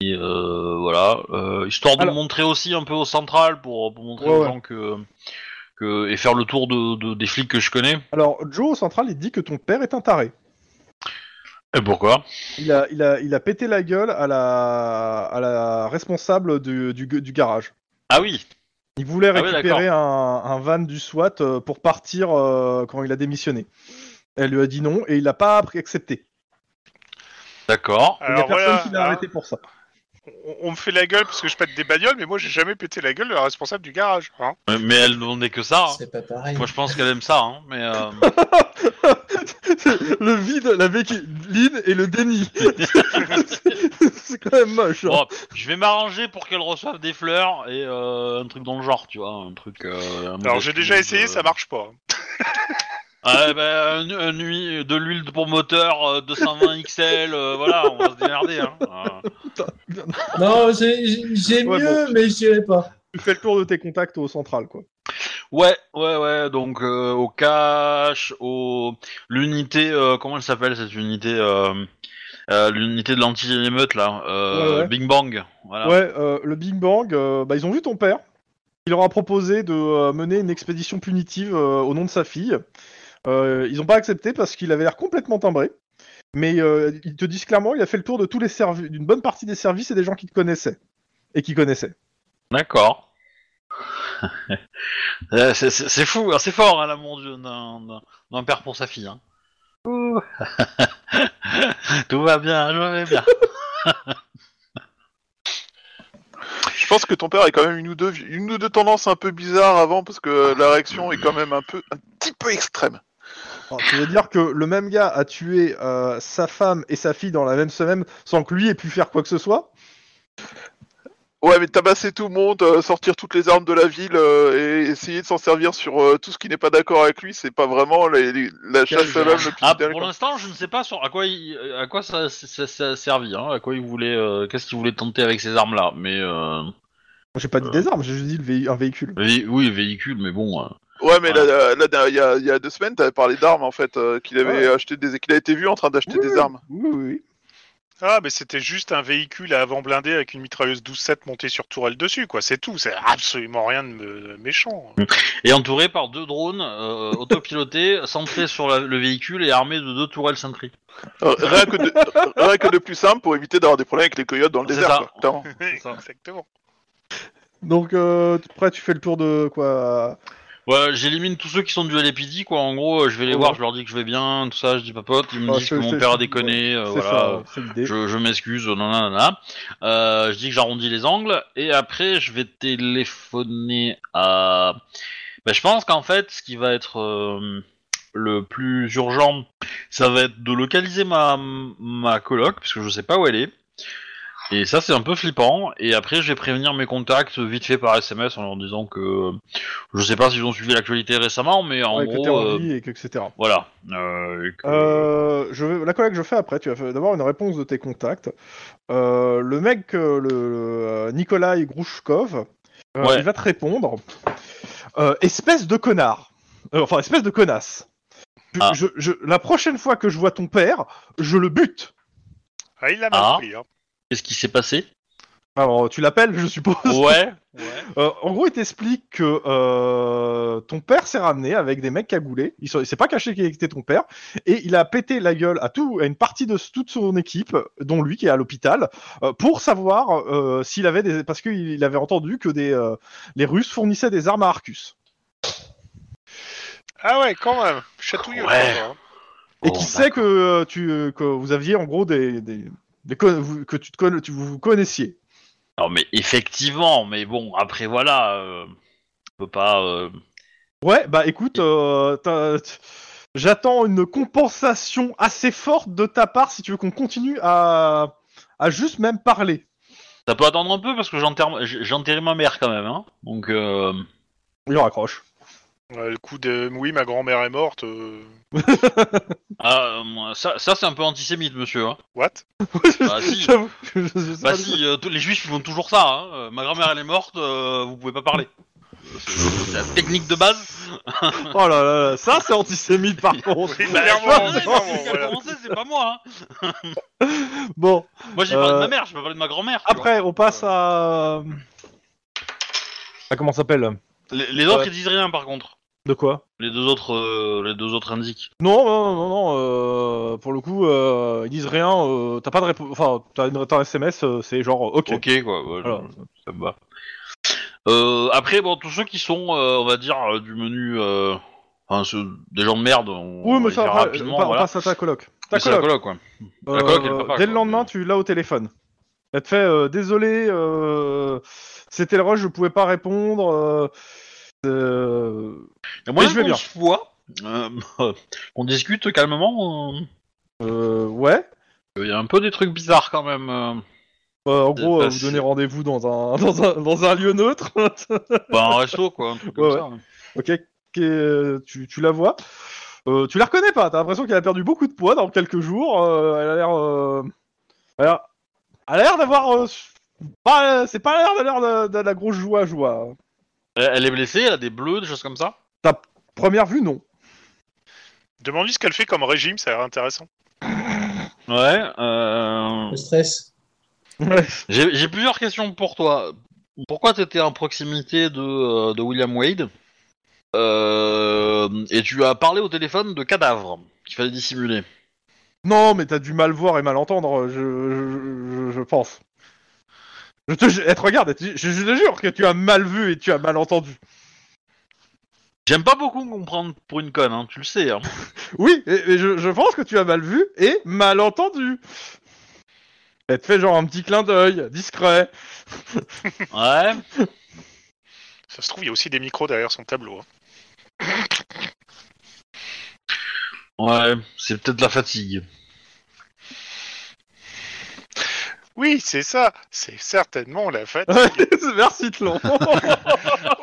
Et euh, voilà, euh, histoire de
Alors-
montrer aussi un peu au central pour, pour montrer
Ouais,
aux
ouais.
gens que, que et faire le tour de, de- des flics que je connais.
Alors Joe au central, il dit que ton père est un taré.
Et pourquoi
Il a, il a, il a pété la gueule à la, à la responsable du, du, du garage.
Ah oui,
Il voulait
Ah oui,
récupérer un, un van du SWAT euh, pour partir euh, quand il a démissionné. Elle lui a dit non et il n'a pas appris- accepté.
d'accord.
Il n'y a
Alors
personne
voilà,
qui l'a
hein,
arrêté pour ça. *laughs*
on, on me fait la gueule parce que je pète des bagnoles, mais moi j'ai jamais pété la gueule de la responsable du garage. hein.
Mais, mais elle demandait que ça. hein.
C'est pas pareil.
Moi, je pense qu'elle aime ça, hein, mais euh,
*laughs*
le vide, la véquiline et le déni. *laughs* C'est quand même moche. hein.
bon, je vais m'arranger pour qu'elle reçoive des fleurs et euh, un truc dans le genre, tu vois, un truc. euh, un
Alors
modèle
j'ai déjà
qui-
essayé,
euh,
ça marche pas. hein.
Ah, bah, un- un huile- de l'huile pour moteur euh, 220 XL, euh, voilà, on va se démerder. Hein.
*laughs*
Euh,
Non, j'ai- j'ai j'ai
Ouais,
mieux, mais je dirais pas.
Tu fais le tour de tes contacts au central, quoi.
Ouais, ouais, ouais. Donc euh, au cash, au l'unité, euh, comment elle s'appelle cette unité euh, euh, L'unité de l'anti-émeute là, euh,
Ouais, ouais.
Big Bang. Voilà.
Ouais, euh, le Big Bang, euh, bah, ils ont vu ton père. Il leur a proposé de euh, mener une expédition punitive euh, au nom de sa fille Euh, ils n'ont pas accepté parce qu'il avait l'air complètement timbré. Mais euh, ils te disent clairement, il a fait le tour de tous les services, d'une bonne partie des services et des gens qui te connaissaient et qui connaissaient.
D'accord. *laughs* Euh, c'est- c'est c'est fou, hein, c'est fort, hein, l'amour d'un- d'un d'un père pour sa fille. hein. *laughs* Ouh. Tout va bien, je vais bien.
Je pense que ton père a quand même une ou deux, une ou deux tendances un peu bizarres avant parce que la réaction est quand même un peu, un petit peu extrême.
Alors, tu veux dire que le même gars a tué euh, sa femme et sa fille dans la même semaine sans que lui ait pu faire quoi que ce soit
Ouais, mais tabasser tout le monde, euh, sortir toutes les armes de la ville euh, et essayer de s'en servir sur euh, tout ce qui n'est pas d'accord avec lui, c'est pas vraiment les- les- la chasse à l'homme le
Ah,
plus
pour l'instant, je ne sais pas sur à quoi, il- à quoi ça, ça, ça a servi, hein, à quoi il voulait, euh, qu'est-ce qu'il voulait tenter avec ces armes-là. Mais euh,
J'ai pas dit des armes, j'ai juste dit le vé- un véhicule.
vé- oui, véhicule, mais bon. euh,
Ouais, mais là, là, là, il y, a- il y a deux semaines, t'avais parlé d'armes en fait, euh, qu'il avait acheté des, qu'il a été vu en train d'acheter
Oui,
des armes.
Oui, oui, oui.
Ah, mais c'était juste un véhicule à avant blindé avec une mitrailleuse 12-7 montée sur tourelle dessus, quoi. C'est tout. C'est absolument rien de me- méchant.
et entouré par deux drones euh, autopilotés, *laughs* centrés sur la- le véhicule et armés de deux tourelles cintrées.
Euh, Rien que, de, rien que de plus simple pour éviter d'avoir des problèmes avec les coyotes dans le
*laughs* C'est
désert.
ça.
quoi, clairement.
ça.
Exactement.
Donc, euh, après, tu fais le tour de
Euh,
quoi
Ouais, j'élimine tous ceux qui sont du LPD, quoi. En gros, euh, je vais les
Ouais.
voir, je leur dis que je vais bien, tout ça, je dis papote, ils me
Ah,
disent
c'est-
que
c'est-
mon père
c'est-
a déconné, euh,
C'est
voilà.
ça, c'est l'idée.
Je, je m'excuse, euh, nanana. Euh, je dis que j'arrondis les angles et après je vais téléphoner à. Bah, je pense qu'en fait, ce qui va être euh, le plus urgent, ça va être de localiser ma ma coloc parce que je sais pas où elle est. Et ça, c'est un peu flippant. Et après, je vais prévenir mes contacts vite fait par SMS en leur disant que euh, je sais pas s'ils ont suivi l'actualité récemment, mais en
Ouais, que t'es
gros,
en
euh,
vie et que, etc.
voilà. Euh, et que-
Euh, je vais- la collecte que je fais après, tu vas d'abord une réponse de tes contacts. Euh, le mec, euh, le, le, euh, Nikolai Grouchkov, euh,
Ouais.
il va te répondre euh, espèce de connard. Euh, enfin, espèce de connasse. Je-
Ah.
je- je- la prochaine fois que je vois ton père, je le bute.
Ah, il l'a mal
Ah.
pris. Hein.
Qu'est-ce qui s'est
*laughs*
passé
Alors, tu l'appelles, je suppose.
Ouais. ouais.
Euh, en gros, il t'explique que euh, ton père s'est ramené avec des mecs cagoulés. Il s'est il s'est pas caché qu'il était ton père. Et il a pété la gueule à, tout, à une partie de s- toute son équipe, dont lui qui est à l'hôpital, euh, pour savoir euh, s'il avait des. Parce qu'il il avait entendu que des, euh, les Russes fournissaient des armes à Arcus.
Ah ouais, quand même. Chatouilleux.
Ouais.
quoi, hein.
Et
Bon,
qui sait que, euh, tu, euh, que vous aviez en gros des. des- des con- vous- que tu te con- tu- vous vous connaissiez.
Non mais effectivement, mais bon, après voilà, euh, on peut pas... euh,
Ouais, bah écoute, euh, t'as- t- j'attends une compensation assez forte de ta part si tu veux qu'on continue à, à juste même parler.
Ça peut attendre un peu parce que j'enterre- j'ai enterré ma mère quand même, hein. Donc, euh, *laughs*
Il raccroche.
Ouais, Euh, le coup de. Oui, ma grand-mère est morte. euh,
ah, euh, moi, ça, ça c'est un peu antisémite, monsieur. hein.
What
Bah, si.
J'avoue, je- je sais
Bah
pas.
si, euh, tous les juifs ils font toujours ça, hein. Euh, Ma grand-mère elle est morte, euh, vous pouvez pas parler. Euh, C'est la technique de base.
Oh là là, là, ça c'est
*laughs*
antisémite par contre.
Oui,
*laughs*
bah,
clairement,
Ouais,
clairement,
c'est qui a
voilà.
commencé, c'est pas moi, hein.
*laughs* Bon,
Moi j'ai parlé de
Euh,
ma mère, je peux parler de ma grand-mère. tu vois.
après on passe à... à comment ça s'appelle
Les, les autres
Ouais.
ils disent rien par contre.
De quoi
Les deux autres, euh, les deux autres indiquent.
Non, non, non, non, euh, pour le coup, euh, ils disent rien, euh, t'as pas de réponse, enfin, t'as une- t'as un SMS, euh, c'est genre, euh, ok.
Ok, quoi. ouais,
Voilà.
Ça me va. Euh, après, bon, tous ceux qui sont, euh, on va dire, euh, du menu. euh, Enfin, ceux- des gens de merde, on,
Oui,
on va
mais
les
ça,
faire
après,
rapidement.
on, pa- on
voilà.
passe à ta coloc. Ta
Mais c'est la
coloc, Euh,
coloc, quoi. La coloc et le papa,
dès
quoi.
le lendemain, tu l'as au téléphone. Elle te fait euh, désolé, euh, c'était le rush, je pouvais pas répondre. euh, euh,
Et moi,
Mais
je
je vais
vais
bien.
On se voit, euh, *laughs* on discute calmement. euh,
euh, ouais.
Il y a un peu des trucs bizarres quand même. euh.
Euh, en
C'est
gros, euh,
pas
vous
si-
donnez rendez-vous dans un, *laughs* dans, un, dans un lieu neutre. *laughs*
Bah, un resto, quoi. Un truc comme
Ouais,
ça. hein.
ok, qu'est- euh, tu, tu la vois. Euh, tu la reconnais pas, t'as l'impression qu'elle a perdu beaucoup de poids dans quelques jours. euh, elle a l'air. euh, elle a- elle a l'air d'avoir. euh, pas- c'est pas l'air d'avoir de, de la grosse joie joie.
Elle, elle est blessée, elle a des bleus, des choses comme ça.
Première vue, non.
Demande-lui ce qu'elle fait comme régime, ça a l'air intéressant.
Ouais. euh,
Le stress.
J'ai j'ai plusieurs questions pour toi. Pourquoi t'étais en proximité de, euh, de William Wade Euh, et tu as parlé au téléphone de cadavres qu'il fallait dissimuler.
*laughs* Non, mais t'as du mal voir et mal entendre, euh, je, je, je- je pense. Je te, ju- elle te regarde, elle te dit, je, je te jure que tu as mal vu et tu as mal entendu.
J'aime pas beaucoup comprendre pour une conne, hein, tu le sais. hein.
Oui, et, et je, je pense que tu as mal vu et mal entendu. Elle te fait genre un petit clin d'œil, discret.
Ouais.
Ça se trouve, il y a aussi des micros derrière son tableau. hein.
Ouais, c'est peut-être la fatigue.
Oui, c'est ça. C'est certainement la fête.
Merci *laughs* Tlon.
*laughs*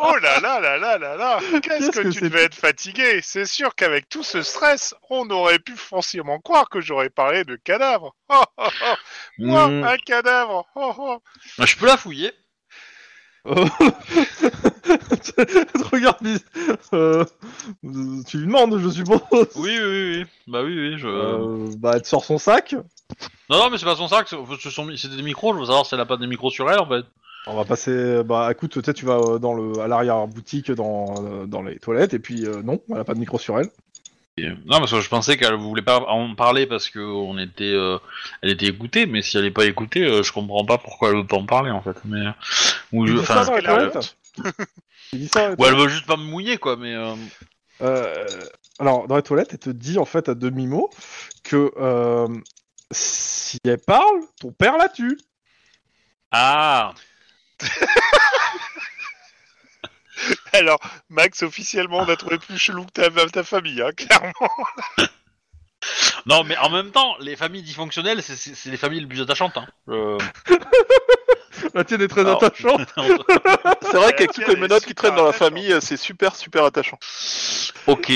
Oh là là là là là là
*laughs*
Qu'est-ce
Qu'est-ce
que,
que
tu
c'est
devais être fatigué C'est sûr qu'avec tout ce stress, on aurait pu forcément croire que j'aurais parlé de cadavre. *laughs* Oh, oh, oh. Moi,
Mm.
un cadavre Oh, oh.
Ah, Je peux la fouiller.
Elle te regarde, dis- euh, tu lui demandes, je suppose.
Oui, euh, oui, oui. Bah oui, oui. Je...
Euh, bah, elle te sort son sac.
Non, non, mais c'est pas son sac. c'est- ce sont- C'était des micros. Je veux savoir si elle a pas des micros sur elle, en fait.
On va passer. Bah, écoute, peut-être tu vas euh, dans le, à l'arrière boutique, dans, euh, dans les toilettes, et puis euh, non, elle a pas de micro sur elle.
Et- euh, Non, parce que je pensais qu'elle voulait pas en parler parce que on était, euh, elle était écoutée. Mais si elle est pas écoutée, euh, je comprends pas pourquoi elle veut pas en parler, en fait. Mais euh, ou je-
Tu dis ça
enfin,
dans les
qu'elle a
toilettes
euh,
*laughs* Tu dis ça dans les
ou elle veut juste pas me mouiller, quoi. Mais euh,
Euh, alors, dans les toilettes, elle te dit en fait à demi-mot que euh, si elle parle, ton père la tue. *laughs*
ah.
*laughs* Alors, Max, officiellement, on a trouvé plus chelou que ta, ta famille, hein, clairement.
Non, mais en même temps, les familles dysfonctionnelles, c'est- c'est c'est les familles les plus attachantes. Hein. Euh,
La tienne est très
Alors-
attachante.
*laughs*
C'est
*laughs*
vrai qu'avec toutes les
Elle est
menottes qui
super
traînent dans la
attachante.
famille, euh, c'est super super attachant.
ok.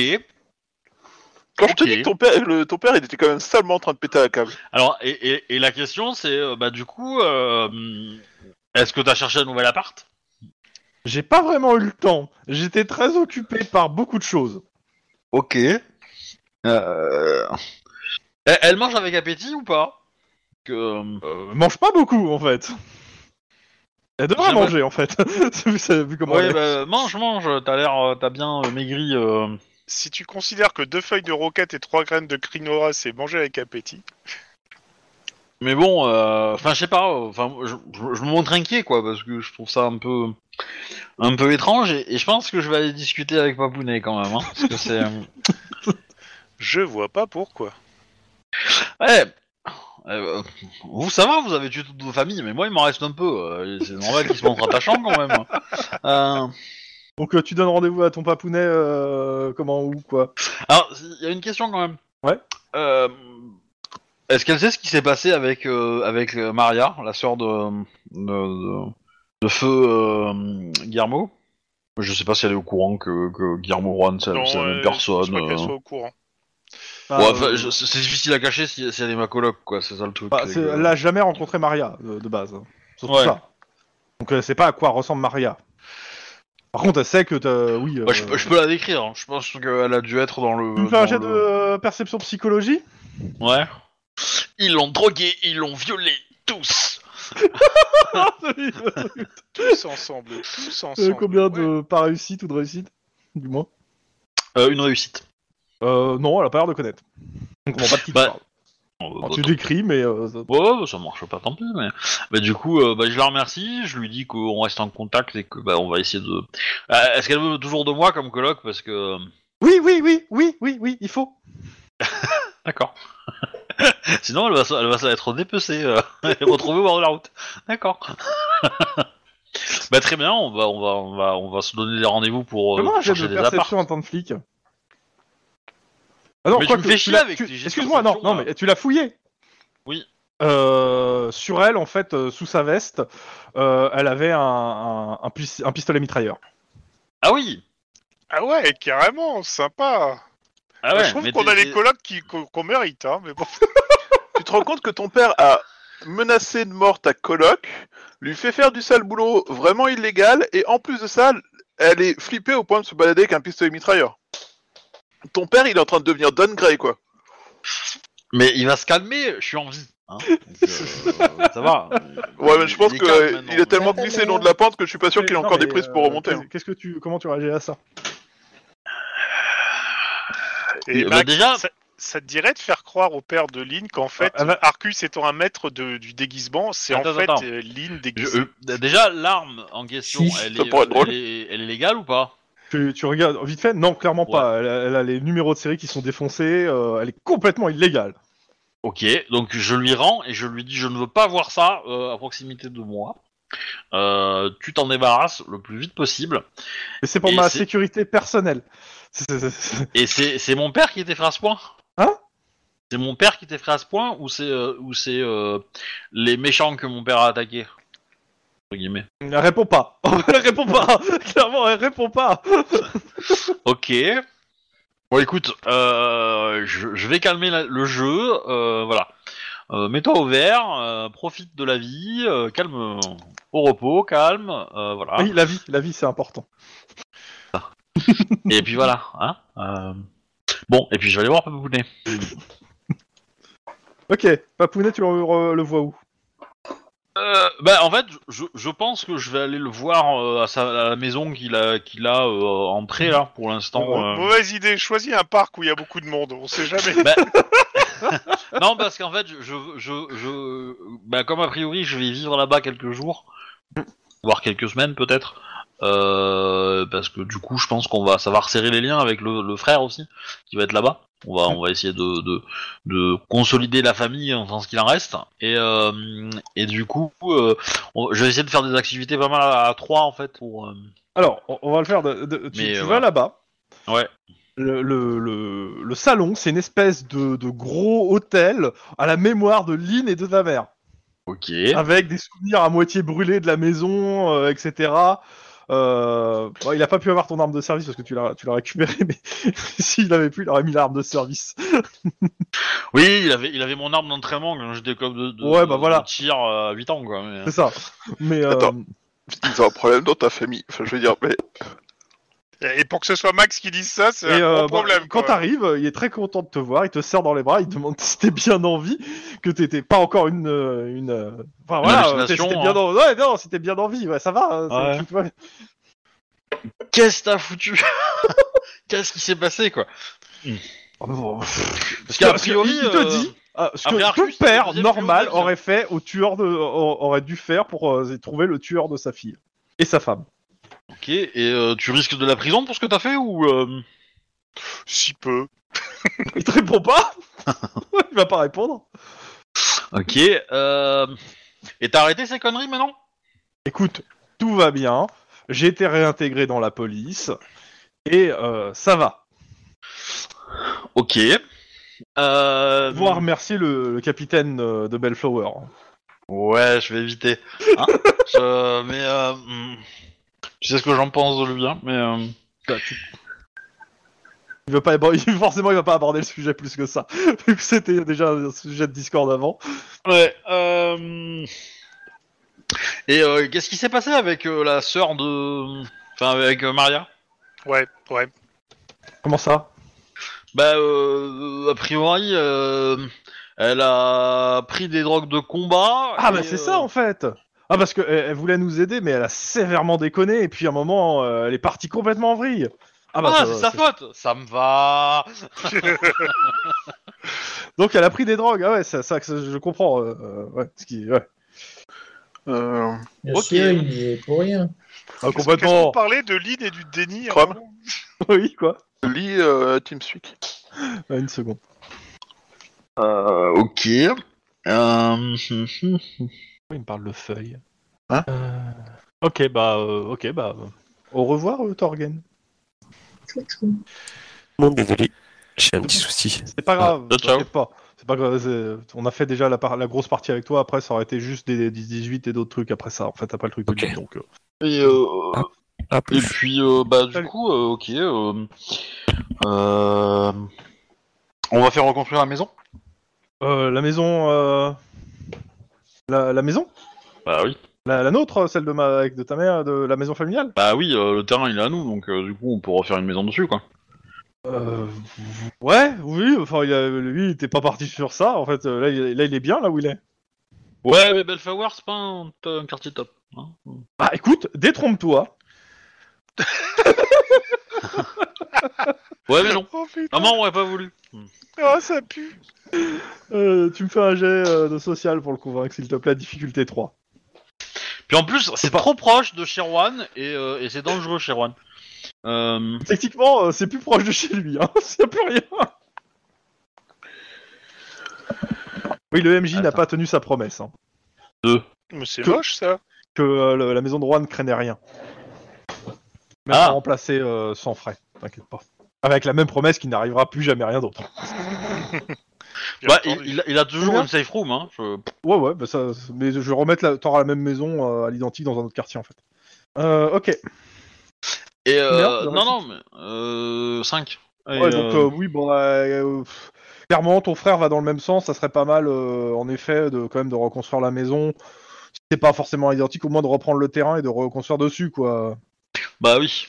Quand je te
Ok.
dis que ton père, le- ton père, il était quand même salement en train de péter la câble.
Alors, et, et- et la question, c'est, euh, bah, du coup, euh, hum, est-ce que t'as cherché un nouvel appart
J'ai pas vraiment eu le temps. J'étais très occupé par beaucoup de choses.
Ok. Elle, elle mange avec appétit ou pas Que...
Euh, mange pas beaucoup en fait. Elle devrait
J'aimerais-
manger en fait. *laughs* vu, ça- vu comment elle
Ouais,
est.
bah, mange, mange. T'as l'air, euh, t'as bien euh, maigri. euh.
Si tu considères que deux feuilles de roquette et trois graines de crinora, c'est manger avec appétit.
Mais bon, euh, enfin, je sais pas. euh, Enfin, je, je- je me montre inquiet, quoi, parce que je trouve ça un peu, un peu étrange. Et, et je pense que je vais aller discuter avec Papounet quand même, hein, parce que c'est. euh,
Je vois pas pourquoi.
Ouais. Euh, vous, ça va, vous avez tué toutes vos familles, mais moi, il m'en reste un peu. euh, c'est normal qu'ils se montrent attachants quand même. hein. Euh,
Donc euh, tu donnes rendez-vous à ton papounet euh, comment ou quoi
alors, il y a une question quand même.
Ouais.
Euh, Est-ce qu'elle sait ce qui s'est passé avec, euh, avec euh, Maria, la sœur de, de, de- de feu euh, Guillermo Je sais pas si elle est au courant que, que Guillermo Juan, c'est
Non,
c'est la même
euh, Je
personne.
crois
hein.
euh.
qu'elle soit au courant.
Enfin,
Ouais, enfin,
euh,
je- c'est difficile à cacher si, si elle est ma coloc, quoi, c'est ça le truc.
bah,
c'est
c'est-
que-
Elle a jamais rencontré Maria euh, de, de base. Sauf
Ouais.
ça. Donc elle sait pas à quoi ressemble Maria. Par contre, elle sait que t'as- oui.
Bah, je,
euh,
peux- je peux la décrire, hein. je pense qu'elle a dû être dans le.
Tu me fais un
dans
jet
le-
de euh, perception *laughs* psychologie
Ouais. Ils l'ont drogué, ils l'ont violé, tous.
Tous ensemble,
*laughs*
tous
Euh,
ensemble.
Combien
Ouais.
de pas réussite ou de réussite Du moins.
Euh, une réussite.
Euh, non, elle a pas l'air de connaître. Donc, bon, pas de qui tu
Bah,
parles.
Euh,
Enfin, Oh, tu
bah,
décris, mais euh, ça-
Ouais, ouais, ça marche pas, tant pis. Mais bah, du coup, euh, bah, je la remercie. Je lui dis qu'on reste en contact et que bah, on va essayer de. Euh, Est-ce qu'elle veut toujours de moi comme coloc Parce que euh,
Oui, oui, oui, oui, oui, oui, il faut.
d'accord. *laughs* Sinon, elle va, se- elle va se- être dépecée euh, *laughs* et retrouvée au bord de la route. D'accord. *laughs* bah très bien. On va, on va, on va, on va se donner des rendez-vous pour euh,
Comment un jet
chercher
de
des apparts.
perception en tant que flic Ah non,
Mais
quoi
tu me
que,
fais chier
l'as-
avec tes jets de
Excuse-moi, non,
perception,
non,
là.
mais tu l'as fouillé.
Oui.
Euh, sur elle, en fait, euh, sous sa veste, euh, elle avait un, un- un pis- un pistolet mitrailleur.
Ah oui.
Ah ouais, carrément, sympa.
Ah
Bah,
ouais.
je trouve
mais
qu'on
t'es-
a les
t'es-
colocs qui- qu'on qu'on mérite, hein,
*laughs*
mais bon.
Tu te rends compte que ton père a menacé de mort ta coloc, lui fait faire du sale boulot vraiment illégal, et en plus de ça, elle est flippée au point de se balader avec un pistolet mitrailleur. Ton père, il est en train de devenir Don Gray, quoi.
Mais il va se calmer, je suis en vie. hein. Donc, euh, ça va.
Ouais, mais je pense
Il est calme
qu'il
maintenant,
est
mais-
tellement
Ouais,
glissé
mais-
le long de la pente que je suis pas sûr qu'il a
Non,
encore des
hein.
mais,
prises
euh,
pour remonter. hein.
Qu'est-ce que tu, comment tu réagis à ça
Et
Bah,
Max,
déjà-
ça, ça te dirait de faire croire au père de Lynn qu'en fait,
Ah, bah-
Arcus étant un maître de- du déguisement, c'est en
Attends,
fait
attends.
euh, Lynn
Je-
déguisée.
euh, déjà, l'arme en question,
Si,
elle,
ça
est,
pourrait être drôle.
elle, est, elle est légale ou pas
Tu, tu regardes vite fait Non, clairement
Ouais.
pas. Elle a, elle a les numéros de série qui sont défoncés. euh, elle est complètement illégale.
Ok, donc je lui rends et je lui dis je ne veux pas voir ça euh, à proximité de moi. Euh, tu t'en débarrasses le plus vite possible.
Et c'est pour
Et
ma
c'est-
sécurité personnelle. C'est- c'est- c'est-
Et c'est c'est mon père qui était fait à ce point
Hein
C'est mon père qui était fait à ce point ou c'est euh, ou c'est euh, les méchants que mon père a attaqués Entre guillemets.
Elle répond pas. *laughs* elle répond pas. Clairement, elle répond pas.
Ok. Bon, écoute, euh, je, je vais calmer la- le jeu. euh, voilà. Euh, Mets-toi au vert, euh, profite de la vie, euh, calme euh, au repos, calme, euh, voilà.
Ah. Oui, la vie, la vie, c'est important.
Et puis voilà. Hein euh, Bon, et puis je vais aller voir Papounet.
Ok, Papounet, tu le, re- le vois où
Euh, bah, en fait, je, je pense que je vais aller le voir euh, à, sa, à la maison qu'il a, qu'il a euh, en prêt là pour l'instant. euh.
Mauvaise idée, choisis un parc où il y a beaucoup de monde, on
*laughs*
sait jamais.
Bah,
*laughs*
Non, parce qu'en fait, je, je, je, je- bah, comme a priori, je vais vivre là-bas quelques jours, voire quelques semaines peut-être, euh, parce que du coup, je pense qu'on va, ça va resserrer les liens avec le, le frère aussi, qui va être là-bas. On va, on va essayer de, de, de consolider la famille en tant qu'il en reste. Et, euh, et du coup, euh, on- je vais essayer de faire des activités pas mal à, à trois en fait. Pour, euh,
Alors, on, on va le faire. de- de- tu
Mais,
tu
euh,
vas
voilà.
là-bas.
Ouais.
Le, le- le- le salon, c'est une espèce de, de gros hôtel à la mémoire de Lynn et de ta mère.
Ok.
avec des souvenirs à moitié brûlés de la maison, euh, etc. Euh, bon, il a pas pu avoir ton arme de service parce que tu l'as tu l'as récupérée, *laughs* mais s'il l'avait pu, il aurait mis l'arme de service.
Oui, il avait, il avait mon arme d'entraînement quand j'étais comme de, de,
Ouais, bah
de-
voilà.
de tir euh, à 8 ans quoi. mais-
C'est ça. Mais euh,
Attends. Ils ont un problème dans ta famille. Enfin, je veux dire, mais
Et pour que ce soit Max qui dise ça, c'est
et,
un
euh,
gros
bah,
problème.
quand
quoi.
t'arrives, il est très content de te voir, il te serre dans les bras, il te demande *laughs* si t'es bien en vie, que t'étais pas encore une euh, une. euh, Enfin voilà, si
hallucination,
t'es bien
hein.
en- ouais, non, si t'es bien en vie, ouais, ça va. hein, c'est-
Ouais.
tu vois.
Qu'est-ce que t'as foutu *laughs* Qu'est-ce qui s'est passé quoi
Oh, bon.
Parce qu'à
Parce que
priori,
il- il te
euh,
dit- Ah, ce
Après
que
Arcus,
le
c'est le
père
deuxième
normal
plus haut
aurait fait au tueur de au- aurait dû faire pour euh, trouver le tueur de sa fille et sa femme.
Ok, et euh, tu risques de la prison pour ce que t'as fait ou euh,
Si peu.
Il te répond pas. il va pas répondre.
Ok. Euh... Et t'as arrêté ces conneries maintenant
Écoute, tout va bien. J'ai été réintégré dans la police et euh, ça va.
Ok. Euh...
Vous remercier le, le capitaine euh, de Bellflower.
Ouais, je vais
*laughs*
éviter. Hein Je- Mais euh... hmm. tu sais ce que j'en pense de lui, hein Mais euh,
Il veut pas abor- il- *laughs* forcément il va pas aborder le sujet plus que ça *laughs* vu que c'était déjà un sujet de Discord avant.
ouais.
hmm.
euh, Et euh, qu'est-ce qui s'est passé avec euh, la sœur de, enfin avec euh, Maria
Ouais, ouais.
Comment ça
Bah, euh, a priori, euh, elle a pris des drogues de combat.
Ah
et,
bah c'est
euh,
ça en fait Ah parce qu'elle elle voulait nous aider mais elle a sévèrement déconné et puis à un moment euh, elle est partie complètement en vrille
Ah,
bah, ça-
c'est sa faute Ça me va
Donc elle a pris des drogues, ah ouais, ça, ça, ça, je comprends. euh, euh, ouais, ce qui, ouais.
euh,
Bien
Ok.
sûr, il y est pour rien.
Ah,
Parce que Qu'est-ce
complètement,
qu'on parlait de Lynn et du déni hein à un
Crap.
moment
*laughs* oui quoi.
lis euh, Teamspeak.
Ah, une seconde.
Euh, ok. Euh, *laughs*
Il me parle de feuilles. Euh, Ok, bah, euh, ok, bah. euh,
Hein Au revoir euh, Torgen.
Tchou-tchou.
Bon, désolé, j'ai un petit souci.
C'est pas grave,
Ah, ciao.
t'inquiète pas. C'est pas grave, c'est- on a fait déjà la, par- la grosse partie avec toi, après ça aurait été juste des, des 18 et d'autres trucs après ça. En fait, t'as pas le truc de
Ok.
lui, donc. euh.
et, euh,
Ah,
et puis, euh, bah, du
Salut.
coup, euh, ok. euh, euh, on va faire reconstruire la maison
Euh, la maison. euh, La, la maison
Bah oui.
la, la nôtre, celle de, ma, avec- de ta mère, de la maison familiale
Bah oui, euh, le terrain il est à nous, donc euh, du coup, on peut refaire une maison dessus, quoi.
Euh, ouais, oui, enfin, il a- lui, il était pas parti *laughs* sur ça, en fait, euh, là, il, là, il est bien, là où il est.
Ouais, mais Bellflower, c'est pas un, hein. quartier top.
Bah, écoute, détrompe-toi.
Ouais, mais non.
Oh putain,
Maman aurait pas voulu.
oh, ça pue.
Euh, tu me fais un jet euh, de social pour le convaincre, s'il te plaît, difficulté 3.
Puis en plus, c'est trop proche de Sherwan et, euh, et c'est dangereux, Sherwan. Euh,
Techniquement, euh, c'est plus proche de chez lui, hein. *laughs* c'est plus rien. Oui, le MJ n'a
Attends.
pas tenu sa promesse, hein,
Mais c'est
Que-
moche ça.
que euh, le- la maison de Rouen ne craignait rien. Même
Ah.
pour remplacer euh, sans frais, t'inquiète pas. Avec la même promesse qu'il n'arrivera plus jamais rien d'autre.
Bien
bah, il,
entendu.
il a- il a toujours
Combien
une safe room. Hein. je-
Ouais, ouais, bah ça, mais je vais remettre la, t'auras la même maison euh, à l'identique dans un autre quartier en fait. Euh, ok,
Et euh,
Merde,
non, non, mais. Euh, 5.
Ouais, donc euh, oui, bon, euh, euh, pff, clairement, ton frère va dans le même sens. Ça serait pas mal, euh, en effet, de quand même de reconstruire la maison. Si c'est pas forcément identique, au moins de reprendre le terrain et de reconstruire dessus, quoi.
Bah oui.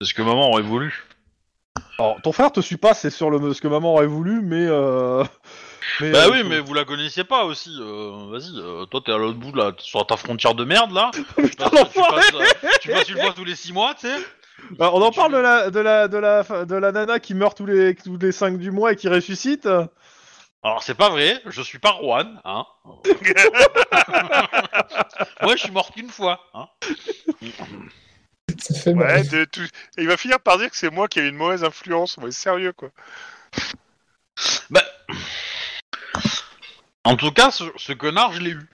C'est ce que maman aurait voulu.
Alors, ton frère te suit pas, c'est sur le ce que maman aurait voulu, mais. euh, mais,
Bah
euh,
oui, mais vous la connaissiez pas aussi. euh, Vas-y, euh, toi t'es à l'autre bout, là, sur ta frontière de merde, là.
*laughs* Putain,
Tu passes- tu,
l'enfoiré
passes, euh, tu passes une fois tous les 6 mois, tu sais.
Alors, bah, on en parle de la de la de la de la nana qui meurt tous les tous les cinq du mois et qui ressuscite.
Alors c'est pas vrai, je suis pas Juan,
*laughs*
hein. Moi je suis morte qu'une fois,
*laughs*
hein.
Ça fait mal.
Ouais, de tout... Et il va finir par dire que c'est moi qui ai eu une mauvaise influence. Ouais, sérieux quoi.
En tout cas, ce, ce connard, je l'ai eu.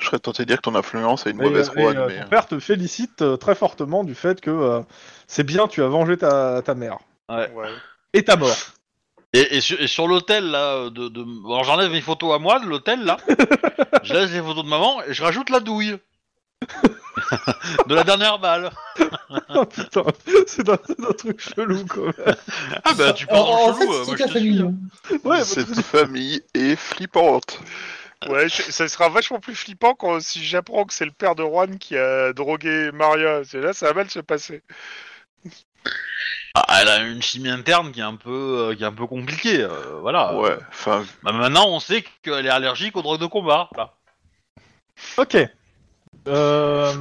Je serais tenté de dire que ton influence a une
Et,
mauvaise
euh, et,
Rouen,
euh,
mais.
Ton père te félicite euh, très fortement du fait que euh, c'est bien, tu as vengé ta ta mère
Ouais.
euh,
et ta mort.
Et, et sur, et sur l'hôtel là, de, de... alors j'enlève mes photos à moi de l'hôtel
*laughs*
là, je laisse les photos de maman et je rajoute la douille *laughs* de la dernière balle.
*laughs* Oh putain, c'est un, c'est un truc chelou quand même.
Ah bah tu penses
Alors,
en
en
chelou, euh,
fait, c'est
moi
toute
je
la
te suis.
famille.
hein.
Ouais,
Cette famille est flippante.
Ouais, je- ça sera vachement plus flippant quand si j'apprends que c'est le père de Juan qui a drogué Maria. C'est là, ça va mal se passer.
Ah, elle a une chimie interne qui est un peu, euh, qui est un peu compliquée, euh, voilà.
Ah.
Ouais, enfin,
Bah, maintenant on sait qu'elle est allergique aux drogues de combat. Là.
ok. Euh,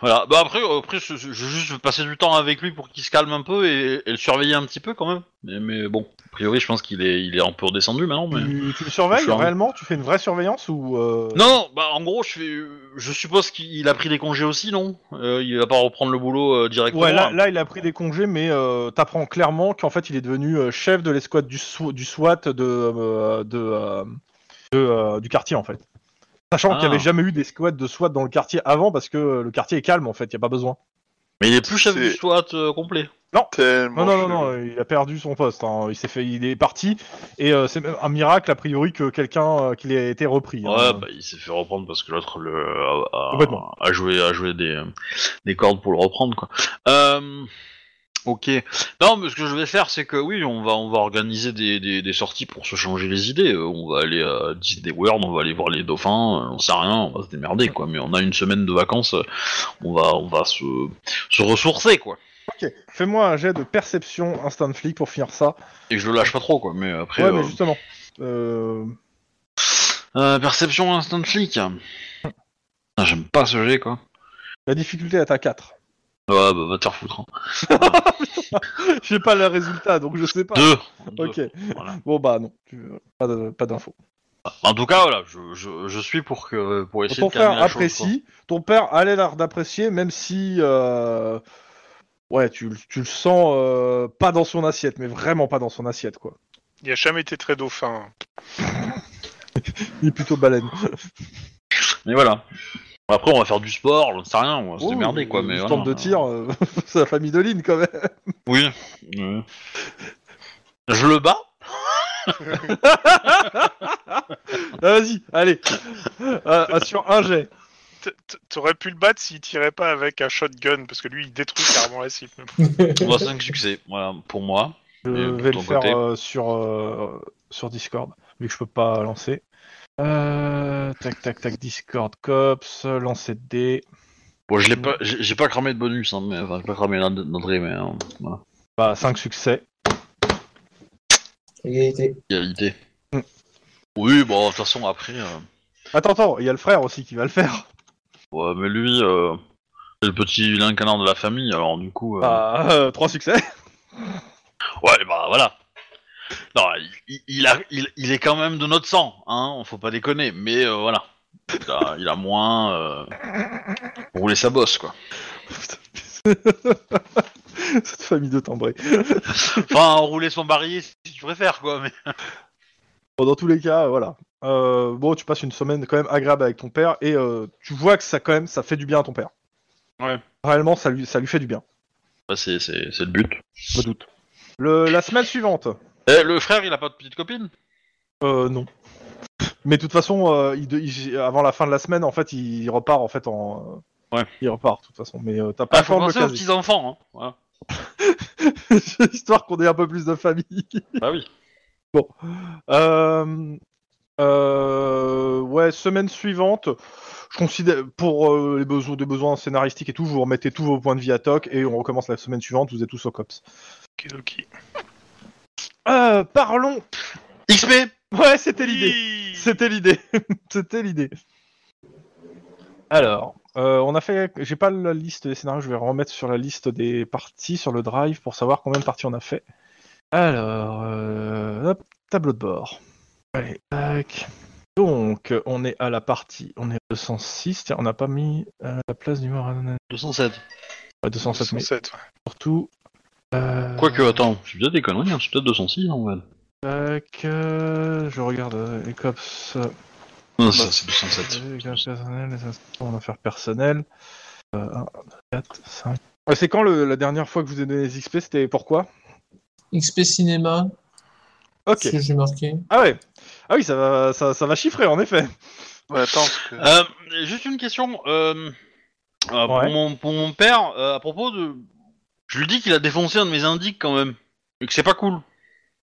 Voilà, bah après, euh, après je, je- je- juste je veux passer du temps avec lui pour qu'il se calme un peu et, et le surveiller un petit peu quand même. Mais, mais bon, a priori, je pense qu'il est, il est un peu redescendu maintenant. Mais...
tu, tu le surveilles
Je suis en-
réellement Tu fais une vraie surveillance ou euh,
Non, non, bah en gros, je, fais, je suppose qu'il a pris des congés aussi, non Euh, Il va pas reprendre le boulot euh, directement.
Ouais, là,
hein.
là, il a pris des congés, mais euh, t'apprends clairement qu'en fait il est devenu euh, chef de l'escouade du, sw- du SWAT de, euh, de, euh, de, euh, du quartier en fait.
Ah.
Sachant qu'il n'y avait jamais eu d'escouade de SWAT dans le quartier avant parce que euh, le quartier est calme en fait, il n'y a pas besoin.
Mais il est plus chef
C'est-
du SWAT euh, complet.
Non,
tellement.
non, non,
chelou.
non, euh. il a perdu son poste. hein. Il s'est fait, il est parti et euh, c'est même un miracle a priori que quelqu'un euh, qu'il ait été repris. hein.
Ouais, bah il s'est fait reprendre parce que l'autre le, a, a-
Complètement.
a joué, a joué des, euh, des cordes pour le reprendre, quoi. Euh, ok. Non, mais ce que je vais faire, c'est que oui, on va, on va organiser des, des, des sorties pour se changer les idées. Euh, On va aller à Disney World, on va aller voir les dauphins, euh, on sait rien, on va se démerder, quoi. Mais on a une semaine de vacances, euh, on va, on va se, se ressourcer, quoi.
Ok, fais-moi un jet de perception instant flic pour finir ça.
Et je le lâche pas trop, quoi. Mais après,
ouais,
euh,
mais justement. Euh,
euh, perception instant flic. Putain, J'aime pas ce jet, quoi.
La difficulté est à 4.
Ouais, bah va te faire foutre. hein.
*laughs* J'ai pas le résultat, donc je sais pas.
Deux. Deux.
Ok,
Voilà.
bon bah non, tu- pas de- pas d'infos.
En tout cas, voilà, je, je, je suis pour que pour essayer
Ton
de calmer
frère
la chose, quoi.
apprécie, ton père a l'air d'apprécier, même si... euh, Ouais, tu, le- tu le sens euh, pas dans son assiette, mais vraiment pas dans son assiette, quoi.
Il a jamais été très
*laughs*
dauphin.
Il est plutôt baleine.
Mais voilà. Après, on va faire du sport, on sait rien, on va se
Oh,
démerder quoi.
une
Mais
tente
voilà.
de tir, euh, *laughs* c'est la famille de Lynn quand même.
Oui. oui. Je le bats.
Ah, Vas-y, allez. Euh, sur un jet.
T- t- T'aurais pu le battre s'il tirait pas avec un shotgun parce que lui, il détruit carrément la cible.
*laughs* On va 5 succès, voilà, pour moi.
Je
Et de
vais le
ton
faire
côté
euh, sur, euh, sur Discord, vu que je peux pas lancer. Euh, tac, tac, tac, Discord, Cops, lancer de dés.
Bon, je l'ai pas, j'ai j'ai pas cramé de bonus, hein, mais enfin, j'ai pas cramé l'en- l'entrée, mais hein, voilà.
Bah, 5 succès.
Égalité.
Qualité.
Mm.
Oui, bon, de toute façon, après, euh,
Attends, attends, il y a le frère aussi qui va le faire.
ouais, mais lui, euh, C'est le petit vilain canard de la famille, alors du coup. euh,
Bah, euh, trois succès. *laughs*
Ouais, bah voilà. Non, il, il a, il, il est quand même de notre sang, hein, faut pas déconner, mais euh, voilà. Il a, il a moins euh, roulé sa bosse, quoi.
Cette famille de timbrés.
Enfin, rouler son barillet si tu préfères, quoi. Mais...
Bon, dans tous les cas, euh, voilà. Euh, bon, tu passes une semaine quand même agréable avec ton père et euh, tu vois que ça quand même, ça fait du bien à ton père.
Ouais.
Réellement, ça lui, ça lui fait du bien.
Bah, c'est, c'est, c'est le but.
Je me doute. Le, la semaine suivante.
Eh, le frère, il a pas de petite copine
Euh, non. Mais de toute façon, euh, il de- il- avant la fin de la semaine, en fait, il repart en fait en. euh,
Ouais.
Il repart de toute façon. Mais euh, t'as pas
ah,
le
Faut
temps de le
penser aux
caser.
petits-enfants, hein. Voilà.
*laughs* Histoire qu'on ait un peu plus de famille.
Bah oui.
Euh, euh, ouais, semaine suivante, je considère pour euh, les besoins, des besoins scénaristiques et tout, vous remettez tous vos points de vie à toc et on recommence la semaine suivante. Vous êtes tous au cops.
Ok, ok.
Euh, parlons.
XP
Ouais, c'était l'idée.
Hi.
C'était l'idée. c'était l'idée. Alors, euh, on a fait. J'ai pas la liste des scénarios. Je vais remettre sur la liste des parties sur le drive pour savoir combien de parties on a fait. Alors, euh, hop, tableau de bord. Allez, tac. Donc, on est à la partie. On est à 206. Tiens, on n'a pas mis euh, la place du mort.
207.
à 207, mais
107, ouais.
surtout. euh,
Quoique, attends, je suis peut-être des conneries, hein. je suis peut-être 206 en vrai.
tac, euh, je regarde euh, les cops. euh,
Non, ça, c'est 207.
Euh, les gages personnels, les inscriptions en affaires personnelles. Euh, un, deux, quatre, cinq. Euh, C'est quand le- la dernière fois que vous avez donné les XP C'était pourquoi
XP cinéma,
Ok.
ce que j'ai marqué.
Ah ouais. Ah oui, ça va, ça, ça va chiffrer en effet.
Ouais, attends, parce
*laughs*
que-
Euh, juste une question. euh, euh, pour,
Ouais.
mon, pour mon père, euh, à propos de. Je lui dis qu'il a défoncé un de mes indices quand même. Et que c'est pas cool.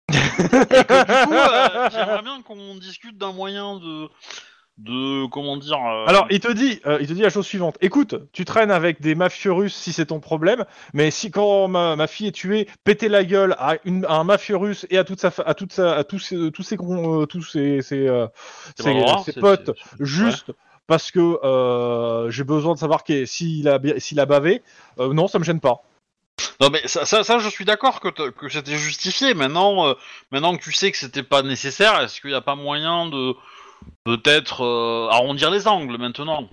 Et que du coup, euh, j'aimerais bien qu'on discute d'un moyen de. De. Comment dire. euh,
*laughs* Alors, il te dit, euh, il te dit la chose suivante. Écoute, tu traînes avec des mafieux russes si c'est ton problème, mais si quand ma, ma fille est tuée, péter la gueule à, une- à un mafieux russe et à toute sa, fa- à toute sa, à tous ses, tous ses, con- euh, tous ses, ses, euh,
c'est
ses-
pas droit,
ses
c'est-
potes
c'est-
juste parce que euh, j'ai besoin de savoir qui est- s'il a, bi- s'il a bavé. euh, non, ça me gêne pas.
Non mais ça, ça, ça, je suis d'accord que, t'as- que c'était justifié. Maintenant, euh, maintenant que tu sais que c'était pas nécessaire, est-ce qu'il n'y a pas moyen de peut-être euh, arrondir les angles maintenant
Alors,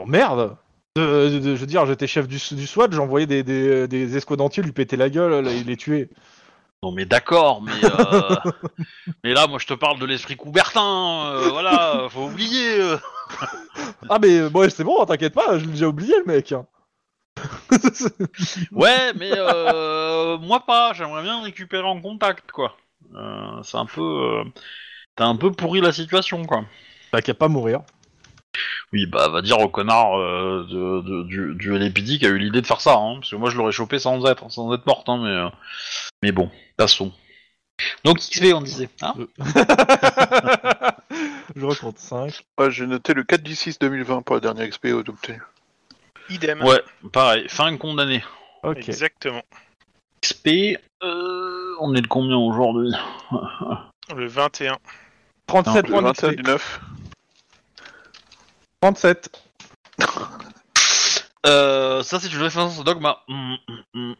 Oh, merde De- de- de- Je veux dire, j'étais chef du, du SWAT, j'envoyais des, des, des escouades entiers lui péter la gueule, là, il les tuer.
Non mais d'accord, mais *laughs* euh, mais là moi je te parle de l'esprit Coubertin, euh, voilà, euh, faut oublier. *laughs* euh.
Ah mais euh, bon, c'est bon, t'inquiète pas, je l'ai déjà oublié le mec. hein. *laughs*
Ouais, mais euh, moi pas, j'aimerais bien le récupérer en contact quoi. Euh, c'est un peu, euh, t'as un peu pourri la situation quoi.
T'as qu'à pas mourir. *laughs*
Oui bah va dire au connard euh, de- de- du, du LAPD qui a eu l'idée de faire ça, hein, parce que moi je l'aurais chopé sans être sans être morte, hein, mais euh, mais bon, passons. Donc XP on disait. Hein
je recompte 5.
ouais, j'ai noté le 4 du 6 2020 pour la dernière XP obtenue.
Idem.
ouais, pareil, fin condamnée.
Ok.
Exactement.
XP, euh, on est de combien aujourd'hui
Le 21.
37
Le
points
21
d'XP.
du 9.
37.
Euh, ça, c'est une référence au dogma. Mm, mm, mm.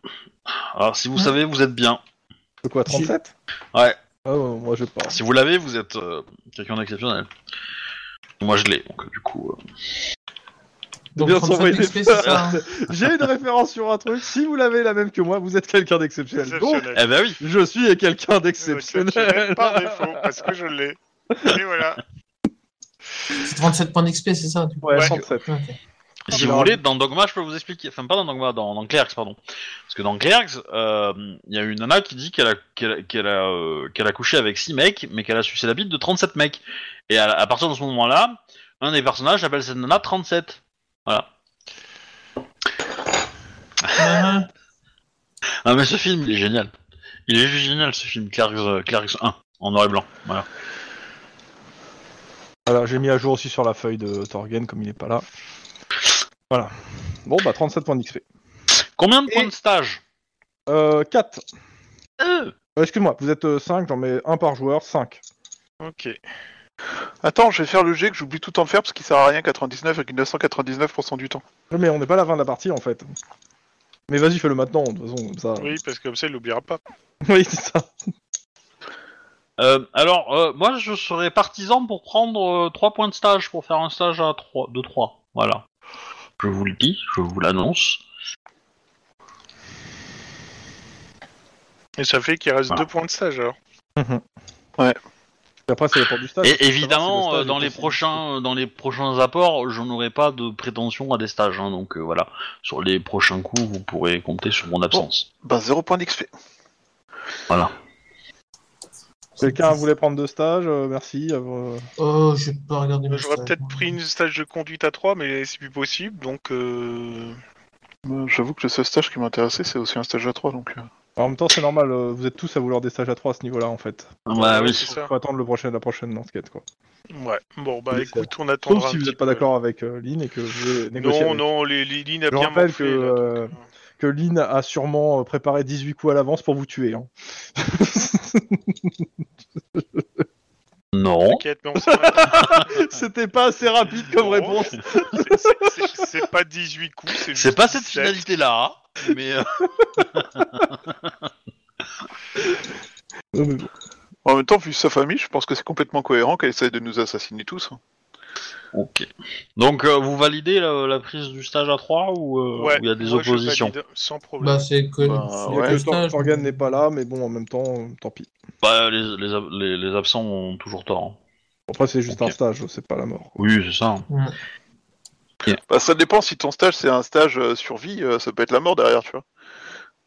Alors, si vous savez, vous êtes bien.
De quoi 37
Ouais.
Ah ouais, moi je parle.
Si vous l'avez, vous êtes euh, quelqu'un d'exceptionnel. Moi, je l'ai, donc du coup. euh,
Donc,
bien
37
s'envoyer des
XP, c'est ça, hein
*laughs* J'ai une référence sur un truc, si vous l'avez la même que moi, vous êtes quelqu'un d'exceptionnel. Donc,
Exceptionnel.
Eh ben oui
je suis quelqu'un
Exceptionnel
d'exceptionnel. *laughs*
Par défaut, parce que je l'ai. Et voilà.
C'est 37 points d'XP, c'est ça du coup
Ouais,
Ouais.
37.
Ok.
Si vous voulez, dans Dogma, je peux vous expliquer. Enfin, pas dans Dogma, dans, dans Clerks, pardon. Parce que dans Clerks, euh, il y a une nana qui dit qu'elle a, qu'elle a- qu'elle a, euh, qu'elle a couché avec 6 mecs, mais qu'elle a sucé la bite de 37 mecs. Et à, à partir de ce moment-là, un des personnages appelle cette nana 37. Voilà.
Ah,
Ah, mais ce film, il est génial. Il est juste génial, ce film, Clerks, euh, Clerks 1, en noir et blanc. Voilà.
Voilà, j'ai mis à jour aussi sur la feuille de Torgen, comme il n'est pas là. Voilà. Bon, bah 37 points d'XP.
Combien de
Et-
points de stage
Euh, 4.
Euh,
euh, Excuse-moi, vous êtes 5, j'en mets un par joueur, 5.
Ok.
Attends, je vais faire le jet que j'oublie tout le temps de faire parce qu'il sert à rien 99,999% du temps.
Ouais, Mais on n'est pas à la fin de la partie en fait. Mais vas-y, fais-le maintenant, de toute façon, comme ça.
Oui, parce que comme ça, il l'oubliera pas.
*laughs* Oui, c'est ça.
Euh, alors, euh, moi, je serais partisan pour prendre 3 points de stage, pour faire un stage à 3, de 3. Voilà. Je vous le dis, je vous l'annonce.
Et ça fait qu'il reste deux points de stage alors.
Et après, c'est pour du stage.
Et
Faut savoir si le
évidemment,
stage
euh,
est
dans les
possible.
prochains, euh, dans les prochains apports, je n'aurai pas de prétention à des stages. hein, donc euh, voilà, sur les prochains coups, vous pourrez compter sur mon absence.
Bah, 0 point d'XP.
Voilà.
Quelqu'un voulait prendre deux stages, euh, merci. euh,
Oh, je vais pas regarder mes
J'aurais
stages,
peut-être
moi.
pris une stage de conduite à 3, mais c'est plus possible donc. Euh...
Euh, J'avoue que le seul stage qui m'intéressait, c'est aussi un stage à 3, donc... euh,
En même temps, c'est normal, euh, vous êtes tous à vouloir des stages à 3 à ce niveau-là, en fait.
Bah oui.
C'est ça.
Faut attendre le prochain, la prochaine enquête, quoi.
Ouais. Bon, bah
Oui, c'est
écoute, on attendra.
Sauf si
un
vous
petit
n'êtes pas
peu.
d'accord avec euh, Lynn et que vous voulez négocier.
Non,
avec-
non, les, les lignes a
Je
bien
rappelle
morflé,
que,
là, donc,
euh,
euh,
Que Lynn a sûrement euh, préparé 18 coups à l'avance pour vous tuer. hein.
Non.
t'inquiète, mais on s'en va.
C'était pas assez rapide comme
Oh.
réponse.
*laughs* C'est- c'est- c'est- C'est pas 18 coups, c'est
C'est
juste
pas cette
17.
finalité-là, hein, mais euh, *laughs*
Non, mais bon.
En même temps, vu sa famille, je pense que c'est complètement cohérent qu'elle essaye de nous assassiner tous. hein.
ok. Donc euh, vous validez la, la prise du stage à 3 ou euh,
Ouais,
ou il y a des
moi, je
oppositions
valide sans problème.
Bah, c'est que
Bah,
Il
c'est
y a
ouais.
que le
que Tor-
stage.
Torgan n'est pas là, mais bon, en même temps, euh, tant pis.
Bah, les, les ab- les- les absents ont toujours tort. hein.
Après, c'est juste
Ok.
un stage, c'est pas la mort. quoi.
Oui, c'est ça.
Bah, ça dépend si ton stage, c'est un stage euh, survie, euh, ça peut être la mort derrière, tu vois.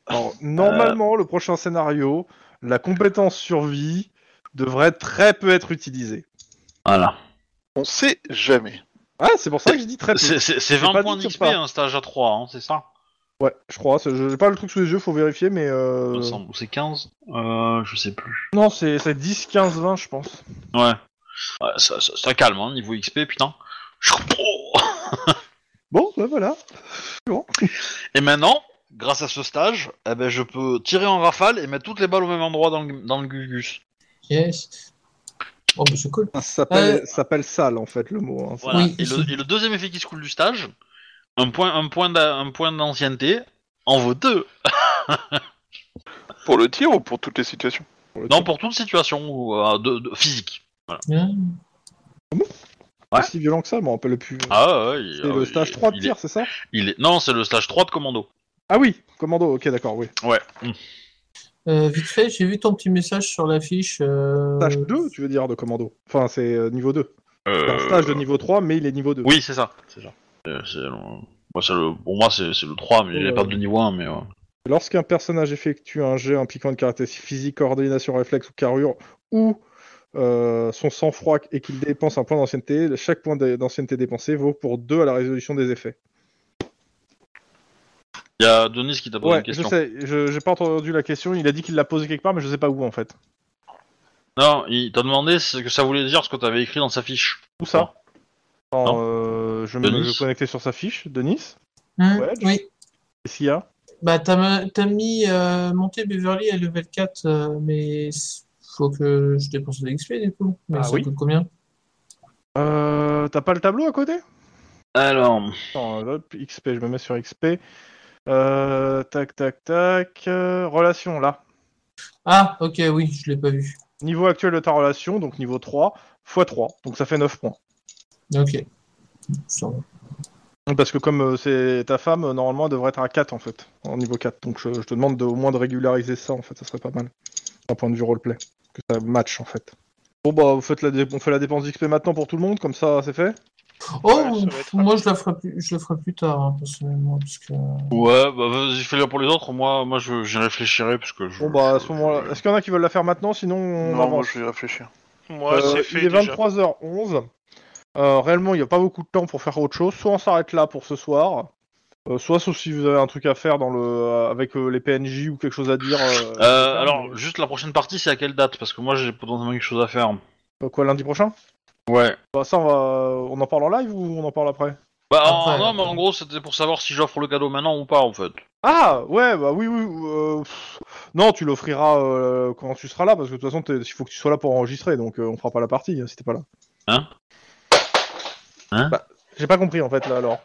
Alors, normalement, le prochain scénario, la compétence survie devrait très peu être utilisée.
Voilà.
On sait jamais.
Ah, c'est pour ça que j'ai dit très peu.
C'est- C'est c'est
pas
20
dit
points
sur
d'XP
pas.
un stage à 3, hein, c'est ça
Ouais, je crois. c'est- J'ai pas le truc sous les yeux, faut vérifier, mais.
Il me
Euh...
semble. Ou c'est 15 euh, Je sais plus.
Non, c'est c'est 10, 15, 20, je pense.
Ouais. Ouais, ça, ça- ça calme, hein, niveau XP, putain. *laughs* Je reprends.
Bon, bah voilà.
Et maintenant, grâce à ce stage, eh ben, je peux tirer en rafale et mettre toutes les balles au même endroit dans le, dans le Gugus.
Yes. Oh, bah, c'est cool.
Ça s'appelle ça s'appelle sale, en fait, le mot. hein.
Voilà.
Oui,
et, le,
ici.
et le deuxième effet qui se coule du stage, un point, un point, d'a- un point d'ancienneté en vaut deux.
Pour le tir ou pour toutes les situations
Non, pour toute situation ou, euh, de, de- physique.
Hein
C'est
ouais.
si violent que ça, je m'en rappelle plus.
Ah ouais, il-
c'est
euh,
le stage
il-
3 de
il
tir,
est-
c'est ça
il est- Non, c'est le stage 3 de commando. Hmm.
Ah oui, commando, ok, d'accord, oui.
Ouais.
Euh, vite fait, j'ai vu ton petit message sur l'affiche. Euh...
Stage 2, tu veux dire, de commando. Enfin, c'est euh, niveau 2. C'est un
Euh,
stage de niveau 3, mais il est niveau 2.
Oui, c'est ça. C'est ça. Euh, c'est le- moi, c'est le... Pour moi, c'est c'est le 3, mais il est
Ouais.
pas de niveau 1, mais... ouais.
Lorsqu'un personnage effectue un jet impliquant une caractéristique physique, coordination, réflexe ou carrure, ou euh, son sang-froid et qu'il dépense un point d'ancienneté, chaque point d'a- d'ancienneté dépensé vaut pour 2 à la résolution des effets.
Il y a Denis qui t'a posé
Ouais,
une
je
question.
sais, je- j'ai pas entendu la question, il a dit qu'il l'a posée quelque part, mais je sais pas où en fait.
Non, il t'a demandé ce que ça voulait dire, ce que t'avais écrit dans sa fiche.
Où ça Attends,
Non.
euh, je me
Denis
je connectais sur sa fiche, Denis
hmm,
Ouais, je-
oui.
Qu'est-ce qu'il y a
Bah, t'as ma- t'as mis euh, monter Beverly à level 4, euh, mais s- faut que je dépense de l'XP du coup. Mais
Ah
ça
oui.
coûte combien
euh, T'as pas le tableau à côté
Alors...
Attends, hop, XP, je me mets sur XP. Euh, tac, tac, tac. euh, relation, là.
Ah, ok, oui, je l'ai pas vu.
Niveau actuel de ta relation, donc niveau 3, x 3, donc ça fait 9 points.
Ok. Ça va.
Parce que comme euh, c'est ta femme, euh, normalement elle devrait être à 4 en fait, en niveau 4. Donc je, je te demande de, au moins de régulariser ça en fait, ça serait pas mal. D'un point de vue roleplay. Que ça match en fait. Bon bah vous faites la dé- on fait la dépense d'XP maintenant pour tout le monde, comme ça c'est fait.
Oh,
ça va être
moi je la ferai plus, je la ferai plus tard hein, personnellement parce que
Ouais, bah vas-y, fais-le pour les autres. Moi, moi je- j'y réfléchirai, parce que... Je,
Bon bah à
je-
ce moment-là. Est-ce qu'il y en a qui veulent la faire maintenant sinon on
Non, moi,
avance
je vais y réfléchir.
Moi,
Euh,
c'est fait
Il est
déjà.
23h11. Euh, réellement, il n'y a pas beaucoup de temps pour faire autre chose. Soit on s'arrête là pour ce soir, euh, soit sauf si vous avez un truc à faire dans le, avec euh, les PNJ ou quelque chose à dire. euh,
Euh,
mais-
alors, juste la prochaine partie, c'est à quelle date Parce que moi, j'ai potentiellement quelque chose à faire.
Euh, quoi, lundi prochain
Ouais.
Bah, Ça, on, va... on en parle en live ou on en parle après
Bah, en-
Après,
non, mais en gros, c'était pour savoir si j'offre le cadeau maintenant ou pas, en fait.
Ah ouais, bah oui, oui. euh, pff. non, tu l'offriras euh, quand tu seras là, parce que de toute façon, t'es- il faut que tu sois là pour enregistrer, donc euh, on fera pas la partie hein, si t'es pas là.
Hein Hein
Bah, J'ai pas compris en fait là alors.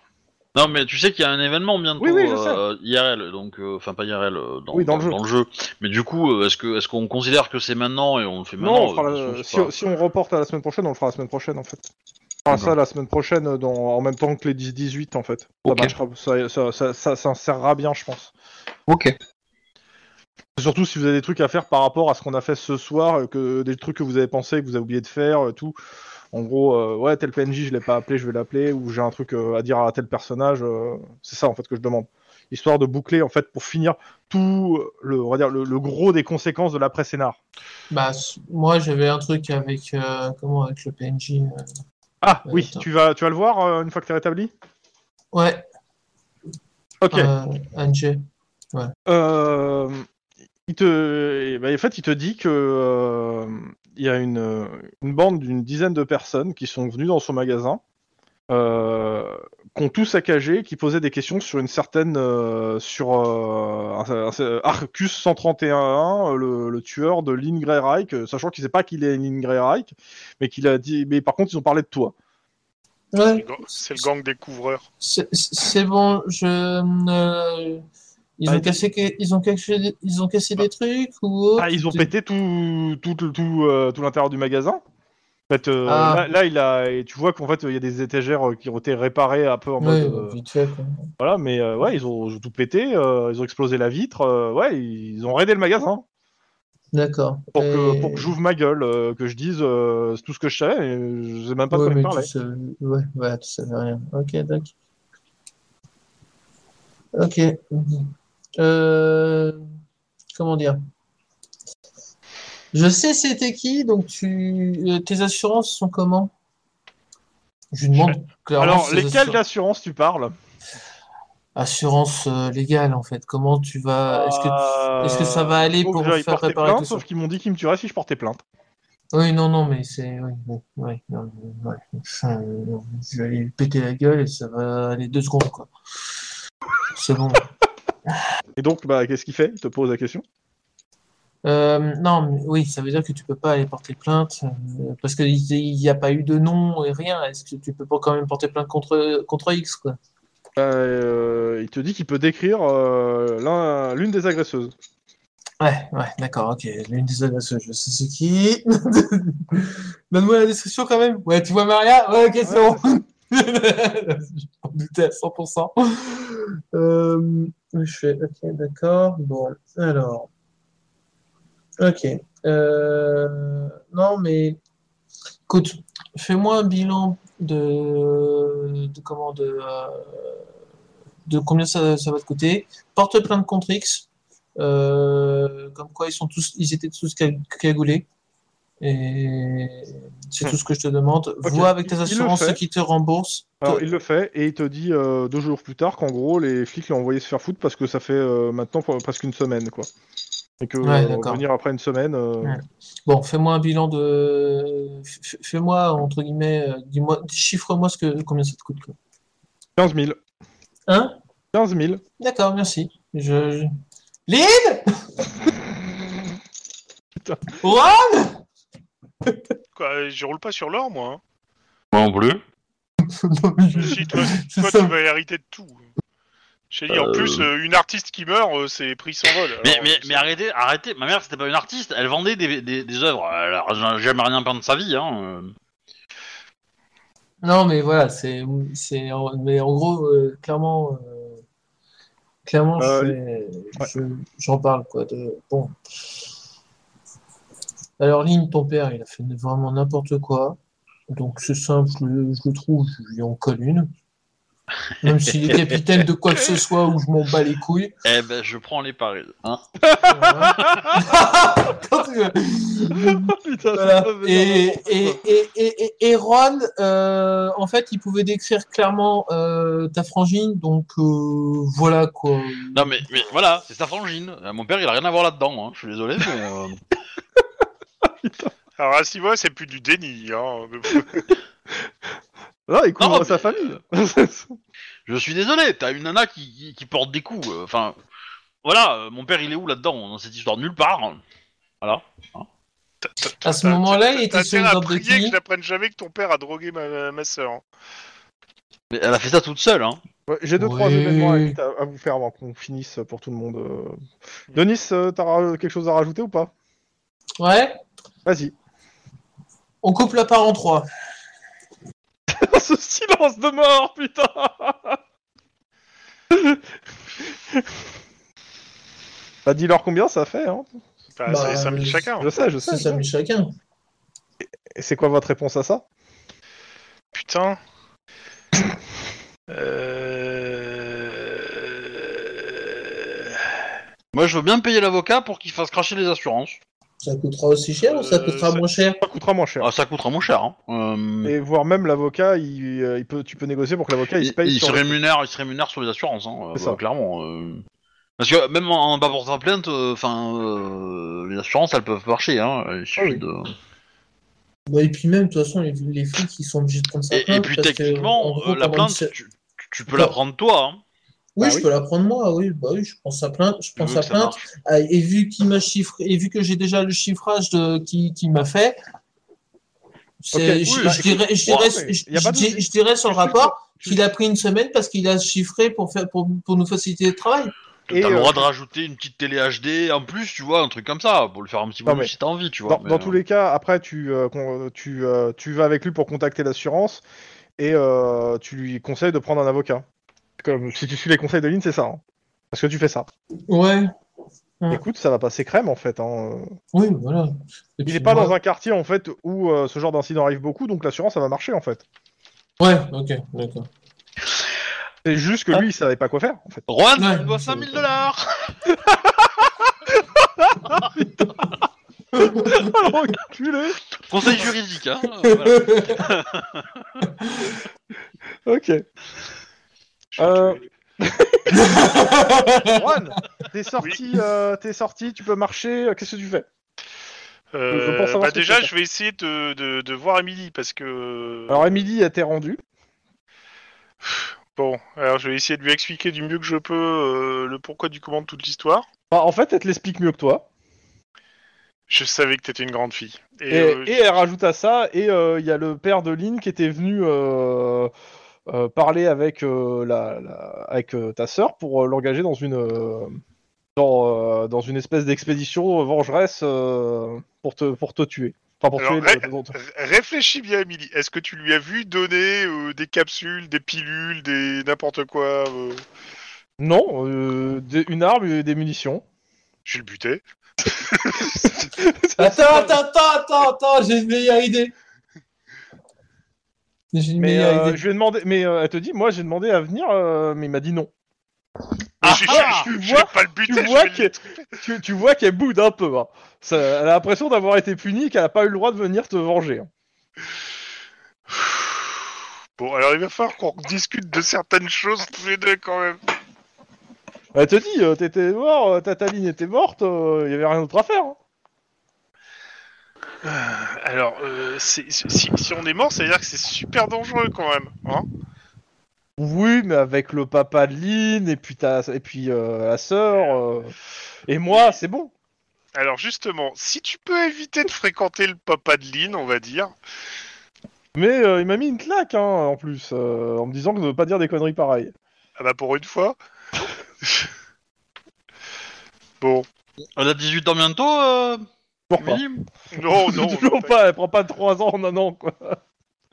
Non, mais tu sais qu'il y a un événement bientôt
Oui, oui, je
euh, IRL, donc euh, enfin pas IRL euh, dans,
Oui, dans le jeu.
Mais du coup, euh, est-ce que est-ce qu'on considère que c'est maintenant et on le fait maintenant
Non, on
euh,
fera
de
la-
toute
si,
façon, c'est
si on reporte à la semaine prochaine, on le fera la semaine prochaine en fait. On fera ça la semaine prochaine euh, dans, en même temps que les 10-18 en fait. Ça
Ok.
marchera- Ça, ça, ça, ça s'insérera bien, je pense.
Ok.
Surtout si vous avez des trucs à faire par rapport à ce qu'on a fait ce soir, euh, que des trucs que vous avez pensé, que vous avez oublié de faire, euh, tout. En gros, euh, ouais, tel PNJ, je l'ai pas appelé, je vais l'appeler, ou j'ai un truc euh, à dire à tel personnage. euh, c'est ça en fait que je demande. Histoire de boucler en fait pour finir tout euh, le, on va dire, le, le gros des conséquences de l'après scénar.
Bah, s- moi, j'avais un truc avec, euh, comment, avec le PNJ. euh.
Ah
Ouais,
oui,
attends.
tu vas, tu vas le voir euh, une fois que t'es rétabli.
Ouais,
Ok.
euh, Angie.
Euh, il te, eh ben, en fait, il te dit que euh, il y a une, euh, une bande d'une dizaine de personnes qui sont venues dans son magasin, euh, qui ont tout saccagé, qui posaient des questions sur une certaine, euh, sur euh, un- un- Arcus 131, euh, le, le tueur de Lynn Grey Reich, euh, sachant qu'il sait pas qu'il est Lynn Grey Reich, mais qu'il a dit, mais par contre, ils ont parlé de toi.
C'est le
Ouais,
gang- C'est le gang des couvreurs.
c'est- c'est bon, je. euh, ils,
Ah,
ont
ils-
cassé, que- ils ont cassé, des- ils ont cassé des trucs ou autre
Ah, ils ont
Des-
pété tout, tout, tout, tout, euh, tout l'intérieur du magasin. En fait, euh,
Ah.
là, là, il a, et tu vois qu'en fait, il y a des étagères euh, qui ont été réparées un peu en
Ouais,
mode, euh,
vite fait, quoi.
voilà, mais euh, ouais, ils ont, ils ont tout pété, euh, ils ont explosé la vitre, euh, ouais, ils ont raidé le magasin
D'accord.
pour que,
Et-
pour que j'ouvre ma gueule, euh, que je dise euh, c'est tout ce que je savais, et je sais même pas de
Ouais,
quoi
mais
ils
tu
parlaient.
savais- ouais, ouais, tu savais rien. Ok, doc. Ok. Euh, Comment dire? Je sais c'était qui, donc tu... euh, tes assurances sont comment? Je lui demande clairement
Alors,
ses
lesquelles
assur-
d'assurance tu parles
assurances euh, légales, en fait. Comment tu vas... Est-ce que,
Euh,
tu- est-ce que ça va aller
Faut que
pour
j'aille
faire
porter
réparer
plainte,
tout ça?
Sauf qu'ils m'ont dit qu'ils me tueraient si je portais plainte.
Oui, non, non, mais c'est. Oui, oui, oui, non, mais- ouais. Enfin, non, Je vais aller lui péter la gueule et ça va aller deux secondes, quoi. C'est bon.
Et donc, bah, qu'est-ce qu'il fait Il te pose la question.
Euh, non, mais oui, ça veut dire que tu peux pas aller porter plainte euh, parce qu'il n'y a pas eu de nom et rien. Est-ce que tu peux pas quand même porter plainte contre, contre X, quoi?
Bah, euh, il te dit qu'il peut décrire euh, l'un- l'une des agresseuses.
Ouais, ouais, d'accord, ok. L'une des agresseuses, je sais c'est qui. *laughs* Donne-moi la description quand même. Ouais, tu vois Maria? Ouais, ok, c'est
Ouais,
bon. *laughs* Je m'en doutais à 100%. Euh, je fais, ok, d'accord. Bon, alors. Ok. Euh, non, mais écoute, fais-moi un bilan de, de comment de, euh, de combien ça, ça va te coûter. Porte plainte contre X. Euh, comme quoi ils sont tous, ils étaient tous cag- cagoulés. Et c'est tout ce que je te demande.
Hum. Ok,
Vois avec
il-
tes
il le
assurances
fait.
ceux qui te remboursent.
Alors, il le fait et il te dit euh, deux jours plus tard qu'en gros, les flics l'ont envoyé se faire foutre parce que ça fait euh, maintenant pre- presque une semaine, quoi. Et que
Ouais,
euh,
d'accord.
revenir après une semaine. euh,
Ouais. Bon, fais-moi un bilan de. f- f- Fais-moi, entre guillemets, euh, dis-moi, chiffre-moi ce que, combien ça te coûte. Quoi.
15 000.
Hein?
15 000.
*laughs* D'accord, merci. Je. je- Lynn? *laughs*
Putain.
Ouah
Quoi, je roule pas sur
*laughs*
l'or, moi. hein.
Moi non plus.
*laughs* Non, mais je-
Si, toi,
C'est
toi,
ça.
tu vas hériter de tout. J'ai dit, en
Euh.
plus, euh, une artiste qui meurt, euh, ses prix s'envolent. Alors,
Mais, mais,
c'est-
mais arrêtez, arrêtez. Ma mère, c'était pas une artiste. Elle vendait des, des, des œuvres. Elle a jamais rien peint de sa vie. Hein. euh.
Non, mais voilà, c'est. c'est en- Mais en gros, euh, clairement. euh, Clairement, je
Euh,
fais- je- j'en parle, quoi. De... Bon. Alors, Lynn, ton père, il a fait vraiment n'importe quoi. Donc, c'est simple, je le je le trouve, je lui en colle une. Même s'il est capitaine de quoi que ce soit ou je m'en bats
*laughs*
les couilles.
Eh ben, je prends les paris. Hein.
Voilà. *laughs* Quand tu-
Putain,
*laughs*
Voilà. Et, et, et, et, et- et Ron, euh, en fait, il pouvait décrire clairement euh, ta frangine, donc euh, voilà quoi.
Non, mais, mais voilà, c'est sa frangine. Euh, Mon père, il a rien à voir là-dedans. Hein. Je suis désolé, mais. euh, *laughs*
ah, Alors, à six mois, c'est plus du déni. Hein.
Non, il couvre
Non,
sa
mais-
famille. *laughs*
Je suis désolé, t'as une nana qui, qui, qui porte des coups. euh, Enfin, voilà, euh, mon père il est où là-dedans dans cette histoire Nulle part.
T'as-
À ce
t'as-
moment-là, il
t'as-
était
t'as
sous
intérêt
le
à
ordre de
prier que
qui
je n'apprenne jamais que ton père a drogué ma, hein. ma soeur.
Mais elle a fait ça toute seule, hein.
Ouais, J'ai deux, trois
Ouais.
événements à, à- à vous faire avant qu'on finisse pour tout le monde. euh. Denis, euh, t'as ra- quelque chose à rajouter ou pas
Ouais,
Vas-y.
on coupe la part en trois.
Ce silence de mort, putain *laughs* Bah dis-leur combien ça fait, hein
Enfin,
Bah,
c'est 5000
euh,
chacun. hein.
Je sais, je sais.
C'est
je sais.
ça, mais chacun.
Et c'est quoi votre réponse à ça
Putain. Euh...
Moi je veux bien payer l'avocat pour qu'il fasse cracher les assurances.
Ça coûtera aussi cher ou ça
Euh,
coûtera
ça-
moins cher
Ça coûtera moins cher.
Ah, ça coûtera moins cher. Hein. Euh,
Et voire même l'avocat, il, euh, il peut, tu peux négocier pour que l'avocat il,
il,
se paye.
il
sur-
se rémunère, il se rémunère sur les assurances, hein,
C'est
bah,
ça.
clairement. euh. Parce que même en, en bas pour sa plainte, euh, enfin, euh, les assurances, elles peuvent marcher. Hein. Il suffit
Ah oui.
de...
Bah, Et puis même, de toute façon, les, les flics, ils sont obligés de prendre sa
et, et
plainte
puis
parce que, en
techniquement,
gros,
euh, la
pendant une
plainte,
se-
tu, tu- tu peux la prendre toi. Hein.
Oui,
Bah
je
oui.
peux la prendre moi, oui, bah oui, je prends sa plainte, je prends
Tu veux
sa
que ça
plainte,
marche.
Ah, et vu qu'il m'a chiffré, et vu que j'ai déjà le chiffrage de qui, qui m'a fait, c'est-
Ok, oui,
je,
bah,
je dirais, je dirais,
écoute, ouais,
je-
y a pas de
je-
souci.
je dirais sur le
Je suis
rapport
je suis
qu'il a pris une semaine parce qu'il a chiffré pour faire, pour, pour nous faciliter le travail.
Et,
T'as le
euh,
droit de rajouter une petite télé HD en plus, tu vois, un truc comme ça, pour le faire un petit
Non,
peu
mais-
si t'as envie, tu vois.
Dans,
mais,
dans
euh,
tous les cas, après, tu, euh, con- tu, euh, tu vas avec lui pour contacter l'assurance et euh, tu lui conseilles de prendre un avocat. Comme si tu suis les conseils de Lynn, c'est ça. hein. Parce que tu fais ça.
Ouais, Mm.
Écoute, ça va passer crème en fait. hein.
oui, voilà. Et
Il
puis
n'est pas
moi-
dans un quartier en fait où euh, ce genre d'incident arrive beaucoup, donc l'assurance ça va marcher en fait.
Ouais, ok, d'accord.
C'est juste que lui, il savait pas quoi faire
*laughs*
en fait.
Juan,
Ouais.
tu me dois 5000 dollars
Alors, enculé
Conseil juridique,
*laughs*
hein. euh, voilà.
Ok. Euh, Juan, t'es sorti, euh, t'es sorti, tu peux marcher, euh, qu'est-ce que tu fais
Euh,
je pense savoir
bah
ce que
déjà,
c'est.
je vais essayer de, de, de voir Emily parce que
Alors Emily, elle t'est rendue.
bon, alors je vais essayer de lui expliquer du mieux que je peux euh, le pourquoi du comment de toute l'histoire.
Bah, en fait, elle te l'explique mieux que toi.
Je savais que t'étais une grande fille. Et,
Et,
euh,
et elle rajoute à ça, et euh, il y a le père de Lynn qui était venu euh, euh, parler avec, euh, la, la- avec euh, ta sœur pour euh, l'engager dans une euh, dans, euh, dans une espèce d'expédition vengeresse euh, pour te pour te tuer. Enfin pour
Alors,
tuer. le-
ré-
ton- ton-
r- réfléchis bien, Emily. Est-ce que tu lui as vu donner euh, des capsules, des pilules, des n'importe quoi euh,
Non, euh, des- une arme et des munitions.
Je vais le buter.
Attends, attends, attends, attends, attends, j'ai une meilleure idée. J'ai une
Mais
meilleure
euh,
idée.
je lui ai demandé. Mais euh, elle te dit, moi j'ai demandé à venir, euh, mais il m'a dit non.
Ah,
je,
ah,
je-
tu
je
vois-
vais pas le buter.
tu
je
vois
vais le-
que- Tu, tu vois qu'elle boude un peu. hein. Ça- elle a l'impression d'avoir été punie, qu'elle a pas eu le droit de venir te venger. hein.
Bon, alors il va falloir qu'on discute de certaines choses tous les deux quand même.
Elle te dit, euh, t'étais mort, euh, Tataline était morte, euh, il y avait rien d'autre à faire. hein.
Alors, euh, c'est- si, si on est mort, ça veut dire que c'est super dangereux quand même. Hein
Oui, mais avec le papa de Lynn, et puis, ta, et puis euh, la sœur, euh, et moi, c'est bon.
alors justement, si tu peux éviter de fréquenter le papa de Lynn, on va dire.
Mais euh, il m'a mis une claque, hein, en plus, euh, en me disant que de ne pas dire des conneries pareilles.
Ah bah pour une fois. bon.
Elle a 18 ans bientôt, euh,
Toujours pas.
Emily
oh Non,
*laughs*
non. on
Toujours
va
pas, elle prend pas 3 ans en un an, quoi.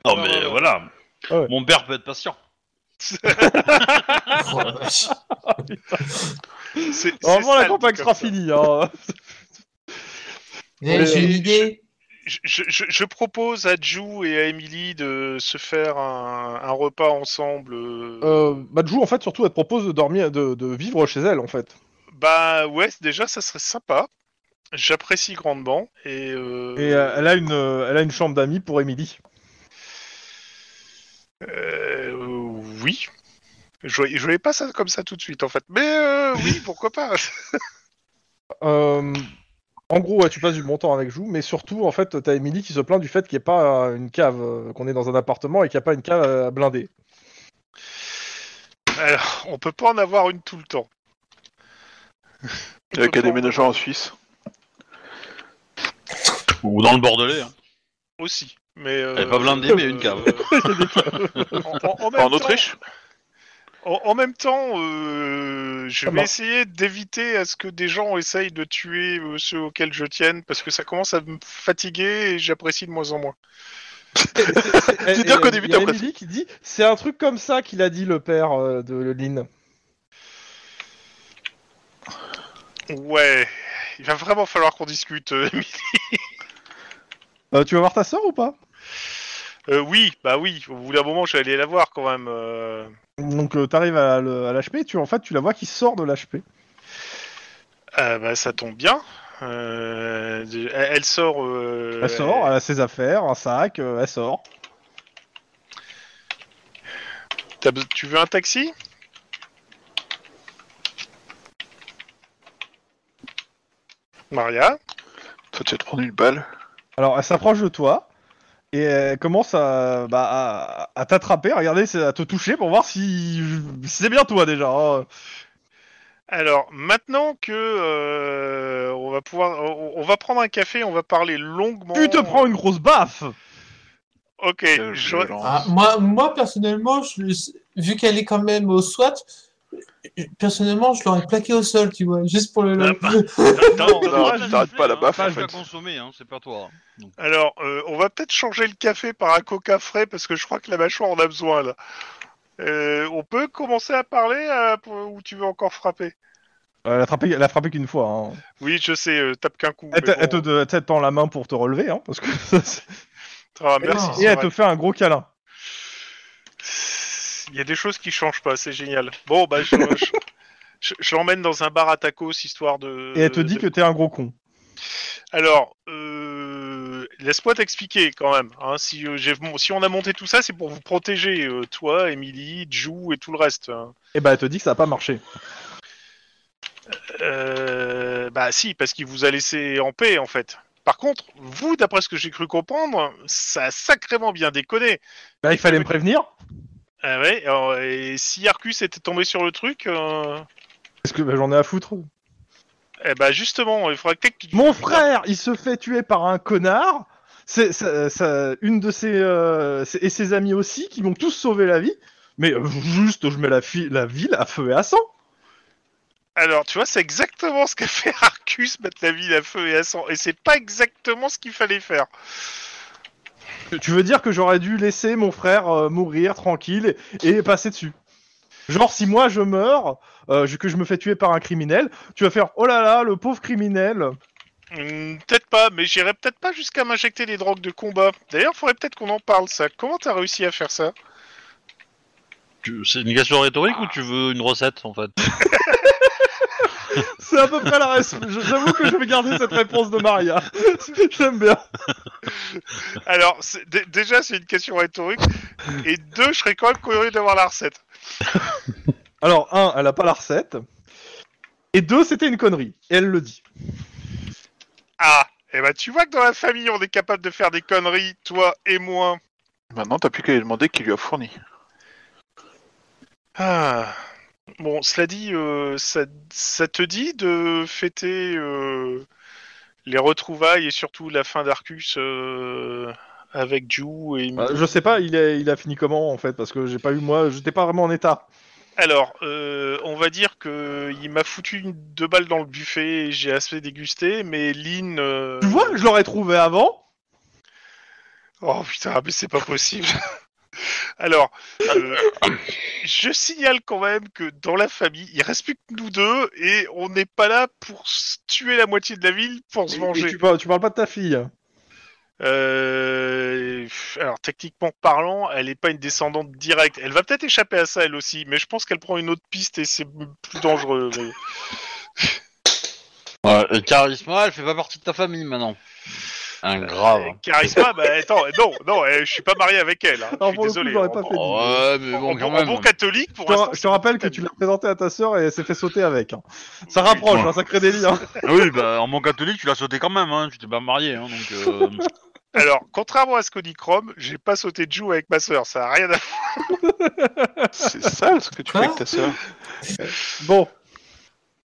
Non, mais voilà.
Ah ouais.
Euh, Mon père peut être patient.
Oh, la vache.
C'est, c'est
Normalement, la
sale,
campagne
comme
sera
ça.
finie,
*laughs*
hein.
Eh, *laughs* J'ai une idée.
Je, je- je propose à Jou et à Emily de se faire un, un repas ensemble. euh,
Euh, Badjou, en fait, surtout, elle te propose de dormir, de, de vivre chez elle, en fait.
Bah ouais, déjà ça serait sympa. J'apprécie grandement et. euh,
Et euh, elle, a une, euh, elle a une chambre d'amis pour Émilie.
euh, oui. Je voyais, je voyais
*laughs*
pas ça comme ça tout de suite en fait, mais euh, oui, pourquoi pas.
Euh, En gros, ouais, tu passes du bon temps avec Jou, mais surtout, en fait, t'as Émilie qui se plaint du fait qu'il n'y ait pas euh, une cave, euh, qu'on est dans un appartement et qu'il n'y a pas une cave euh,
*laughs*
blindée.
Alors, on peut pas en avoir une tout le temps.
Il y a qu'à déménager en Suisse.
Ou dans le Bordelais. hein.
Aussi. Mais euh,
Elle est pas blindée, mais une cave.
en, en- en
Bah,
même
En
temps-
Autriche
En, en même temps, euh, je
Ah
vais
bah.
essayer d'éviter à ce que des gens essayent de tuer euh, ceux auxquels je tienne, parce que ça commence à me fatiguer et j'apprécie de moins en moins.
Et-
Dis donc
et-
au début,
il y a
t'as
Émilie qui dit c'est un truc comme ça qu'il a dit le père euh, de Lynn.
Ouais, il va vraiment falloir qu'on discute. euh, Émilie.
Euh, tu vas voir ta sœur ou pas
Euh, oui, bah oui, au bout d'un moment, je vais aller la voir quand même. euh.
Donc euh, t'arrives à, le- à l'HP, tu en fait tu la vois qui sort de l'HP.
Ah, bah, ça tombe bien. Euh, elle- elle sort. euh,
Elle sort, elle a ses affaires, un sac, euh, elle sort.
T'as be- Tu veux un taxi Maria
Toi, tu vas te prendre une balle.
Alors elle s'approche de toi et elle commence à, bah, à, à t'attraper, regardez, c'est- à te toucher pour voir si, si c'est bien toi déjà. hein.
Alors, maintenant que euh, on va pouvoir, on, on va prendre un café, on va parler longuement.
Tu te prends une grosse baffe
Ok,
Quelle
je-
violence.
Ah, moi, moi, personnellement, je- vu qu'elle est quand même au SWAT, personnellement, je l'aurais plaqué au sol, tu vois, juste pour le.
Ah bah. *laughs*
Non, non, t'arrêtes pas la baffe, en
Je vais
fait.
consommer, hein, c'est pas toi. hein.
Alors, euh, on va peut-être changer le café par un coca frais parce que je crois que la mâchoire en a besoin là. Euh, on peut commencer à parler euh, pour- ou tu veux encore frapper
Euh, Elle a frappé, elle a frappé qu'une fois. hein.
Oui, je sais, euh, tape qu'un coup.
Elle, te,
mais
elle
bon.
te- elle te tend la main pour te relever, hein, parce que *laughs*
Ah,
Non.
merci.
et
c'est
elle
vrai.
te fait un gros câlin.
Il y a des choses qui changent pas, c'est génial. Bon, bah, je, je, je- je l'emmène dans un bar à tacos histoire de.
Et elle te dit
de-
que t'es un gros con.
Alors, euh, laisse-moi t'expliquer quand même. hein, si, euh, j'ai- si on a monté tout ça, c'est pour vous protéger, euh, toi, Émilie, Jou et tout le reste. hein.
Et bah elle te dit que ça a pas marché.
Euh, bah si, parce qu'il vous a laissé en paix en fait. Par contre, vous, d'après ce que j'ai cru comprendre, ça a sacrément bien déconné.
Bah il fallait me prévenir.
Ah ouais, alors, et si Arcus était tombé sur le truc, euh,
Parce que bah, j'en ai à foutre.
eh bah justement, il faudrait peut-être que tu...
Mon frère, il se fait tuer par un connard. C'est ça- ça- une de ses euh, ses- et ses amis aussi qui m'ont tous sauvé la vie. Mais euh, juste, je mets la, fi- la ville à feu et à sang.
Alors, tu vois, c'est exactement ce qu'a fait *laughs* Arcus, mettre la ville à feu et à sang. Et c'est pas exactement ce qu'il fallait faire.
Tu- Tu veux dire que j'aurais dû laisser mon frère euh, mourir tranquille et, et passer dessus Genre, si moi je meurs, euh, je- que je me fais tuer par un criminel, tu vas faire oh là là, le pauvre criminel. *laughs*
Hmm, peut-être pas, mais j'irai peut-être pas jusqu'à m'injecter des drogues de combat. D'ailleurs, faudrait peut-être qu'on en parle, ça. Comment t'as réussi à faire ça
Tu- C'est une question rhétorique ou tu veux une recette en fait
C'est à peu près la réponse. J'avoue que je vais garder cette réponse de Maria. *laughs* J'aime bien.
Alors, c'est- dé- déjà, c'est une question rhétorique. Et deux, je serais quand même curieux d'avoir la recette.
Alors, un, elle a pas la recette. Et deux, c'était une connerie. Et elle le dit.
Ah Eh ben, tu vois que dans la famille, on est capable de faire des conneries, toi et moi.
Maintenant, t'as plus qu'à lui demander qui lui a fourni.
Ah. Bon, cela dit, euh, ça, ça te dit de fêter euh, les retrouvailles et surtout la fin d'Arcus euh, avec Ju et...
Euh, je sais pas, il a, il a fini comment en fait, parce que j'ai pas eu moi, j'étais pas vraiment en état.
Alors, euh, on va dire que il m'a foutu une, deux balles dans le buffet et j'ai assez dégusté, mais Lynn... euh,
Tu vois, je l'aurais trouvé avant.
Oh putain, mais c'est pas possible. *laughs* Alors, euh, je signale quand même que dans la famille, il reste plus que nous deux et on n'est pas là pour s- tuer la moitié de la ville pour se
Et- et
venger.
tu, parles, tu parles pas de ta fille.
Euh, pff, alors, techniquement parlant, elle n'est pas une descendante directe. Elle va peut-être échapper à ça elle aussi, mais je pense qu'elle prend une autre piste et c'est plus dangereux. mais-
Ouais, et Charisma, elle fait pas hein. partie de ta famille maintenant. Un grave.
Charisma, bah attends, non, non, euh, je suis pas marié avec elle. hein. Je
Alors,
suis
pour le coup,
désolé.
j'aurais
En-
pas
Euh,
fait
en-
Ah Ouais, mais bon,
en-
quand
en
même.
bon catholique, pour
Je te,
l'instant.
je te rappelle que
c'est
tu l'as présenté à ta sœur et elle s'est fait sauter avec. hein. Ça rapproche,
Ouais.
hein, ça crée des liens.
oui,
*laughs*
bah, en bon catholique, tu l'as sauté quand même, hein. Tu t'es pas marié, hein, donc. euh,
Alors, contrairement à ce que dit Chrome, j'ai pas sauté de joue avec ma sœur, ça a rien à *laughs*
C'est sale ce que tu fais avec ta sœur.
Bon.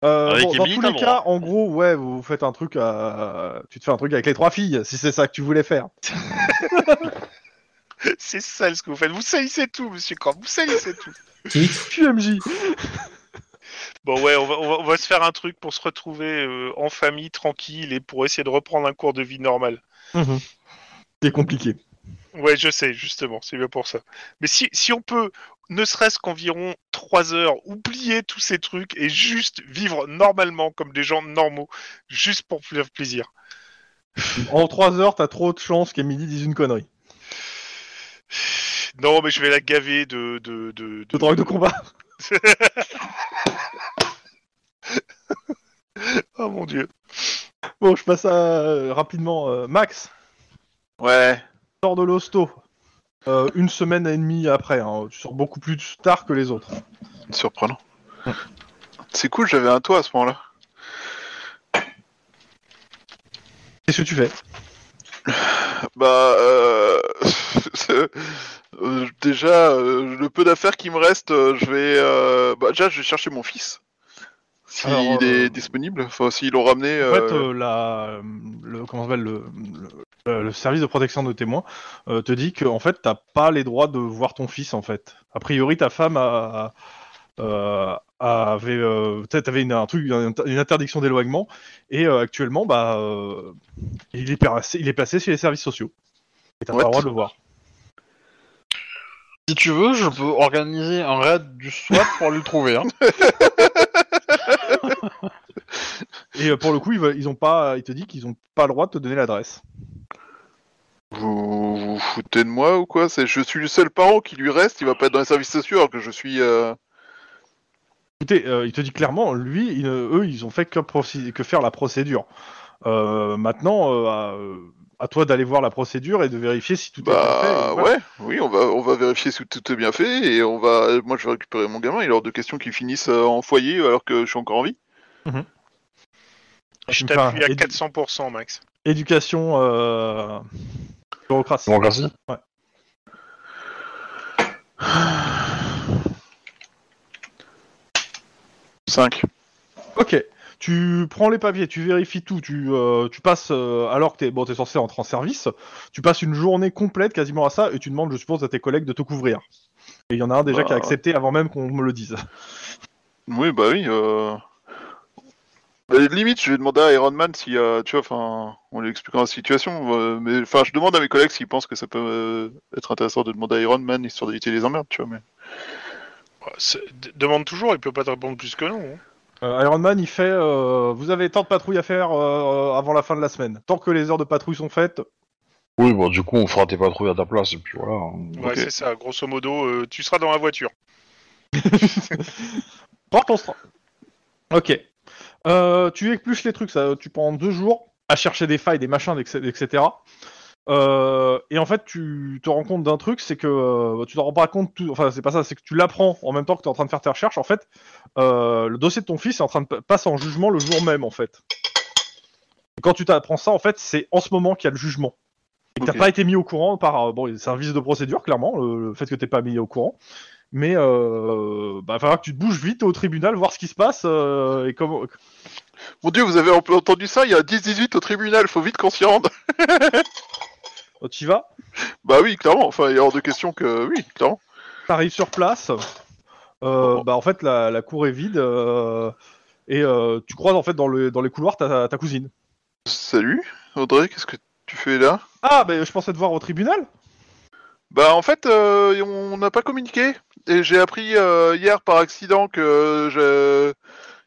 Euh,
Avec
bon,
les
dans
billes,
tous
t'as
les
le
cas, en gros, ouais, vous faites un truc, à- tu te fais un truc avec les trois filles, si c'est ça que tu voulais faire.
C'est sale ce que vous faites. Vous salissez tout, monsieur Chrome, vous salissez tout.
Titre.
QMJ.
Bon, ouais, on va, on va- on va se faire un truc pour se retrouver euh, en famille, tranquille, et pour essayer de reprendre un cours de vie normal.
C'est compliqué.
Ouais, je sais, justement, c'est bien pour ça. Mais si, si on peut, ne serait-ce qu'environ 3 heures, oublier tous ces trucs et juste vivre normalement comme des gens normaux, juste pour faire plaisir.
En trois heures, t'as trop de chance qu'Emily dise une connerie.
Non, mais je vais la gaver de. de, de,
De drogue de combat. *laughs*
Oh mon dieu.
Bon, je passe à, euh, rapidement. euh, Max,
Ouais.
sort de l'hosto. Euh, une semaine et demie après, hein, tu sors beaucoup plus tard que les autres.
Surprenant.
Hum.
C'est cool, j'avais un toit à ce moment-là.
Qu'est-ce que tu fais
Bah, euh... *laughs* euh, déjà, euh, le peu d'affaires qui me reste, euh, je vais, euh, bah, déjà, je vais chercher mon fils. S'il
Alors, euh,
est disponible, enfin, s'ils l'ont ramené.
En fait,
euh,
euh, la, euh, le, comment ça s'appelle, le, euh, le- le service de protection de témoins euh, te dit que en fait, t'as pas les droits de voir ton fils. En fait, a priori, ta femme a, euh, avait, euh, t'as- t'avais une, un truc, un- une interdiction d'éloignement, et euh, actuellement, bah, euh, il est placé, il est placé chez les services sociaux. Et t'as pas
What
le droit de le voir.
*laughs* Si tu veux, je peux organiser un raid du SWAT pour aller le trouver, hein.
Et euh, pour le coup, ils, veulent- ils ont pas, il te dit qu'ils ont pas le droit de te donner l'adresse.
Vous vous foutez de moi ou quoi C'est je suis le seul parent qui lui reste. Il va pas être dans les services sociaux alors que je suis. euh,
Écoutez, euh, il te dit clairement, lui, il, euh, eux, ils ont fait que, procé- que faire la procédure. Euh, maintenant, euh, à, euh, à toi d'aller voir la procédure et de vérifier si tout est bien fait.
Bah
et voilà.
ouais, oui, on va on va vérifier si tout est bien fait et on va. Moi, je vais récupérer mon gamin. Il est hors de question qu'il finisse euh, en foyer alors que je suis encore en vie.
Je
me fais un-
t'appuie à
et-
400%, Max.
Éducation, euh, bureaucratie.
Démocratie
Ouais.
Cinq.
Ok. Tu prends les papiers, tu vérifies tout, tu, euh, tu passes, euh, alors que t'es bon, t'es censé entrer en service, tu passes une journée complète quasiment à ça et tu demandes, je suppose, à tes collègues de te couvrir. Et il y en a un déjà
Bah,
qui a
ouais.
accepté avant même qu'on me le dise.
Oui, bah oui. Euh... Bah, limite, je vais demander à Iron Man si, euh, tu vois, enfin, on lui expliquera la situation. euh, mais enfin, je demande à mes collègues s'ils pensent que ça peut euh, être intéressant de demander à Iron Man histoire d'éviter les emmerdes, tu vois. Mais...
Ouais, c'est- d- Demande toujours, il peut pas te répondre plus que non. hein.
Euh, Iron Man, il fait euh, Vous avez tant de patrouilles à faire euh, avant la fin de la semaine. Tant que les heures de patrouille sont faites,
Oui, bon, du coup, on fera tes patrouilles à ta place, et puis voilà. hein.
Ouais, c'est ça, grosso modo, euh, tu seras dans la voiture.
prends ton stra- Ok. Euh, tu épluches les trucs, ça, tu prends deux jours à chercher des failles, des machins, etc. etc. Euh, et en fait, tu te rends compte d'un truc, c'est que euh, tu te rends pas compte, tout... enfin, c'est pas ça, c'est que tu l'apprends en même temps que tu es en train de faire tes recherches. En fait, euh, le dossier de ton fils est en train de pa- passer en jugement le jour même, en fait. Et quand tu t'apprends ça, en fait, c'est en ce moment qu'il y a le jugement. Et que t'as
Ok.
pas été mis au courant par. euh, bon, c'est un vice de procédure, clairement, le, le fait que t'es pas mis au courant. Mais euh, bah, falloir que tu te bouges vite au tribunal, voir ce qui se passe euh, et comment.
Mon Dieu, vous avez en- entendu ça Il y a un 10-18 au tribunal. Faut vite qu'on s'y rende. *laughs*
Oh, T'y vas
Bah oui, clairement. Enfin, il est hors de question que oui, clairement.
T'arrives sur place. euh,
Oh.
Bah en fait la, la cour est vide euh, et euh, tu croises en fait dans, le, dans les couloirs ta, ta cousine.
Salut, Audrey. Qu'est-ce que tu fais là
Ah bah je pensais te voir au tribunal.
Bah en fait, euh, on n'a pas communiqué. Et j'ai appris euh, hier par accident que euh, je,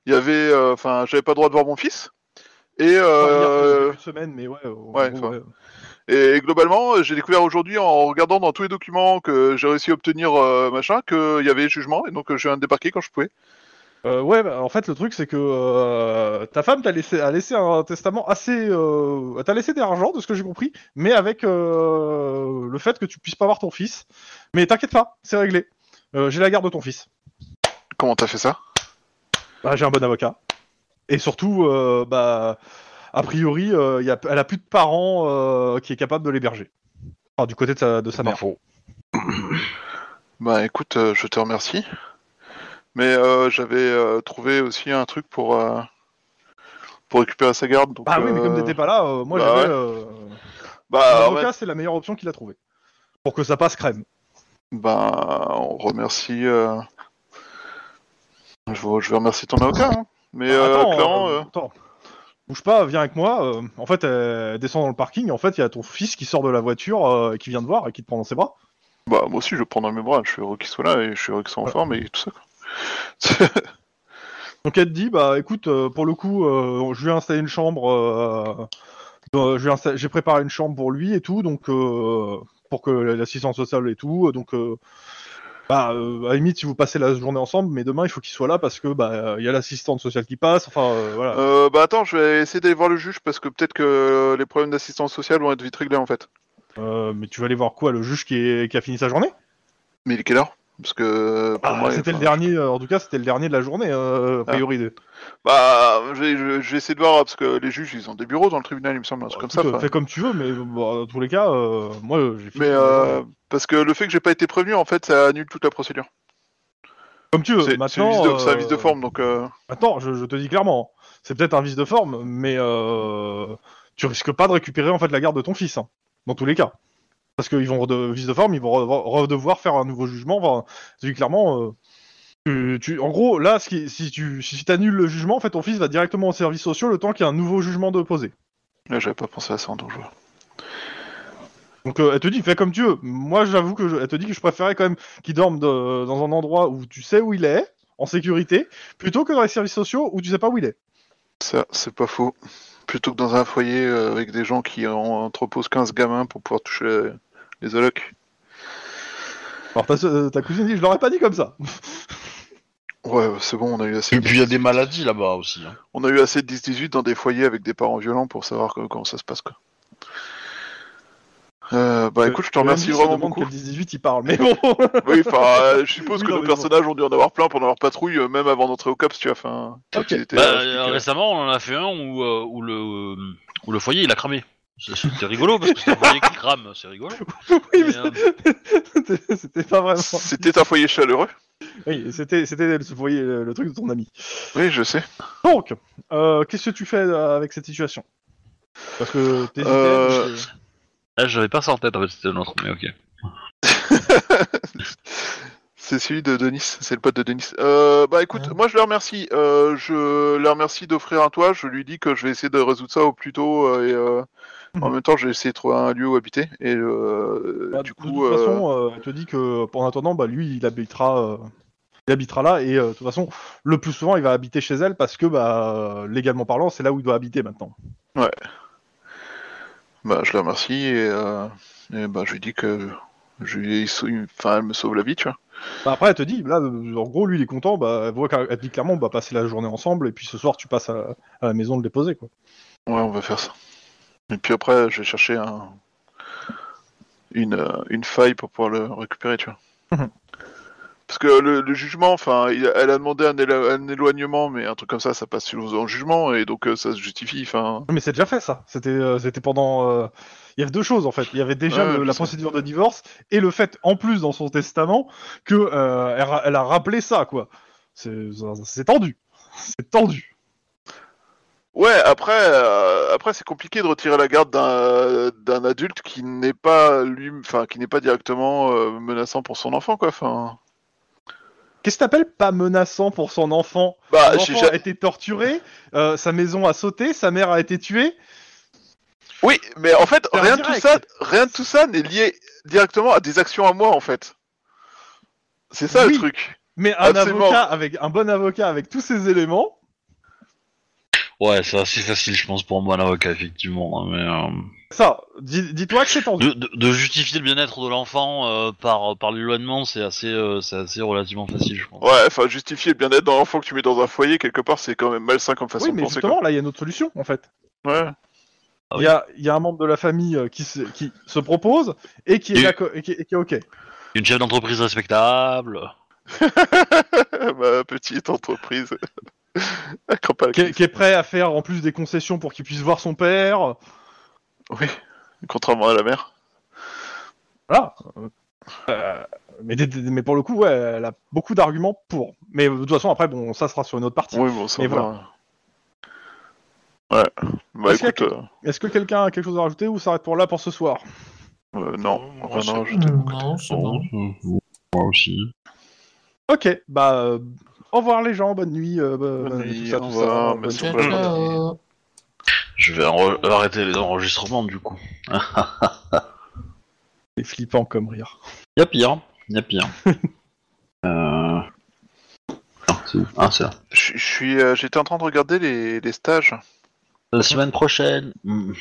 il y avait, euh, enfin, j'avais pas le droit de voir mon fils. Et,
Enfin, hier,
euh,
c'est début de semaine mais ouais. en
ouais,
gros,
enfin. et, globalement, euh, j'ai découvert aujourd'hui en regardant dans tous les documents que j'ai réussi à obtenir euh, machin qu'il y avait jugement et donc euh, je viens de débarquer quand je pouvais.
Euh, ouais, bah, en fait, le truc, c'est que euh, ta femme t'a laissé, a laissé un testament assez. Euh, elle t'a laissé de l'argent, de ce que j'ai compris, mais avec euh, le fait que tu puisses pas voir ton fils. Mais t'inquiète pas, c'est réglé. Euh, j'ai la garde de ton fils.
Comment t'as fait ça
Bah, j'ai un bon avocat. Et surtout, euh, bah, a priori, euh, y a, elle a plus de parents euh, qui est capable de l'héberger. Enfin, du côté de sa, de sa mère.
Bah écoute, euh, je te remercie. Mais euh, j'avais euh, trouvé aussi un truc pour, euh, pour récupérer sa garde. Donc,
Bah oui, mais comme
euh,
t'étais pas là, euh, moi
bah
j'avais.
ouais.
euh,
Bah, en
l'avocat, c'est la meilleure option qu'il a trouvée. Pour que ça passe crème.
Bah, on remercie. euh, Je, vais, je vais remercier ton avocat. hein. Mais euh,
attends,
clairement,
euh,
euh,
attends. Bouge pas, viens avec moi. euh, en fait, elle descend dans le parking. En fait, il y a ton fils qui sort de la voiture, euh, qui vient te voir et qui te prend dans ses bras.
bah, moi aussi, je le prends dans mes bras. Je suis heureux qu'il soit là et je suis heureux qu'il soit en forme et tout ça. quoi.
Donc elle te dit, bah écoute, euh, pour le coup, euh, je lui ai installé une chambre, euh, euh, je lui ai insta- j'ai préparé une chambre pour lui et tout, donc euh, pour que l'assistance sociale et tout, donc euh, bah euh, à la limite si vous passez la journée ensemble, mais demain il faut qu'il soit là parce que bah euh, il y a l'assistante sociale qui passe, enfin euh, voilà.
*laughs* Euh, bah, attends, je vais essayer d'aller voir le juge parce que peut-être que les problèmes d'assistance sociale vont être vite réglés en fait.
Euh, mais tu vas aller voir quoi, le juge qui, est- qui a fini sa journée
Mais il est quelle heure Parce que. pour
Ah,
moi,
C'était le
enfin,
dernier, euh, en tout cas c'était le dernier de la journée euh, a
Ah.
priori.
Bah, je vais, je- je vais essayer de voir parce que les juges, ils ont des bureaux dans le tribunal, il me semble, un truc comme ça.
Écoute, euh,
enfin.
fais comme tu veux, mais bon, dans tous les cas, euh, moi j'ai fini
Mais
la
euh,
journée.
parce que le fait que j'ai pas été prévenu, en fait, ça annule toute la procédure.
comme tu veux.
C'est c'est un
Maintenant,
vice de- c'est un vice de
euh,
forme, donc. euh,
Attends, je, je te dis clairement, c'est peut-être un vice de forme, mais euh, tu risques pas de récupérer en fait la garde de ton fils, hein, dans tous les cas. Parce qu'ils vont, de vice de forme, ils vont re- re- redevoir faire un nouveau jugement. Enfin, je dis clairement, euh, tu, tu- en gros, là, ce qui- si tu si annules le jugement, en fait, ton fils va directement aux services sociaux le temps qu'il y a un nouveau jugement de poser.
Là, j'avais pas pensé à ça en tant que joueur.
Donc euh, elle te dit, fais comme tu veux. Moi, j'avoue que je, elle te dit que je préférais quand même qu'il dorme de- dans un endroit où tu sais où il est, en sécurité, plutôt que dans les services sociaux où tu sais pas où il est.
Ça, c'est pas faux. Plutôt que dans un foyer euh, avec des gens qui en- entreposent 15 gamins pour pouvoir toucher euh, les allocs.
Alors ta, so- ta cousine dit, je l'aurais pas dit comme
Bah,
ça.
Ouais, c'est bon, on a eu assez.
Et
de-
puis il y a des maladies là-bas aussi. hein.
On a eu assez de 10-18 dans des foyers avec des parents violents pour savoir que- comment ça se passe, quoi. Euh, bah écoute, je te
Le
remercie
MJ se
vraiment
demande
beaucoup.
quel 18 il parle, mais bon.
Oui, enfin, euh, je suppose
Oui,
que
non,
nos
mais bon.
personnages ont dû en avoir plein pendant leur patrouille, euh, même avant d'entrer au COPS, tu vois. Enfin, quand ils étaient,
Bah,
euh,
euh,
flics, euh.
récemment, on en a fait un où, euh, où le, euh, où le foyer il a cramé. C'est- C'était rigolo parce que c'est un foyer qui crame, c'est *laughs* rigolo.
*laughs* oui,
mais, euh,
mais c'était- c'était pas vraiment.
euh, C'était un foyer chaleureux.
Oui, c'était, c'était vous voyez, le, le truc de ton ami.
Oui, je sais.
Donc, euh, qu'est-ce que tu fais euh, avec cette situation Parce que t'hésitais.
Euh,
parce que-
Ah, j'avais pas ça en tête, en fait, c'était l'autre, mais ok.
C'est celui de Denis, c'est le pote de Denis. Euh, bah écoute,
Ouais.
moi je le remercie. Euh, je le remercie d'offrir un toit. Je lui dis que je vais essayer de résoudre ça au plus tôt. euh, et euh, en
Mhm.
même temps, j'ai essayé de trouver un lieu où habiter. Et euh,
bah,
du
de
coup,
toute
euh,
façon, euh, elle te dit que, en attendant, bah lui, il habitera. euh, Il habitera là et euh, de toute façon, le plus souvent, il va habiter chez elle parce que, bah, euh, légalement parlant, c'est là où il doit habiter maintenant.
bah, je le remercie et, euh, et bah, je lui dis que je lui ai sau- enfin, elle me sauve la vie, tu vois.
Bah, après, elle te dit, là, euh, en gros, lui, il est content, bah, elle voit qu'elle elle te dit clairement, bah, passer la journée ensemble, et puis ce soir, tu passes à, à la maison de déposer, quoi.
Ouais, on va faire ça. Et puis après, je vais chercher un... une, euh, une faille pour pouvoir le récupérer, tu vois.
Mhm.
Parce que le, le jugement, enfin, il a- elle a demandé un, élo- un éloignement, mais un truc comme ça, ça passe sous en jugement, et donc euh, ça se justifie, enfin...
Mais c'est déjà fait, ça. C'était, euh, c'était pendant, euh, il y avait deux choses, en fait. Il y avait déjà
Ouais,
le-
je
la
sais.
procédure de divorce, et le fait, en plus, dans son testament, que, euh, elle, ra- elle a rappelé ça, quoi. C'est, c'est tendu. C'est tendu.
Ouais, après, euh, après c'est compliqué de retirer la garde d'un d'un adulte qui n'est pas lui, enfin, qui n'est pas directement euh, menaçant pour son enfant, quoi, enfin...
Qu'est-ce que t'appelles pas menaçant pour son enfant
Bah,
Son
j'ai
enfant
ja-
a été torturé, euh, sa maison a sauté, sa mère a été tuée.
Oui, mais en fait,
C'est
rien de, tout
indirect.
ça, rien de tout ça n'est lié directement à des actions à moi, en fait. C'est ça
Oui.
le truc.
Mais un
Absolument.
avocat avec un bon avocat avec tous ces éléments,
Ouais, c'est assez facile, je pense, pour moi, l'avocat, effectivement. hein, Mais, euh,
Ça, dis- dis-toi que c'est tendu.
de, de- de justifier le bien-être de l'enfant euh, par, par l'éloignement, c'est assez, euh, c'est assez relativement facile, je pense.
Ouais, enfin, justifier le bien-être d'un enfant que tu mets dans un foyer, quelque part, c'est quand même malsain comme façon
Oui,
de
mais
penser.
justement, là, il y a une autre solution, en fait.
quoi. Ouais.
Ah
Il y, a, il y a un membre de la famille euh, qui se, qui se propose et qui est,
Et-
d'accord- et qui, et qui est OK.
Une chef d'entreprise respectable.
*laughs* Ma petite entreprise. *laughs* Elle craint pas la
Qui est,
crise.
qui est prêt à faire en plus des concessions pour qu'il puisse voir son père.
Oui, contrairement à la mère.
Voilà. Euh, mais, des- des- mais pour le coup, ouais, elle a beaucoup d'arguments pour. Mais euh, de toute façon, après, bon, ça sera sur une autre partie.
Oui, bon, ça
Et
va. Ouais. Bah
Est-ce
écoute,
Est-ce que quelqu'un a quelque chose à rajouter ou s'arrête pour là pour ce soir
euh, euh,
Oh,
non.
Moi,
Enfin,
c'est
non,
bon.
je-
Non, c'est bon.
Moi aussi.
Ok, bah euh, au revoir les gens, bonne nuit. euh, bah,
Bonne
bah,
nuit,
tout ça,
au
tout
revoir,
ça, bonne
merci
nuit.
pour la journée.
Ciao.
Je vais enre- arrêter les enregistrements, du coup. *laughs*
C'est flippant comme rire.
Y'a pire, y'a pire. euh... Ah, c'est où Ah, c'est là.
je je suis, euh, j'étais en train de regarder les, les stages.
La semaine prochaine. mm.